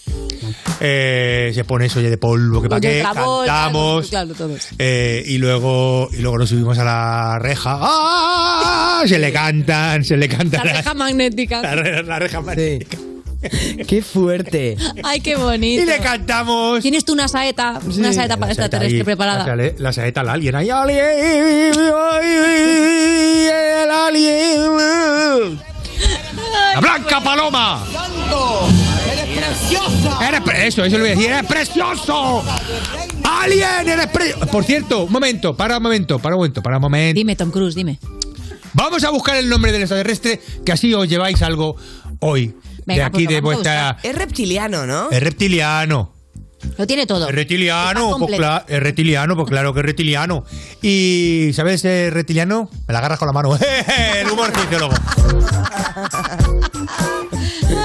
[SPEAKER 2] Eh, se pone eso ya de polvo,
[SPEAKER 20] Pues
[SPEAKER 2] que pa'
[SPEAKER 7] Oye,
[SPEAKER 2] qué,
[SPEAKER 7] Travolta,
[SPEAKER 2] cantamos.
[SPEAKER 7] Claro, todos.
[SPEAKER 2] Eh, y luego y luego nos subimos a la reja. ¡Ah! Se le cantan, se le
[SPEAKER 7] La
[SPEAKER 2] cantan.
[SPEAKER 7] reja magnética.
[SPEAKER 2] la re- la reja magnética.
[SPEAKER 6] Qué fuerte.
[SPEAKER 4] Ay, qué bonito.
[SPEAKER 2] Y le cantamos.
[SPEAKER 4] Tienes tú una saeta, una saeta para extraterrestre preparada.
[SPEAKER 2] La saeta, la ¡Ah! saeta al alien. ¡Ay, alien! ¡El alien! ¡La blanca paloma!
[SPEAKER 3] ¡Santo! ¡Eres preciosa!
[SPEAKER 2] Eres pre- eso, eso lo voy a decir. ¡Eres precioso! ¡Alien! ¡Eres precioso! Por cierto, un momento, para un momento, para un momento, para un momento.
[SPEAKER 4] Dime, Tom Cruise, dime.
[SPEAKER 2] Vamos a buscar el nombre del extraterrestre, que así os lleváis algo hoy. de
[SPEAKER 4] Venga, pues
[SPEAKER 2] aquí,
[SPEAKER 4] lo
[SPEAKER 2] de
[SPEAKER 4] vamos a
[SPEAKER 2] vuestra.
[SPEAKER 6] Es reptiliano, ¿no?
[SPEAKER 2] Es reptiliano.
[SPEAKER 4] Lo tiene todo.
[SPEAKER 2] Es reptiliano,
[SPEAKER 4] Está
[SPEAKER 2] pues
[SPEAKER 4] completo.
[SPEAKER 2] cla- es reptiliano, pues claro que es reptiliano. Y, ¿sabes, eh, reptiliano? Me la agarras con la mano. El humor cienciólogo.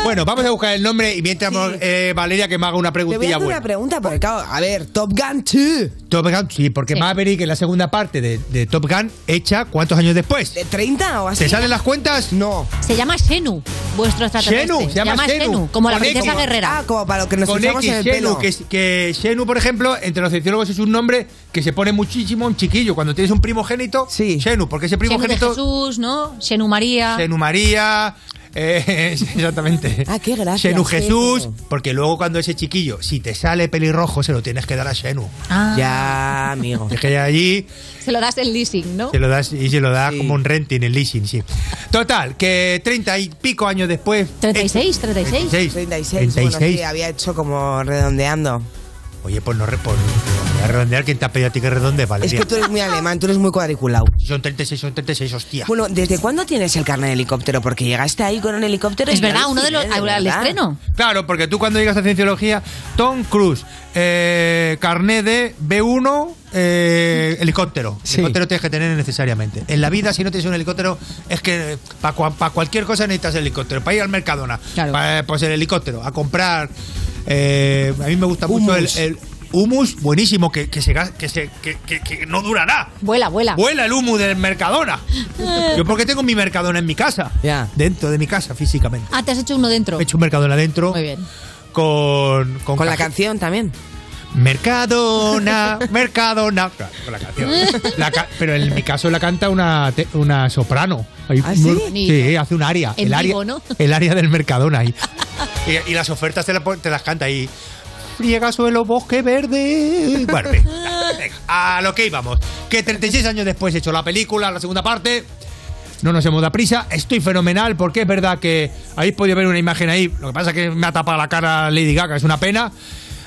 [SPEAKER 2] Bueno, vamos a buscar el nombre y mientras eh, Valeria que me haga una
[SPEAKER 6] Te voy a
[SPEAKER 2] preguntilla
[SPEAKER 6] hacer
[SPEAKER 2] buena.
[SPEAKER 6] una pregunta, porque claro, a ver, Top Gun 2.
[SPEAKER 2] Top Gun, sí, porque
[SPEAKER 6] Sí.
[SPEAKER 2] Maverick en la segunda parte de, de Top Gun hecha cuántos años después. ¿De
[SPEAKER 6] 30 o así?
[SPEAKER 2] ¿Te salen las cuentas?
[SPEAKER 6] No.
[SPEAKER 4] Se llama Shenu, vuestro extraterrestre.
[SPEAKER 2] Xenu, se llama Xenu.
[SPEAKER 4] como la
[SPEAKER 2] Con X.
[SPEAKER 4] princesa guerrera.
[SPEAKER 6] Ah, como para lo que nos
[SPEAKER 2] Con
[SPEAKER 6] echamos
[SPEAKER 2] X,
[SPEAKER 6] en el
[SPEAKER 2] Xenu,
[SPEAKER 6] pelo.
[SPEAKER 2] que, que Xenu, por ejemplo, entre los cienciólogos es un nombre que se pone muchísimo en chiquillo. Cuando tienes un primogénito, sí. Xenu, porque ese
[SPEAKER 4] Xenu de
[SPEAKER 2] primogénito
[SPEAKER 4] Jesús, ¿no? Xenu María.
[SPEAKER 2] Xenu María. eh, exactamente.
[SPEAKER 6] Ah, qué gracia.
[SPEAKER 2] Xenu
[SPEAKER 6] Xenu.
[SPEAKER 2] Jesús, porque luego cuando ese chiquillo, si te sale pelirrojo, se lo tienes que dar a Xenu.
[SPEAKER 4] Ah.
[SPEAKER 6] Ya, amigo.
[SPEAKER 2] Es que ya allí
[SPEAKER 4] Se lo das el leasing, ¿no?
[SPEAKER 2] Se lo das y se lo da como un renting, el leasing, sí. Total, que 30 y pico años después.
[SPEAKER 4] 36, 36.
[SPEAKER 2] 36.
[SPEAKER 6] 36. Bueno, sí, había hecho como redondeando.
[SPEAKER 2] Oye, pues no repone. Voy a redondear. ¿Quién te ha pedido a ti que redonde,
[SPEAKER 6] Es
[SPEAKER 2] Valeria?
[SPEAKER 6] que tú eres muy alemán, tú eres muy cuadriculado.
[SPEAKER 2] Son 36, son 36, hostia.
[SPEAKER 6] Bueno, ¿desde cuándo tienes el carnet de helicóptero? Porque llegaste ahí con un helicóptero. y
[SPEAKER 4] Es verdad,
[SPEAKER 6] yo
[SPEAKER 4] uno de los-
[SPEAKER 6] aluciné,
[SPEAKER 4] al- al
[SPEAKER 6] verdad.
[SPEAKER 4] estreno.
[SPEAKER 2] Claro, porque tú cuando llegas a Cienciología, Tom Cruise, eh, carné de B1, eh, helicóptero. Helicóptero tienes que tener necesariamente. En la vida, si no tienes un helicóptero, es que para cualquier cosa necesitas helicóptero. Para ir al Mercadona, pa- eh, pues el helicóptero, a comprar. eh, a mí me gusta mucho el,
[SPEAKER 6] Hummus.
[SPEAKER 2] el humus, buenísimo, que, que se, gas- que, se- que- que- que no durará.
[SPEAKER 4] Vuela, vuela.
[SPEAKER 2] Vuela el humus del Mercadona.
[SPEAKER 4] Eh.
[SPEAKER 2] Yo porque tengo mi Mercadona en mi casa. Dentro de mi casa, físicamente.
[SPEAKER 4] Ah, te has hecho uno dentro.
[SPEAKER 2] He hecho un Mercadona dentro. Muy
[SPEAKER 4] bien.
[SPEAKER 2] Con, con,
[SPEAKER 6] Con la
[SPEAKER 2] caja-
[SPEAKER 6] canción también.
[SPEAKER 2] Mercadona, Mercadona. Claro, con la canción. La ca- pero en mi caso la canta una, te- una soprano. Ahí-
[SPEAKER 4] ¿Ah, sí?
[SPEAKER 2] Sí, hace un aria.
[SPEAKER 4] En
[SPEAKER 2] el área,
[SPEAKER 4] vivo, ¿no?
[SPEAKER 2] El área del Mercadona ahí. Y, y las ofertas te, la pon- te las canta ahí. Friega suelo, bosque verde. Bueno, venga, venga, a lo que íbamos. Que 36 años después he hecho la película, la segunda parte. No nos hemos dado prisa. Estoy fenomenal porque es verdad que habéis podido ver una imagen ahí. Lo que pasa es que me ha tapado la cara Lady Gaga, es una pena.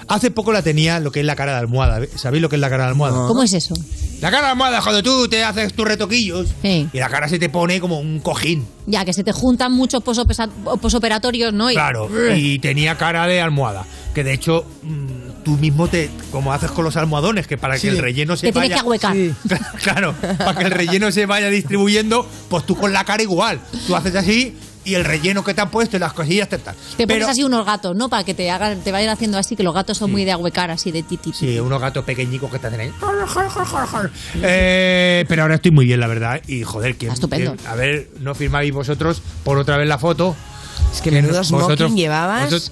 [SPEAKER 2] Hace poco la tenía lo que es la cara de almohada. ¿Sabéis lo que es la cara de almohada?
[SPEAKER 4] ¿Cómo es eso?
[SPEAKER 2] La cara de almohada, cuando tú te haces tus retoquillos y la cara se te pone como un cojín.
[SPEAKER 4] Ya, que se te juntan muchos posopesa- posoperatorios, ¿no? Y-
[SPEAKER 2] Claro, y tenía cara de almohada. Que de hecho, mm, tú mismo te. Como haces con los almohadones, que para
[SPEAKER 4] Sí.
[SPEAKER 2] que el relleno se
[SPEAKER 4] Te tienes
[SPEAKER 2] vaya.
[SPEAKER 4] que ahuecar. Sí.
[SPEAKER 2] Claro, para que el relleno se vaya distribuyendo, pues tú con la cara igual. Tú haces así y el relleno que te han puesto y las cosillas te están.
[SPEAKER 4] Te pones
[SPEAKER 2] Pero-
[SPEAKER 4] así unos gatos, ¿no? Para que te hagan, te vayan haciendo así, que los gatos son muy de ahuecar, así de titi.
[SPEAKER 2] Sí, unos gatos pequeñicos que te hacen ahí. Eh, pero ahora estoy muy bien, la verdad. Y joder, que.
[SPEAKER 4] Estupendo.
[SPEAKER 2] que- a ver, no firmáis vosotros por otra vez la foto. Es que
[SPEAKER 6] menudo smoking llevabas.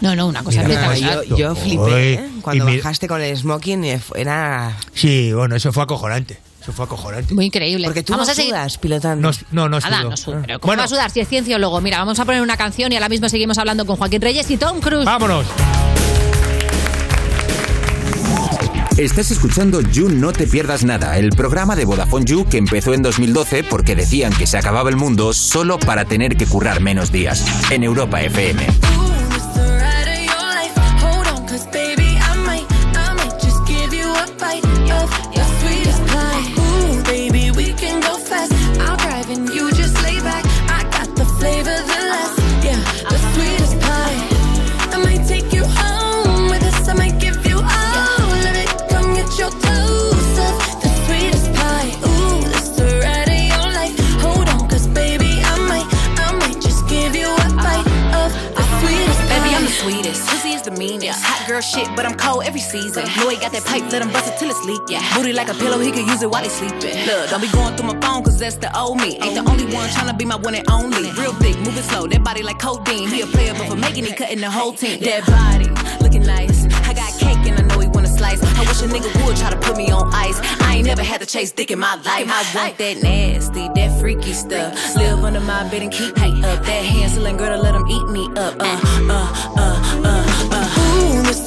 [SPEAKER 4] No, no, una
[SPEAKER 2] cosa
[SPEAKER 6] Mira,
[SPEAKER 2] brutal.
[SPEAKER 6] yo, yo
[SPEAKER 2] Exacto.
[SPEAKER 6] flipé ¿eh?
[SPEAKER 2] Uy,
[SPEAKER 6] cuando
[SPEAKER 2] y mi-
[SPEAKER 6] bajaste con el smoking. eh, fu- Era
[SPEAKER 2] Sí, bueno, eso fue acojonante. Eso fue acojonante.
[SPEAKER 4] Muy increíble.
[SPEAKER 6] Porque tú
[SPEAKER 4] vamos
[SPEAKER 6] no
[SPEAKER 4] a seguir.
[SPEAKER 6] sudas pilotando.
[SPEAKER 2] No, no, no
[SPEAKER 4] Nada,
[SPEAKER 2] sudo.
[SPEAKER 4] no sudo, pero ¿cómo
[SPEAKER 2] Ah. Bueno,
[SPEAKER 4] va a sudar si es cienciólogo? Mira, vamos a poner una canción y ahora mismo seguimos hablando con Joaquín Reyes y Tom Cruise.
[SPEAKER 2] Vámonos.
[SPEAKER 1] Estás escuchando You No Te Pierdas Nada, el programa de Vodafone You que empezó en 2012 porque decían que se acababa el mundo solo para tener que currar menos días. En Europa FM.
[SPEAKER 31] the ride of your life. Hold on, 'cause baby, I might, I might just give you a bite of your sweetest pie. Ooh, baby, we can go fast. I'll drive and you just lay back. I got the flavor, the last, yeah, the sweetest pie. I might take you home with us. I might give you all of it. Come get your dose of the sweetest pie. Ooh, that's the ride of your life. Hold on, 'cause baby, I might, I might just give you a bite of the sweetest pie.
[SPEAKER 9] Baby, I'm the sweetest. Pussy is the meanest. Hot girl shit, but I'm cold every season. Know he got that pipe, let him bust it till it's leak. Yeah. Booty like a pillow, he could use it while he's sleeping. Look, don't be going through my phone, cause that's the old me. Ain't the only one tryna be my one and only. Real thick, moving slow, that body like codeine. He a player, but for making, he cutting the whole team. That body, looking nice. I got cake and I know he wanna slice. I wish a nigga would try to put me on ice. I ain't never had to chase dick in my life. I want that nasty, that freaky stuff. Live under my bed and keep me up. That Hansel and Gretel, let him eat me up. Uh, uh, uh, uh.
[SPEAKER 31] Ooh, it's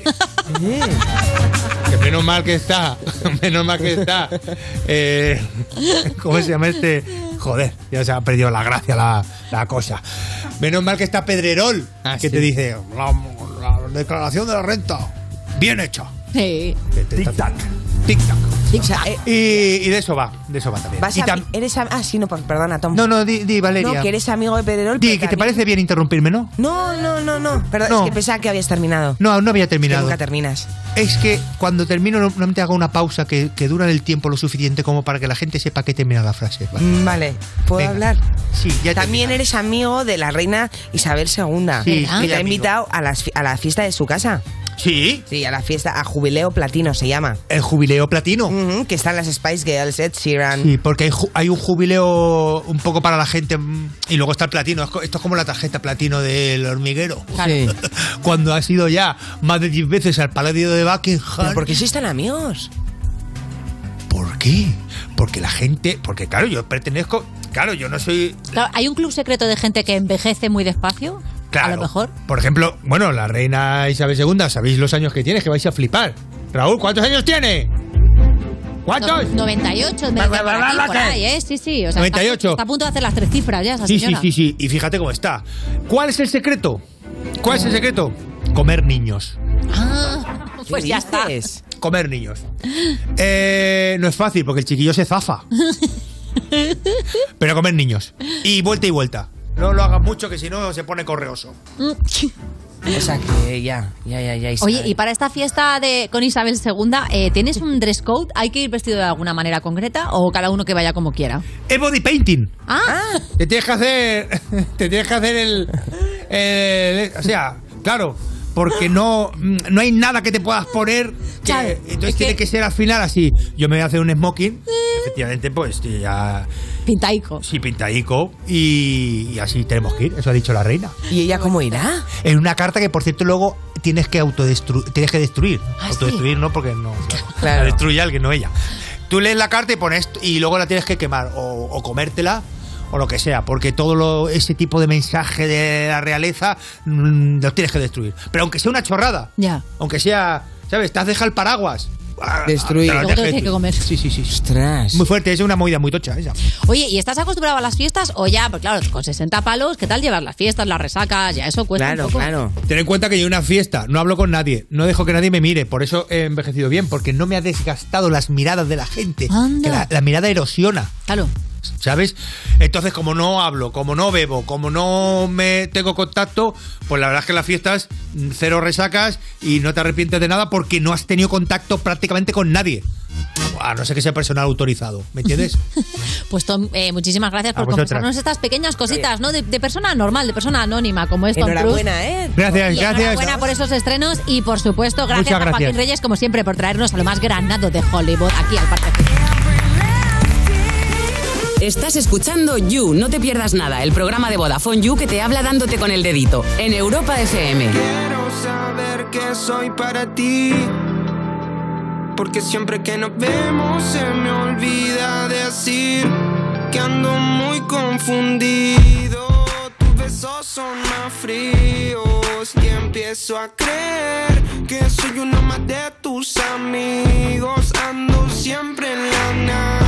[SPEAKER 2] que menos mal que está, menos mal que está. eh, ¿Cómo se llama este? Joder, ya se ha perdido la gracia la, la cosa. Menos mal que está Pedrerol,
[SPEAKER 13] Ah,
[SPEAKER 2] que te dice la, la declaración de la renta bien hecha.
[SPEAKER 4] Sí.
[SPEAKER 2] Tic tac, tic tac. Y, y de eso va, de eso va también.
[SPEAKER 6] Vas
[SPEAKER 2] Y
[SPEAKER 6] a-
[SPEAKER 2] tam-
[SPEAKER 6] eres am- ah, sí, no, por- perdona, Tom.
[SPEAKER 2] No, no, di, di, Valeria.
[SPEAKER 6] No, que eres amigo de Pedrerol.
[SPEAKER 2] Di,
[SPEAKER 6] pero
[SPEAKER 2] que te
[SPEAKER 6] también-
[SPEAKER 2] parece bien interrumpirme, ¿no?
[SPEAKER 6] No, no, no, no. Perdón,
[SPEAKER 2] No.
[SPEAKER 6] es que pensaba que habías terminado.
[SPEAKER 2] No, aún no había terminado.
[SPEAKER 6] nunca terminas.
[SPEAKER 2] Es que cuando termino no- normalmente hago una pausa que, que dura el tiempo lo suficiente como para que la gente sepa que he terminado la frase. ¿vale?
[SPEAKER 6] Mm, Vale, ¿puedo
[SPEAKER 2] Venga.
[SPEAKER 6] hablar?
[SPEAKER 2] Sí, ya
[SPEAKER 6] También eres amigo de la reina Isabel II, que
[SPEAKER 2] Sí, sí,
[SPEAKER 6] te ha
[SPEAKER 2] amigo.
[SPEAKER 6] invitado a, las fi- a la fiesta de su casa.
[SPEAKER 2] Sí.
[SPEAKER 6] Sí, a la fiesta, a Jubileo Platino se llama.
[SPEAKER 2] El Jubileo Platino.
[SPEAKER 6] que están las Spice Girls, Ed Sheeran.
[SPEAKER 2] Sí, porque hay, ju- hay un jubileo un poco para la gente mm, y luego está el platino. Es co- Esto es como la tarjeta platino del hormiguero. Cuando has ido ya más de 10 veces al palacio de Buckingham.
[SPEAKER 6] ¿Pero por qué sois tan amigos?
[SPEAKER 2] ¿Por qué? Porque la gente. Porque claro, yo pertenezco. Claro, yo no soy
[SPEAKER 4] Claro, ¿Hay un club secreto de gente que envejece muy despacio?
[SPEAKER 2] Claro.
[SPEAKER 4] A lo mejor.
[SPEAKER 2] Por ejemplo, bueno, la reina Isabel II, sabéis los años que tiene, que vais a flipar. Raúl, ¿cuántos años tiene? ¿Cuántos?
[SPEAKER 4] No- 98, me dicen por aquí, por ahí, ¿eh? Sí, sí. o sea, está-
[SPEAKER 2] 98.
[SPEAKER 4] Está, a punto de hacer las tres cifras ya, esa
[SPEAKER 2] Sí, sí,
[SPEAKER 4] señora.
[SPEAKER 2] sí, sí. Y fíjate cómo está. ¿Cuál es el secreto? ¿Cuál es el secreto? Comer niños.
[SPEAKER 4] Ah, pues ya está.
[SPEAKER 2] Comer niños. Eh, no es fácil porque el chiquillo se zafa. Pero comer niños. Y vuelta y vuelta. No lo hagas mucho que si no se pone correoso.
[SPEAKER 6] O sea que ya, ya, ya, ya. Isabel.
[SPEAKER 4] Mm, Oye, y para esta fiesta de con Isabel II, eh, ¿tienes un dress code? ¿Hay que ir vestido de alguna manera concreta o cada uno que vaya como quiera?
[SPEAKER 2] Es body painting.
[SPEAKER 4] Ah,
[SPEAKER 2] Te tienes que hacer. Te tienes que hacer el. el- o sea, claro. Porque no, no hay nada que te puedas poner. que- entonces tiene que ser al final así. Yo me voy a hacer un smoking. Efectivamente, pues ya.
[SPEAKER 7] Pintaico.
[SPEAKER 2] Sí, pintaico. Y, y así tenemos que ir, eso ha dicho la reina.
[SPEAKER 6] ¿Y ella cómo irá?
[SPEAKER 2] En una carta que, por cierto, luego tienes que autodestruir. Tienes que destruir.
[SPEAKER 6] Ah,
[SPEAKER 2] autodestruir no, porque no. La destruye alguien, no ella. Tú lees la carta y pones. Y luego la tienes que quemar o, o comértela o lo que sea, porque todo lo- ese tipo de mensaje de la realeza mm, lo tienes que destruir. Pero aunque sea una chorrada,
[SPEAKER 7] Ya.
[SPEAKER 2] aunque sea, ¿sabes? Te has dejado el paraguas. Ah,
[SPEAKER 7] Destruir.
[SPEAKER 2] te lo
[SPEAKER 7] Luego
[SPEAKER 2] tienes
[SPEAKER 7] te lo tienes que comer.
[SPEAKER 2] Sí, sí, sí. Muy fuerte, es una movida muy tocha esa.
[SPEAKER 4] Oye, ¿y estás acostumbrado a las fiestas o ya? Pues claro, con 60 palos, ¿qué tal llevar las fiestas, las resacas? Ya eso cuesta un poco.
[SPEAKER 2] Ten en cuenta que yo en una fiesta no hablo con nadie, no dejo que nadie me mire, por eso he envejecido bien, porque no me ha desgastado las miradas de la gente. Que la, la mirada erosiona.
[SPEAKER 4] Claro.
[SPEAKER 2] ¿Sabes? Entonces, como no hablo, como no bebo, como no me tengo contacto, pues la verdad es que en las fiestas mm, cero resacas y no te arrepientes de nada porque no has tenido contacto prácticamente con nadie. A no ser que sea personal autorizado, ¿me entiendes?
[SPEAKER 4] Pues Tom, eh, muchísimas gracias
[SPEAKER 2] A
[SPEAKER 4] por
[SPEAKER 2] vosotras.
[SPEAKER 4] confesarnos estas pequeñas cositas, ¿no? De, de persona normal, de persona anónima, como es Tom Cruise.
[SPEAKER 6] Enhorabuena, ¿eh?
[SPEAKER 2] Gracias,
[SPEAKER 4] Y
[SPEAKER 2] gracias.
[SPEAKER 4] Enhorabuena por esos estrenos y, por supuesto, gracias,
[SPEAKER 2] Muchas
[SPEAKER 4] a Joaquín
[SPEAKER 2] gracias.
[SPEAKER 4] Reyes, como siempre, por traernos a lo más granado de Hollywood aquí al Parque.
[SPEAKER 21] Estás escuchando You, no te pierdas nada, el programa de Vodafone You que te habla dándote con el dedito en Europa FM.
[SPEAKER 30] Quiero saber que soy para ti. Porque siempre que nos vemos se me olvida decir que ando muy confundido. Tus besos son más fríos y empiezo a creer que soy uno más de tus amigos. Ando siempre en la nada.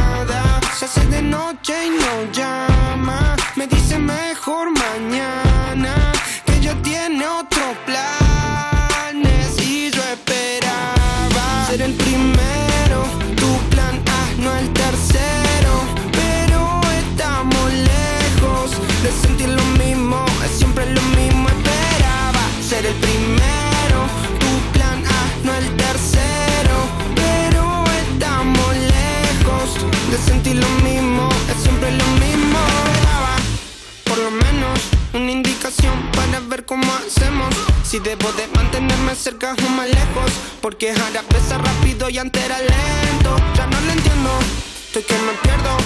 [SPEAKER 30] Se hace de noche y no llama. Me dice mejor mañana que ya tiene otro planes y yo esperaba ser el primero, tu plan A no el tercero, pero estamos lejos de sentir lo mismo, es siempre lo mismo esperaba ser el primero, tu plan A no el tercero, pero estamos lejos de sentir lo mismo, es siempre lo mismo esperaba por lo menos una indicación para ver cómo hacemos. Si debo de mantenerme cerca o más lejos. Porque ahora pesa rápido y antes era lento. Ya no lo entiendo, estoy que me pierdo.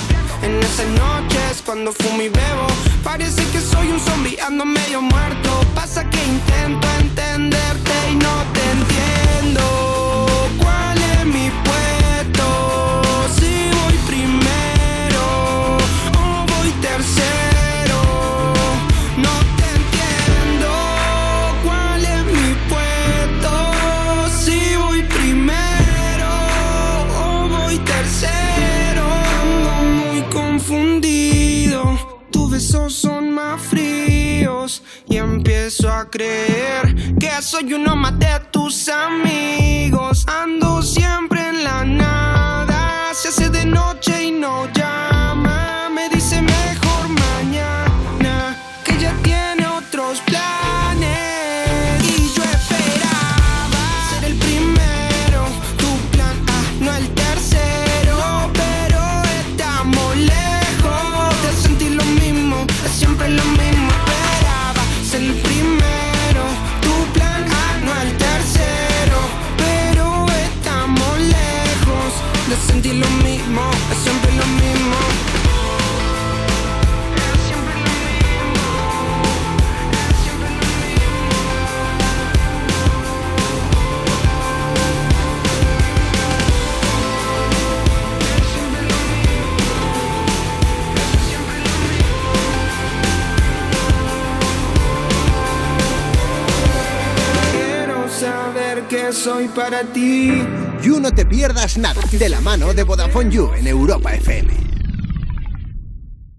[SPEAKER 30] En esas noches cuando fumo y bebo. Parece que soy un zombie, ando medio muerto. Pasa que intento entenderte y no te entiendo. ¿Cuál es mi puesto? Si voy primero o voy tercero. No te entiendo cuál es mi puesto. Si voy primero o voy tercero. Ando muy confundido. Tus besos son más fríos y empiezo a creer que soy uno más de tus amigos. Ando siempre en la nada, se hace de noche y no llama. Me dice mejor mañana que ya tiene otros planes y yo esperaba ser el primero, tu plan A no el tercero, pero estamos lejos de sentir lo mismo, es siempre lo mismo esperaba ser el primero, tu plan A no el tercero, pero estamos lejos de sentir lo mismo, es siempre lo mismo. Quiero saber que soy para ti.
[SPEAKER 5] You no te pierdas nada de la mano de Vodafone You en Europa FM.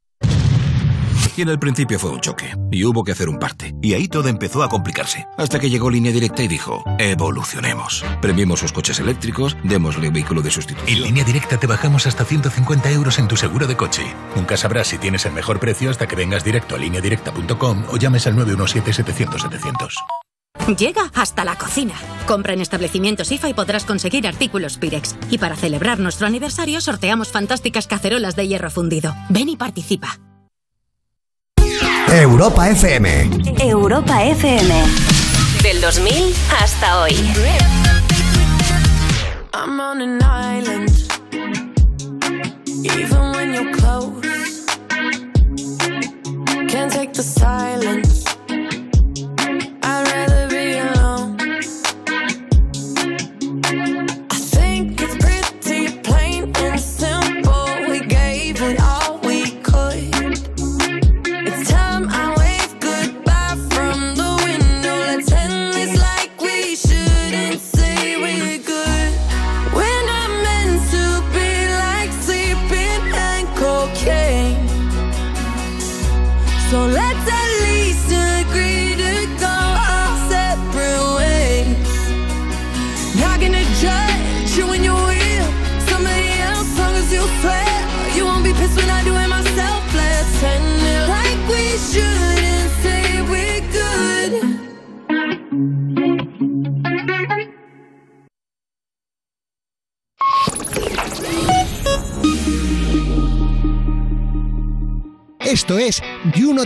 [SPEAKER 36] Y en el principio fue un choque. Y hubo que hacer un parte. Y ahí todo empezó a complicarse. Hasta que llegó Línea Directa y dijo, evolucionemos. Premiemos sus coches eléctricos, démosle vehículo de sustitución.
[SPEAKER 16] En línea directa te bajamos hasta 150 euros en tu seguro de coche. Nunca sabrás si tienes el mejor precio hasta que vengas directo a lineadirecta.com o llames al 917-700-700.
[SPEAKER 33] Llega hasta la cocina. Compra en establecimientos IFA y podrás conseguir artículos Pirex. Y para celebrar nuestro aniversario sorteamos fantásticas cacerolas de hierro fundido. Ven y participa.
[SPEAKER 5] Europa FM.
[SPEAKER 19] Europa FM.
[SPEAKER 33] Del 2000
[SPEAKER 19] hasta hoy.
[SPEAKER 31] I'm on an island. Even when you're close, can't take the silence. I'd rather be alone. I think it's pretty plain and simple. We gave it all we could. It's time I wave goodbye from the window. Let's end this like we shouldn't say we're good. We're not meant to be like sleeping and cocaine. So let's at least agree to go our separate ways. Not gonna judge you when you will. Somebody else, long as you swear. You won't be pissed when I do it myself. Let's end it like we shouldn't say we're good.
[SPEAKER 5] Esto es You No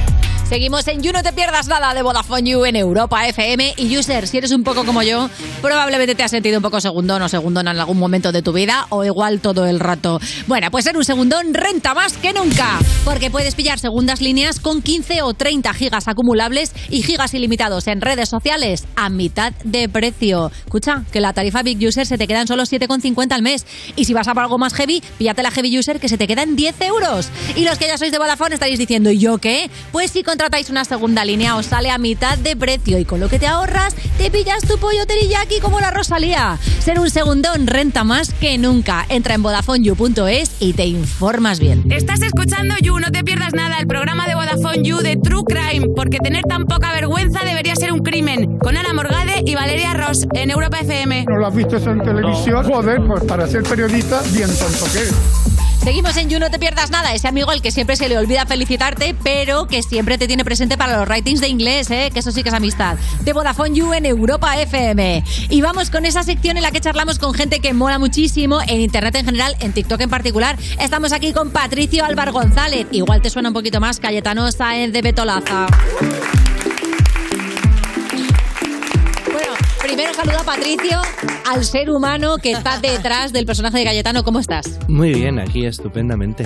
[SPEAKER 4] Seguimos en You No Te Pierdas Nada de Vodafone You en Europa FM. Y User, si eres un poco como yo, probablemente te has sentido un poco segundón o segundón en algún momento de tu vida o igual todo el rato. Bueno, pues ser un segundón renta más que nunca, porque puedes pillar segundas líneas con 15 o 30 gigas acumulables y gigas ilimitados en redes sociales a mitad de precio. Escucha, que la tarifa Big User se te quedan solo 7,50 al mes. Y si vas a por algo más heavy, píllate la Heavy User que se te quedan 10 euros. Y los que ya sois de Vodafone estaréis diciendo, ¿y yo qué? Pues si contratáis una segunda línea os sale a mitad de precio y con lo que te ahorras te pillas tu pollo teriyaki como la Rosalía. Ser un segundón renta más que nunca. Entra en vodafoneyou.es y te informas bien.
[SPEAKER 21] Estás escuchando You, no te pierdas nada, el programa de Vodafone You de True Crime, porque tener tan poca vergüenza debería ser un crimen. Con Ana Morgade y Valeria Ross en Europa FM.
[SPEAKER 13] ¿No lo has visto eso en televisión? Joder, pues para ser periodista, bien tonto que eres.
[SPEAKER 4] Seguimos en You, no te pierdas nada. Ese amigo al que siempre se le olvida felicitarte, pero que siempre te tiene presente para los ratings de inglés, ¿eh? que eso sí que es amistad. De Vodafone You en Europa FM. Y vamos con esa sección en la que charlamos con gente que mola muchísimo, en internet en general, en TikTok en particular. Estamos aquí con Patricio Álvar González. Igual te suena un poquito más Cayetano Sáenz de Betolaza. Bueno, primero saludo a Patricio, al ser humano que está detrás del personaje de Cayetano. ¿Cómo estás?
[SPEAKER 37] Muy bien, aquí estupendamente.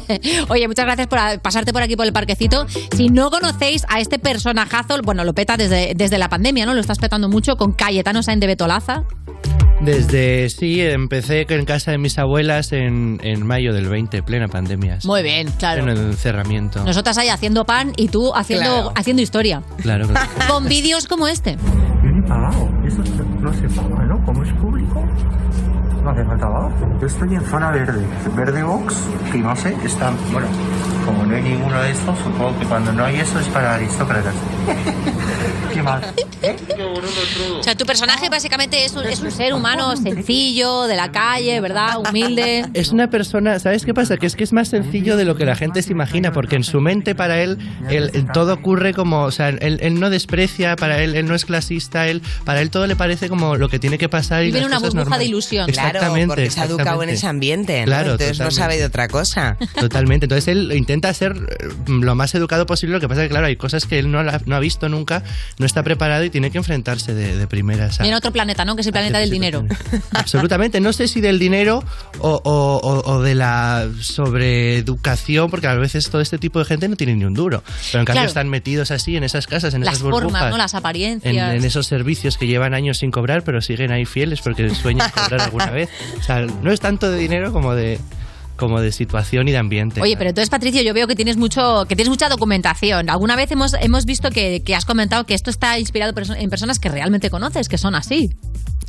[SPEAKER 4] Oye, muchas gracias por a- pasarte por aquí por el parquecito. Si no conocéis a este personajazo, bueno, lo peta desde, desde la pandemia, ¿no? Lo estás petando mucho con Cayetano Sainz de Betolaza.
[SPEAKER 37] Desde sí, empecé en casa de mis abuelas en, en mayo del 20, plena pandemia.
[SPEAKER 4] Muy bien,
[SPEAKER 37] En el
[SPEAKER 4] claro.
[SPEAKER 37] encerramiento.
[SPEAKER 4] Nosotras ahí haciendo pan y tú haciendo,
[SPEAKER 37] Claro.
[SPEAKER 4] haciendo historia.
[SPEAKER 37] Claro, claro.
[SPEAKER 4] Con vídeos como este.
[SPEAKER 24] Yo ni he pagado. Eso se- no se paga, ¿no? Como es público, no hace falta pagar. Yo estoy en zona verde. Verde box, que no sé, está... Bueno, como no hay ninguno de estos, supongo que cuando no hay eso es para aristócratas. ¿Qué más?
[SPEAKER 4] O sea, tu personaje básicamente es un, es un ser humano sencillo, de la calle, ¿verdad? Humilde.
[SPEAKER 37] Es una persona, ¿sabes qué pasa? Que es que es más sencillo de lo que la gente se imagina, porque en su mente para él, el, el todo ocurre como, o sea, él, él no desprecia, para él, él no es clasista, él, para él todo le parece como lo que tiene que pasar y
[SPEAKER 4] Vive en
[SPEAKER 37] las
[SPEAKER 4] una
[SPEAKER 37] cosas
[SPEAKER 4] burbuja
[SPEAKER 37] normales.
[SPEAKER 4] de ilusión. Claro,
[SPEAKER 37] Exactamente,
[SPEAKER 6] porque se ha educado
[SPEAKER 37] exactamente.
[SPEAKER 6] en ese ambiente, ¿no?
[SPEAKER 37] Claro,
[SPEAKER 6] Entonces no sabe de otra cosa.
[SPEAKER 37] Totalmente. Entonces él intenta ser eh, lo más educado posible. Lo que pasa es que, claro, hay cosas que él no, la- no ha visto nunca, no está preparado y tiene que enfrentarse de, de primeras. a-
[SPEAKER 4] Viene otro planeta, ¿no? Que es el planeta del dinero.
[SPEAKER 37] Absolutamente. No sé si del dinero o, o- o- o de la sobreeducación, porque a veces todo este tipo de gente no tiene ni un duro. Pero en cambio
[SPEAKER 4] Claro.
[SPEAKER 37] están metidos así en esas casas, en
[SPEAKER 4] Las
[SPEAKER 37] esas burbujas.
[SPEAKER 4] formas, ¿no? Las
[SPEAKER 37] en,
[SPEAKER 4] apariencias.
[SPEAKER 37] en esos servicios que llevan años sin cobrar, pero siguen ahí fieles porque sueñan cobrar alguna vez. O sea, no es tanto de dinero como de, como de situación y de ambiente.
[SPEAKER 4] Oye, pero entonces, Patricio, yo veo que tienes mucho, que tienes mucha documentación. Alguna vez hemos, hemos visto que, que has comentado que esto está inspirado perso- en personas que realmente conoces, que son así.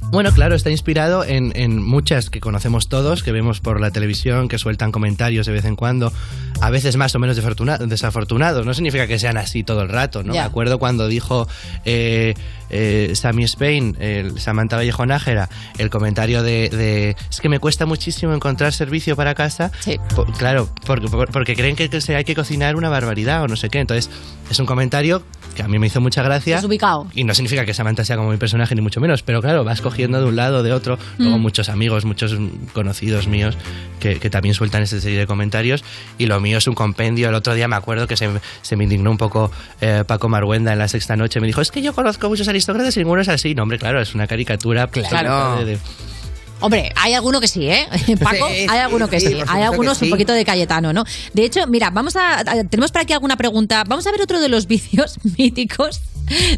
[SPEAKER 37] Bueno, claro, está inspirado en, en muchas que conocemos todos, que vemos por la televisión, que sueltan comentarios de vez en cuando, a veces más o menos defortuna- desafortunados. No significa que sean así todo el rato, ¿no?
[SPEAKER 1] Ya.
[SPEAKER 37] Me acuerdo cuando dijo eh, eh, Sammy Spain, el Samantha Vallejo Nájera, el comentario de, de, es que me cuesta muchísimo encontrar servicio para casa. Po- claro, porque, por- porque creen que, que se hay que cocinar una barbaridad o no sé qué. Entonces, es un comentario que a mí me hizo mucha gracia.
[SPEAKER 4] Desubicado.
[SPEAKER 37] Y no significa que Samantha sea como mi personaje, ni mucho menos, pero claro, vas cogiendo de un lado, de otro. Luego
[SPEAKER 4] Mm.
[SPEAKER 37] muchos amigos, muchos conocidos míos que, que también sueltan esta serie de comentarios. Y lo mío es un compendio. El otro día me acuerdo que se, se me indignó un poco eh, Paco Marguenda en la sexta noche. Me dijo, es que yo conozco muchos aristócratas y ninguno es así. No, hombre, claro, es una caricatura. pues,
[SPEAKER 4] Claro.
[SPEAKER 37] de- de-
[SPEAKER 4] Hombre, hay alguno que sí, ¿eh? Paco,
[SPEAKER 37] Sí,
[SPEAKER 4] hay alguno que
[SPEAKER 37] sí,
[SPEAKER 4] sí.
[SPEAKER 37] por
[SPEAKER 4] Hay
[SPEAKER 37] supuesto
[SPEAKER 4] algunos
[SPEAKER 37] que sí.
[SPEAKER 4] un poquito de Cayetano, ¿no? De hecho, mira, vamos a, a- Tenemos para aquí alguna pregunta. Vamos a ver otro de los vicios míticos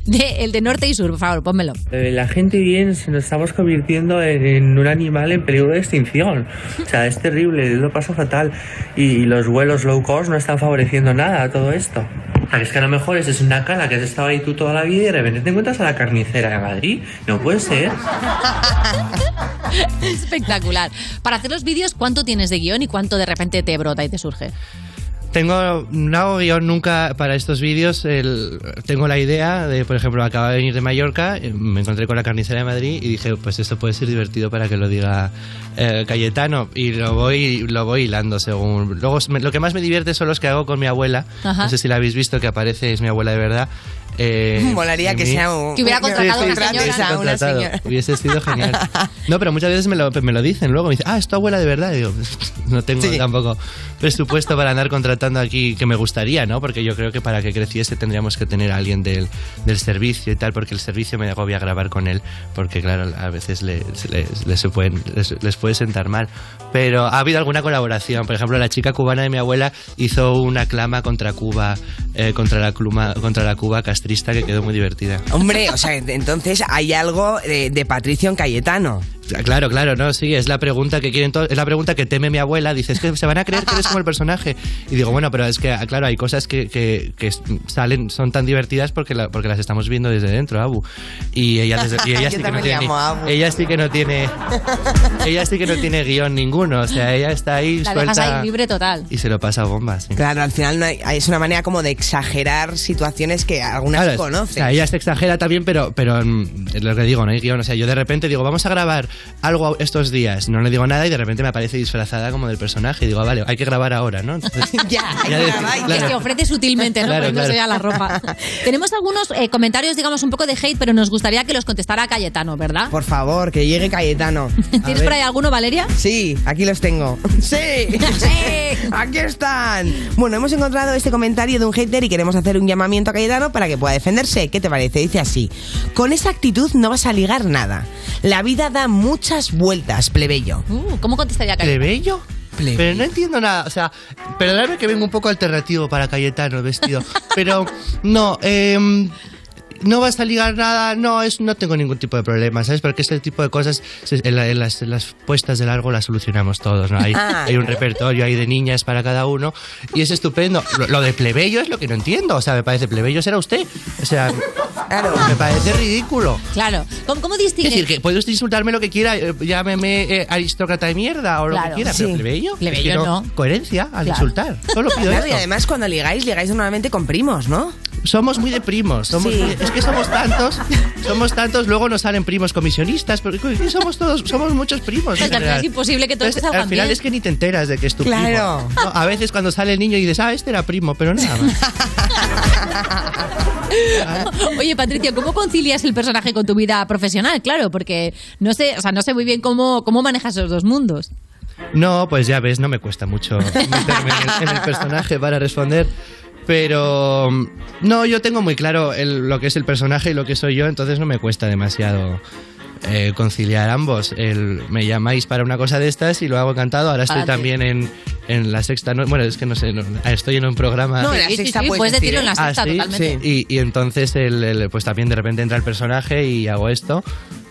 [SPEAKER 4] de el de norte y sur, por favor, pónmelo.
[SPEAKER 8] Eh, La gente bien se nos estamos convirtiendo en, en un animal en peligro de extinción. O sea, es terrible, lo paso fatal. Y, y los vuelos low cost no están favoreciendo nada a todo esto. Ah, que Es que a lo mejor esa es una cala que has estado ahí tú toda la vida y de repente te encuentras a la carnicera de Madrid. No puede ser.
[SPEAKER 4] Espectacular. Para hacer los vídeos, ¿cuánto tienes de guión y cuánto de repente te brota y te surge?
[SPEAKER 37] Tengo, no hago guión nunca para estos vídeos. El- tengo la idea de, por ejemplo, acaba de venir de Mallorca, eh, me encontré con la carnicera de Madrid y dije, pues esto puede ser divertido para que lo diga eh, Cayetano. Y lo voy, lo voy hilando según. Luego, me- lo que más me divierte son los que hago con mi abuela.
[SPEAKER 6] Ajá.
[SPEAKER 37] No sé si la habéis visto, que aparece, es mi abuela de verdad. Eh,
[SPEAKER 6] Molaría
[SPEAKER 37] en
[SPEAKER 6] que
[SPEAKER 37] mí.
[SPEAKER 6] sea un- Que hubiera contratado una contrates señora. a una
[SPEAKER 37] Contratado.
[SPEAKER 6] señora.
[SPEAKER 37] Hubiese sido genial. No, pero muchas veces me lo, me lo dicen luego. Me dicen, ah, es tu abuela de verdad. Y digo, no tengo tampoco presupuesto para andar contratando aquí que me gustaría, ¿no? Porque yo creo que para que creciese tendríamos que tener a alguien del, del servicio y tal, porque el servicio me agobia grabar con él, porque claro, a veces le- se le- le se pueden- les, les puede sentar mal. Pero ha habido alguna colaboración. Por ejemplo, la chica cubana de mi abuela hizo una clama contra Cuba, eh, contra, la Cluma- contra la Cuba castrista que quedó muy divertida.
[SPEAKER 6] Hombre, o sea, entonces hay algo de, de Patricio en Cayetano.
[SPEAKER 37] Claro, claro, no, sí, es la pregunta que quieren todos, es la pregunta que teme mi abuela, dice, es que se van a creer que eres como el personaje. Y digo, bueno, pero es que, ah, claro, hay cosas que, que- que salen, son tan divertidas porque, la- porque las estamos viendo desde dentro, Abu. Y ella, desde- y ella
[SPEAKER 6] Yo
[SPEAKER 37] sí que no
[SPEAKER 6] también le
[SPEAKER 37] tiene,
[SPEAKER 6] llamo Abu.
[SPEAKER 37] ella sí que no tiene, ella sí que no tiene guión ninguno, o sea, ella está ahí
[SPEAKER 4] La dejas
[SPEAKER 37] suelta
[SPEAKER 4] ahí libre total.
[SPEAKER 37] y se lo pasa a bombas.
[SPEAKER 6] Claro, al final no hay- es una manera como de exagerar situaciones que algunas
[SPEAKER 37] Claro,
[SPEAKER 6] conoces.
[SPEAKER 37] O sea, ella se exagera también, pero, pero mm, es lo que digo, no hay guión. O sea, yo de repente digo, vamos a grabar algo estos días. No le digo nada y de repente me aparece disfrazada como del personaje. Y digo, ah, vale, hay que grabar ahora, ¿no? Entonces, ya decir,
[SPEAKER 4] Que se
[SPEAKER 37] claro.
[SPEAKER 4] ofrece sutilmente, ¿no?
[SPEAKER 37] Claro,
[SPEAKER 4] Poniéndose
[SPEAKER 37] claro.
[SPEAKER 4] ya la ropa. Tenemos algunos eh, comentarios, digamos, un poco de hate, pero nos gustaría que los contestara Cayetano, ¿verdad?
[SPEAKER 6] Por favor, que llegue Cayetano.
[SPEAKER 4] ¿Tienes por ahí alguno, Valeria?
[SPEAKER 6] Sí, aquí los tengo. ¡Sí! ¡Aquí están! Bueno, hemos encontrado este comentario de un hater y queremos hacer un llamamiento a Cayetano para que pueda defenderse. ¿Qué te parece? Dice así: Con esa actitud no vas a ligar nada. La vida da muchas vueltas, plebeyo.
[SPEAKER 4] Uh, ¿Cómo contestaría Cayetano?
[SPEAKER 37] ¿Plebeyo? Pero no entiendo nada, o sea, perdonadme que vengo un poco alternativo para Cayetano vestido, pero no, em, no vas a ligar nada, no, es, no tengo ningún tipo de problema, ¿sabes? Porque este tipo de cosas se- en, la- en las, en las puestas de largo las solucionamos todos, ¿no? Hay,
[SPEAKER 28] Ah.
[SPEAKER 37] hay un repertorio ahí de niñas para cada uno y es estupendo. Lo, lo de plebeyo es lo que no entiendo, o sea, me parece plebeyo será usted, o sea, me parece ridículo.
[SPEAKER 4] Claro. ¿Cómo, cómo
[SPEAKER 37] Es decir,
[SPEAKER 4] distingues?
[SPEAKER 37] que puede usted insultarme lo que quiera, eh, llámeme eh, aristócrata de mierda o lo
[SPEAKER 4] Claro.
[SPEAKER 37] que quiera,
[SPEAKER 4] Sí.
[SPEAKER 37] pero plebeyo. es
[SPEAKER 4] Plebeyo
[SPEAKER 37] que
[SPEAKER 4] no.
[SPEAKER 37] Coherencia al
[SPEAKER 6] Claro.
[SPEAKER 37] insultar. Solo pido
[SPEAKER 6] Claro, y
[SPEAKER 37] esto.
[SPEAKER 6] además cuando ligáis, ligáis normalmente con primos, ¿no?
[SPEAKER 37] Somos muy de primos. Somos
[SPEAKER 6] Sí.
[SPEAKER 37] muy de- es que somos tantos, somos tantos, luego nos salen primos comisionistas, porque co- somos todos, somos muchos primos. en
[SPEAKER 4] Pues, al final
[SPEAKER 37] general.
[SPEAKER 4] es imposible que todos
[SPEAKER 37] Entonces,
[SPEAKER 4] salgan
[SPEAKER 37] Al final
[SPEAKER 4] bien.
[SPEAKER 37] es que ni te enteras de que es tu
[SPEAKER 4] Claro.
[SPEAKER 37] primo. No, a veces cuando sale el niño y dices, ah, este era primo, pero nada más.
[SPEAKER 4] Oye, Patricio, ¿cómo concilias el personaje con tu vida profesional? Claro, porque no sé, o sea, no sé muy bien cómo, cómo manejas esos dos mundos.
[SPEAKER 37] No, pues ya ves, no me cuesta mucho meterme en el, en el personaje para responder. Pero mm, no, yo tengo muy claro el- lo que es el personaje y lo que soy yo, entonces no me cuesta demasiado eh, conciliar ambos. El, me llamáis para una cosa de estas y lo hago encantado. Ahora estoy
[SPEAKER 4] Adelante.
[SPEAKER 37] también en, en la sexta. no- bueno, es que no sé, no- estoy en un programa.
[SPEAKER 4] No, en la Sí, sí, sexta sí, puedes puedes decir, decirlo ¿eh? en la sexta,
[SPEAKER 37] Ah, ¿sí?
[SPEAKER 4] totalmente.
[SPEAKER 37] Y, y entonces el- el- pues también de repente entra el personaje y hago esto.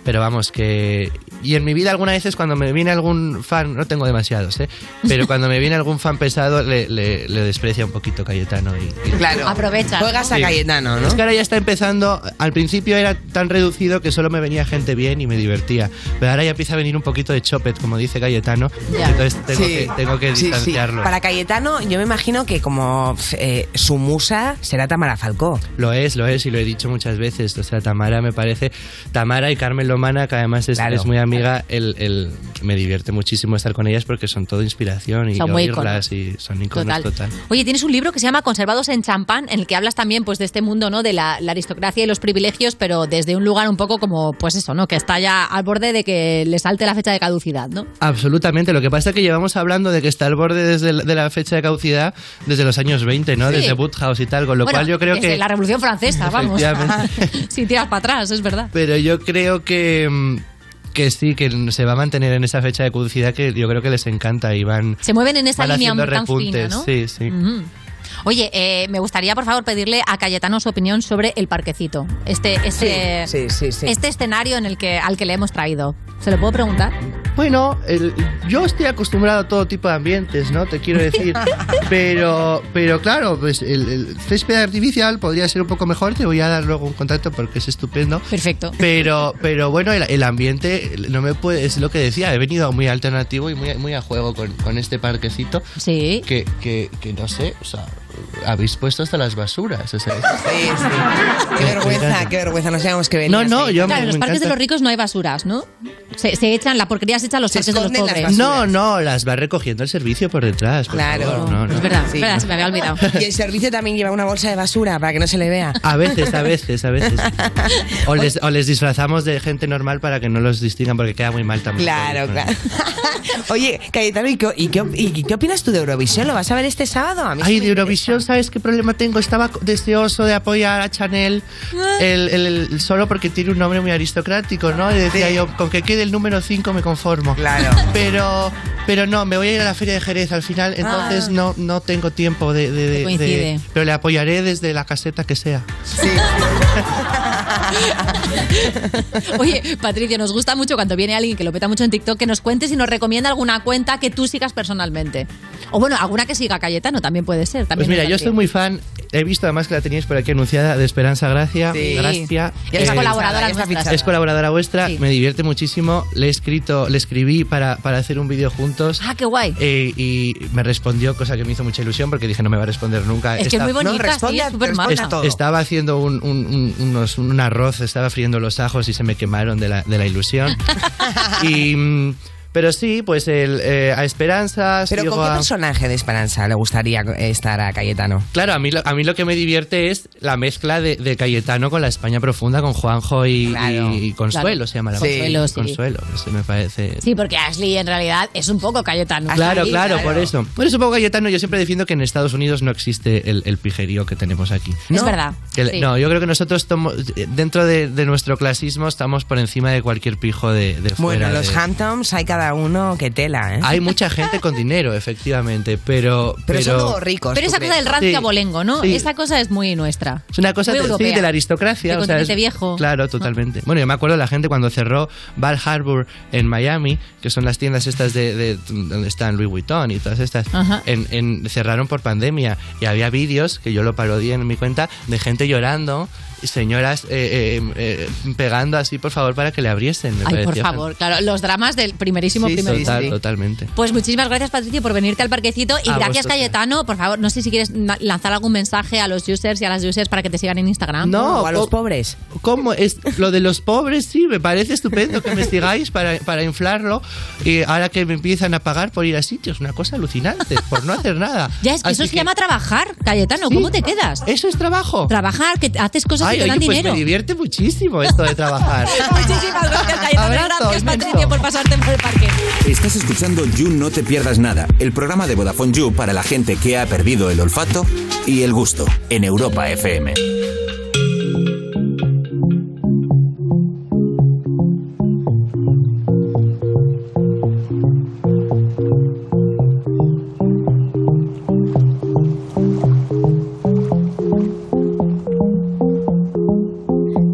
[SPEAKER 37] Pero vamos, que Y en mi vida algunas veces cuando me viene algún fan, no tengo demasiados, ¿eh? pero cuando me viene algún fan pesado le, le- le desprecia un poquito Cayetano. Y, y-
[SPEAKER 6] Claro.
[SPEAKER 4] Aprovecha.
[SPEAKER 6] Juegas a
[SPEAKER 37] Sí.
[SPEAKER 6] Cayetano, ¿no?
[SPEAKER 37] Es que ahora ya está empezando, al principio era tan reducido que solo me venía gente bien y me divertía, pero ahora ya empieza a venir un poquito de chopet, como dice Cayetano,
[SPEAKER 6] Ya.
[SPEAKER 37] entonces tengo,
[SPEAKER 6] Sí.
[SPEAKER 37] que, tengo que
[SPEAKER 6] Sí, sí.
[SPEAKER 37] distanciarlo.
[SPEAKER 6] Para Cayetano, yo me imagino que como pf, eh, su musa será Tamara Falcó.
[SPEAKER 37] Lo es, lo es, y lo he dicho muchas veces. O sea, Tamara me parece. Tamara y Carmen Lomana, que además es,
[SPEAKER 6] Claro.
[SPEAKER 37] es muy amiga, el, el- me divierte muchísimo estar con ellas porque son todo inspiración y
[SPEAKER 4] Son muy
[SPEAKER 37] oírlas y son iconos
[SPEAKER 4] Total.
[SPEAKER 37] total.
[SPEAKER 4] Oye, tienes un libro que se llama Conservados en champán, en el que hablas también pues de este mundo, ¿no? De la, la aristocracia y los privilegios, pero desde un lugar un poco como, pues eso, ¿no? Que está ya al borde de que le salte la fecha de caducidad, ¿no?
[SPEAKER 37] Absolutamente. Lo que pasa es que llevamos hablando de que está al borde desde la- de la fecha de caducidad desde los años 20, ¿no?
[SPEAKER 4] Sí.
[SPEAKER 37] Desde Woodhouse y tal, con lo
[SPEAKER 4] Bueno,
[SPEAKER 37] cual yo creo
[SPEAKER 4] desde
[SPEAKER 37] que.
[SPEAKER 4] la Revolución Francesa, vamos.
[SPEAKER 37] Efectivamente.
[SPEAKER 4] si tiras para atrás, es verdad.
[SPEAKER 37] Pero yo creo que. mm, Que sí, que se va a mantener en esa fecha de caducidad que yo creo que les encanta y van.
[SPEAKER 4] Se mueven en esa
[SPEAKER 37] van
[SPEAKER 4] línea
[SPEAKER 37] haciendo
[SPEAKER 4] tan fina,
[SPEAKER 37] repuntes.
[SPEAKER 4] ¿no? Mm.
[SPEAKER 37] Sí, sí.
[SPEAKER 4] Ujú. Oye, eh, me gustaría, por favor, pedirle a Cayetano su opinión sobre el parquecito. Este, este,
[SPEAKER 6] Sí, sí, sí.
[SPEAKER 4] este escenario en el que, al que le hemos traído. ¿Se lo puedo preguntar?
[SPEAKER 37] Bueno, el- yo estoy acostumbrado a todo tipo de ambientes, ¿no? Te quiero decir. Pero, pero claro, pues el, el césped artificial podría ser un poco mejor. Te voy a dar luego un contacto porque es estupendo.
[SPEAKER 4] Perfecto.
[SPEAKER 37] Pero, pero bueno, el, el ambiente no me puede. Es lo que decía. He venido muy alternativo y muy, muy a juego con, con este parquecito.
[SPEAKER 4] Sí.
[SPEAKER 37] Que, que, que no sé, o sea, habéis puesto hasta las basuras. o sea,
[SPEAKER 6] Qué vergüenza, qué vergüenza. No sabíamos que venía.
[SPEAKER 37] No, no, yo me-
[SPEAKER 4] claro, en los
[SPEAKER 37] me
[SPEAKER 4] parques de
[SPEAKER 37] encanta.
[SPEAKER 4] los ricos no hay basuras, ¿no? Se, se echan, la porquería se echa a los parques de los pobres.
[SPEAKER 37] no, no, las va recogiendo el servicio por detrás. por
[SPEAKER 6] Claro.
[SPEAKER 37] favor. No, no.
[SPEAKER 4] Es verdad, es verdad, se me había olvidado.
[SPEAKER 6] Y el servicio también lleva una bolsa de basura para que no se le vea.
[SPEAKER 37] A veces, a veces, a veces. O les, o les disfrazamos de gente normal para que no los distingan porque queda muy mal también.
[SPEAKER 6] Claro, claro. Oye, Cayetano, ¿y qué, y qué- y qué opinas tú de Eurovisión? ¿Lo vas a ver este sábado? A mí
[SPEAKER 37] Ay, de Eurovisión, ¿sabes qué problema tengo? Estaba deseoso de apoyar a Chanel el, el- el- solo porque tiene un nombre muy aristocrático, ¿no? Y decía yo, con que quede el número 5 me conformo.
[SPEAKER 6] Claro.
[SPEAKER 37] Pero, pero no, me voy a ir a la Feria de Jerez al final, entonces
[SPEAKER 6] Ah.
[SPEAKER 37] no, no tengo tiempo de, de- de-
[SPEAKER 6] coincide.
[SPEAKER 37] de- Pero le apoyaré desde la caseta que sea.
[SPEAKER 4] Oye, Patricio, nos gusta mucho cuando viene alguien que lo peta mucho en TikTok que nos cuentes y nos recomienda alguna cuenta que tú sigas personalmente. O bueno, alguna que siga Cayetano también puede ser. También
[SPEAKER 37] Pues mira,
[SPEAKER 4] es
[SPEAKER 37] yo estoy
[SPEAKER 4] válido.
[SPEAKER 37] muy fan. He visto además que la teníais por aquí anunciada de Esperanza Gracia.
[SPEAKER 4] Sí.
[SPEAKER 37] Gracia.
[SPEAKER 4] Ya está colaboradora ya está nuestra. fichada.
[SPEAKER 37] Es colaboradora vuestra. Me divierte muchísimo. Le he escrito, le escribí para, para hacer un vídeo juntos.
[SPEAKER 4] Ah, qué guay.
[SPEAKER 37] Eh, y me respondió, cosa que me hizo mucha ilusión porque dije no me va a responder nunca.
[SPEAKER 4] Es que es
[SPEAKER 37] Esta-
[SPEAKER 4] muy bonita,
[SPEAKER 6] No, responde
[SPEAKER 4] sí,
[SPEAKER 6] a-
[SPEAKER 4] es súper
[SPEAKER 6] responde
[SPEAKER 4] maja.
[SPEAKER 6] a todo.
[SPEAKER 37] Estaba haciendo un, un- un- unos- un arroz, estaba friendo los ajos y se me quemaron de la, de la ilusión. y, mm, pero sí, pues el, eh, a Esperanza.
[SPEAKER 6] Pero
[SPEAKER 37] sigo
[SPEAKER 6] ¿con qué
[SPEAKER 37] a-
[SPEAKER 6] personaje de Esperanza le gustaría eh, estar a Cayetano?
[SPEAKER 37] Claro, a mí, lo, a mí lo que me divierte es la mezcla de, de Cayetano con la España profunda, con Juanjo y, y- y Consuelo,
[SPEAKER 4] claro.
[SPEAKER 37] se llama la
[SPEAKER 4] Consuelo,
[SPEAKER 37] voz.
[SPEAKER 4] sí.
[SPEAKER 37] Consuelo, eso me parece.
[SPEAKER 4] Sí, porque Ashley en realidad es un poco Cayetano.
[SPEAKER 37] Claro,
[SPEAKER 4] Sí,
[SPEAKER 37] claro, por eso. Por eso, poco Cayetano, yo siempre defiendo que en Estados Unidos no existe el, el pijerío que tenemos aquí.
[SPEAKER 4] Es verdad.
[SPEAKER 37] Que le-
[SPEAKER 4] sí.
[SPEAKER 37] No, yo creo que nosotros, tomo- eh, dentro de, de nuestro clasismo, estamos por encima de cualquier pijo de, de fuera.
[SPEAKER 6] Bueno, los
[SPEAKER 37] de-
[SPEAKER 6] Hamptons hay cada uno que tela, ¿eh?
[SPEAKER 37] Hay mucha gente con dinero, efectivamente, pero.
[SPEAKER 6] Pero son todos ricos.
[SPEAKER 4] Pero esa cosa del rancio
[SPEAKER 37] Sí,
[SPEAKER 4] abolengo, ¿no?
[SPEAKER 37] sí.
[SPEAKER 4] Esa cosa es muy nuestra.
[SPEAKER 37] Es una cosa
[SPEAKER 4] Muy
[SPEAKER 37] de, sí,
[SPEAKER 4] europea.
[SPEAKER 37] de la aristocracia.
[SPEAKER 4] De
[SPEAKER 37] o sea,
[SPEAKER 4] continente
[SPEAKER 37] es-
[SPEAKER 4] viejo. Ah.
[SPEAKER 37] Claro, totalmente. Bueno, yo me acuerdo de la gente cuando cerró Val Harbor en Miami, que son las tiendas estas de, de- donde están Louis Vuitton y todas estas,
[SPEAKER 1] Ajá.
[SPEAKER 37] en, en- cerraron por pandemia. Y había vídeos, que yo lo parodié en mi cuenta, de gente llorando, y señoras eh, eh, eh, pegando así, por favor, para que le abriesen. me
[SPEAKER 4] Ay, por
[SPEAKER 37] pareció
[SPEAKER 4] favor, claro, los dramas del primerísimo
[SPEAKER 37] fan- Sí,
[SPEAKER 4] primer
[SPEAKER 37] total, totalmente.
[SPEAKER 4] Pues muchísimas gracias, Patricio, por venirte al parquecito. Y
[SPEAKER 37] A
[SPEAKER 4] gracias,
[SPEAKER 37] vosotros.
[SPEAKER 4] Cayetano. Por favor, no sé si quieres na- lanzar algún mensaje a los users y a las users para que te sigan en Instagram.
[SPEAKER 37] No, po- ¿Cómo es? Lo de los pobres, sí, me parece estupendo que me sigáis para, para inflarlo. Y ahora que me empiezan a pagar por ir a sitios, una cosa alucinante, por no hacer nada.
[SPEAKER 4] Ya, es que
[SPEAKER 37] Así
[SPEAKER 4] eso se
[SPEAKER 37] que-
[SPEAKER 4] llama trabajar, Cayetano. ¿Cómo te quedas?
[SPEAKER 37] Eso es trabajo.
[SPEAKER 4] Trabajar, que haces cosas
[SPEAKER 37] Ay,
[SPEAKER 4] que te dan
[SPEAKER 37] oye, pues
[SPEAKER 4] dinero.
[SPEAKER 37] me divierte muchísimo esto de trabajar.
[SPEAKER 4] Muchísimas gracias, Cayetano. gracias, Patricio, por pasarte por el parque.
[SPEAKER 9] Estás escuchando You No Te Pierdas Nada, el programa de Vodafone You para la gente que ha perdido el olfato y el gusto en Europa FM.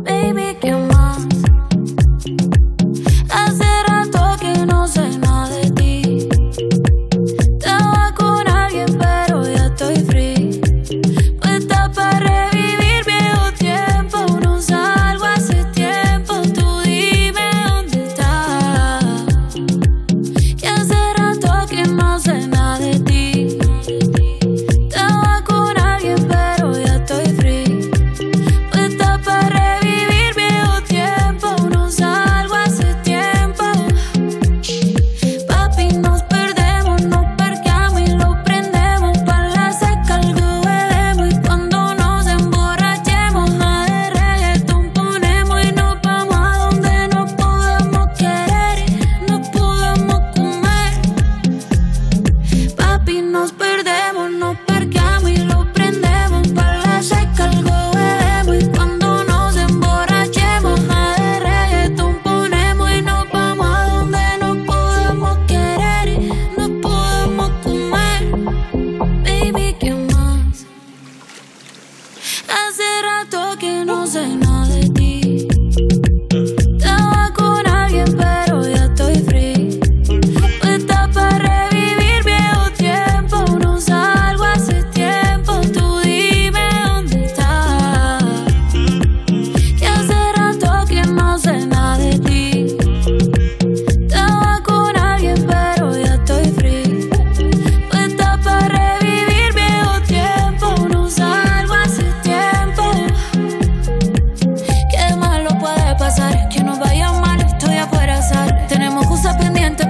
[SPEAKER 31] Baby, ¿qué más? Hace rato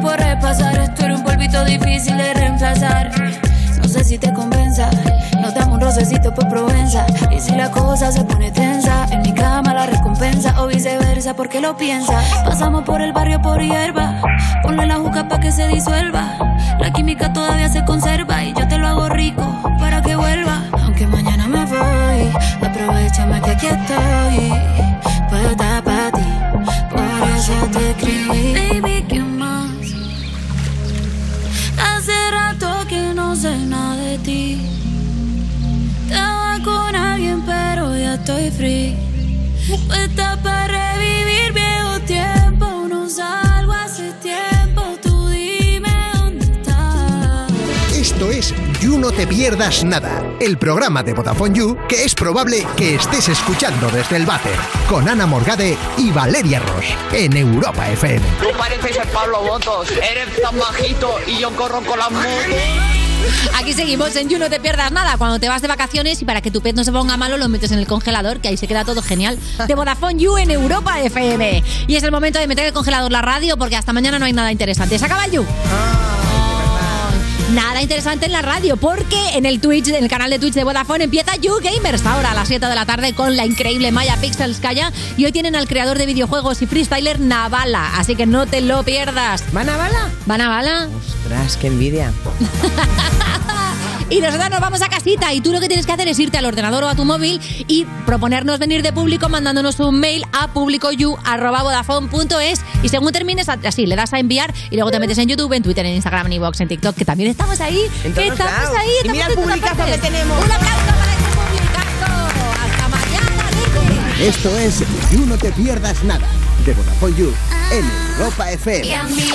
[SPEAKER 18] puede pasar. Esto era un polvito difícil de reemplazar. No sé si te compensa. Nos damos un rocecito por Provenza. Y si la cosa se pone tensa, en mi cama la recompensa o viceversa, porque lo piensa. Pasamos por el barrio por hierba. Ponle la juca pa' que se disuelva. La química todavía se conserva y yo te lo hago rico para que vuelva. Aunque mañana me voy, aprovechame que aquí estoy. Puedo estar para ti, por eso te escribí. Baby, ¿qué más? Hace rato que no sé nada de ti. Estaba con alguien, pero ya estoy free. Puesta para revivir viejo tiempo. No salgo hace tiempo. Tú dime dónde estás.
[SPEAKER 11] Esto es You No Te Pierdas Nada, el programa de Vodafone You que es probable que estés escuchando desde el váter, con Ana Morgade y Valeria Ross, en Europa FM.
[SPEAKER 2] Tú pareces el Pablo Botos, eres tan bajito y yo corro con las motos.
[SPEAKER 4] Aquí seguimos en You, no te pierdas nada. Cuando te vas de vacaciones y para que tu pez no se ponga malo, lo metes en el congelador, que ahí se queda todo genial. De Vodafone You en Europa FM. Y es el momento de meter en el congelador la radio porque hasta mañana no hay nada interesante. ¡Se acaba el You! Nada interesante en la radio, porque en el Twitch, en el canal de Twitch de Vodafone empieza You Gamers ahora a las 7 de la tarde con la increíble Maya Pixelskaya y hoy tienen al creador de videojuegos y freestyler Navala, así que no te lo pierdas. ¿Va Navala? ¿Va Navala?
[SPEAKER 7] Ostras, qué envidia.
[SPEAKER 4] Y nosotros nos vamos a casita y tú lo que tienes que hacer es irte al ordenador o a tu móvil y proponernos venir de público mandándonos un mail a publicoyu@vodafone.es y según termines así le das a enviar y luego te metes en YouTube, en Twitter, en Instagram, en iVoox, en TikTok, que también estamos ahí,
[SPEAKER 7] En
[SPEAKER 4] que
[SPEAKER 7] todos
[SPEAKER 4] estamos
[SPEAKER 7] lados.
[SPEAKER 4] ahí,
[SPEAKER 7] Y
[SPEAKER 4] estamos
[SPEAKER 7] mira
[SPEAKER 4] en
[SPEAKER 7] el
[SPEAKER 4] todas
[SPEAKER 7] publicazo
[SPEAKER 4] partes.
[SPEAKER 7] que tenemos.
[SPEAKER 4] Un aplauso para este publicazo. Hasta mañana, Ricky.
[SPEAKER 11] Esto es You No Te Pierdas Nada, de Vodafone You, en Europa FM.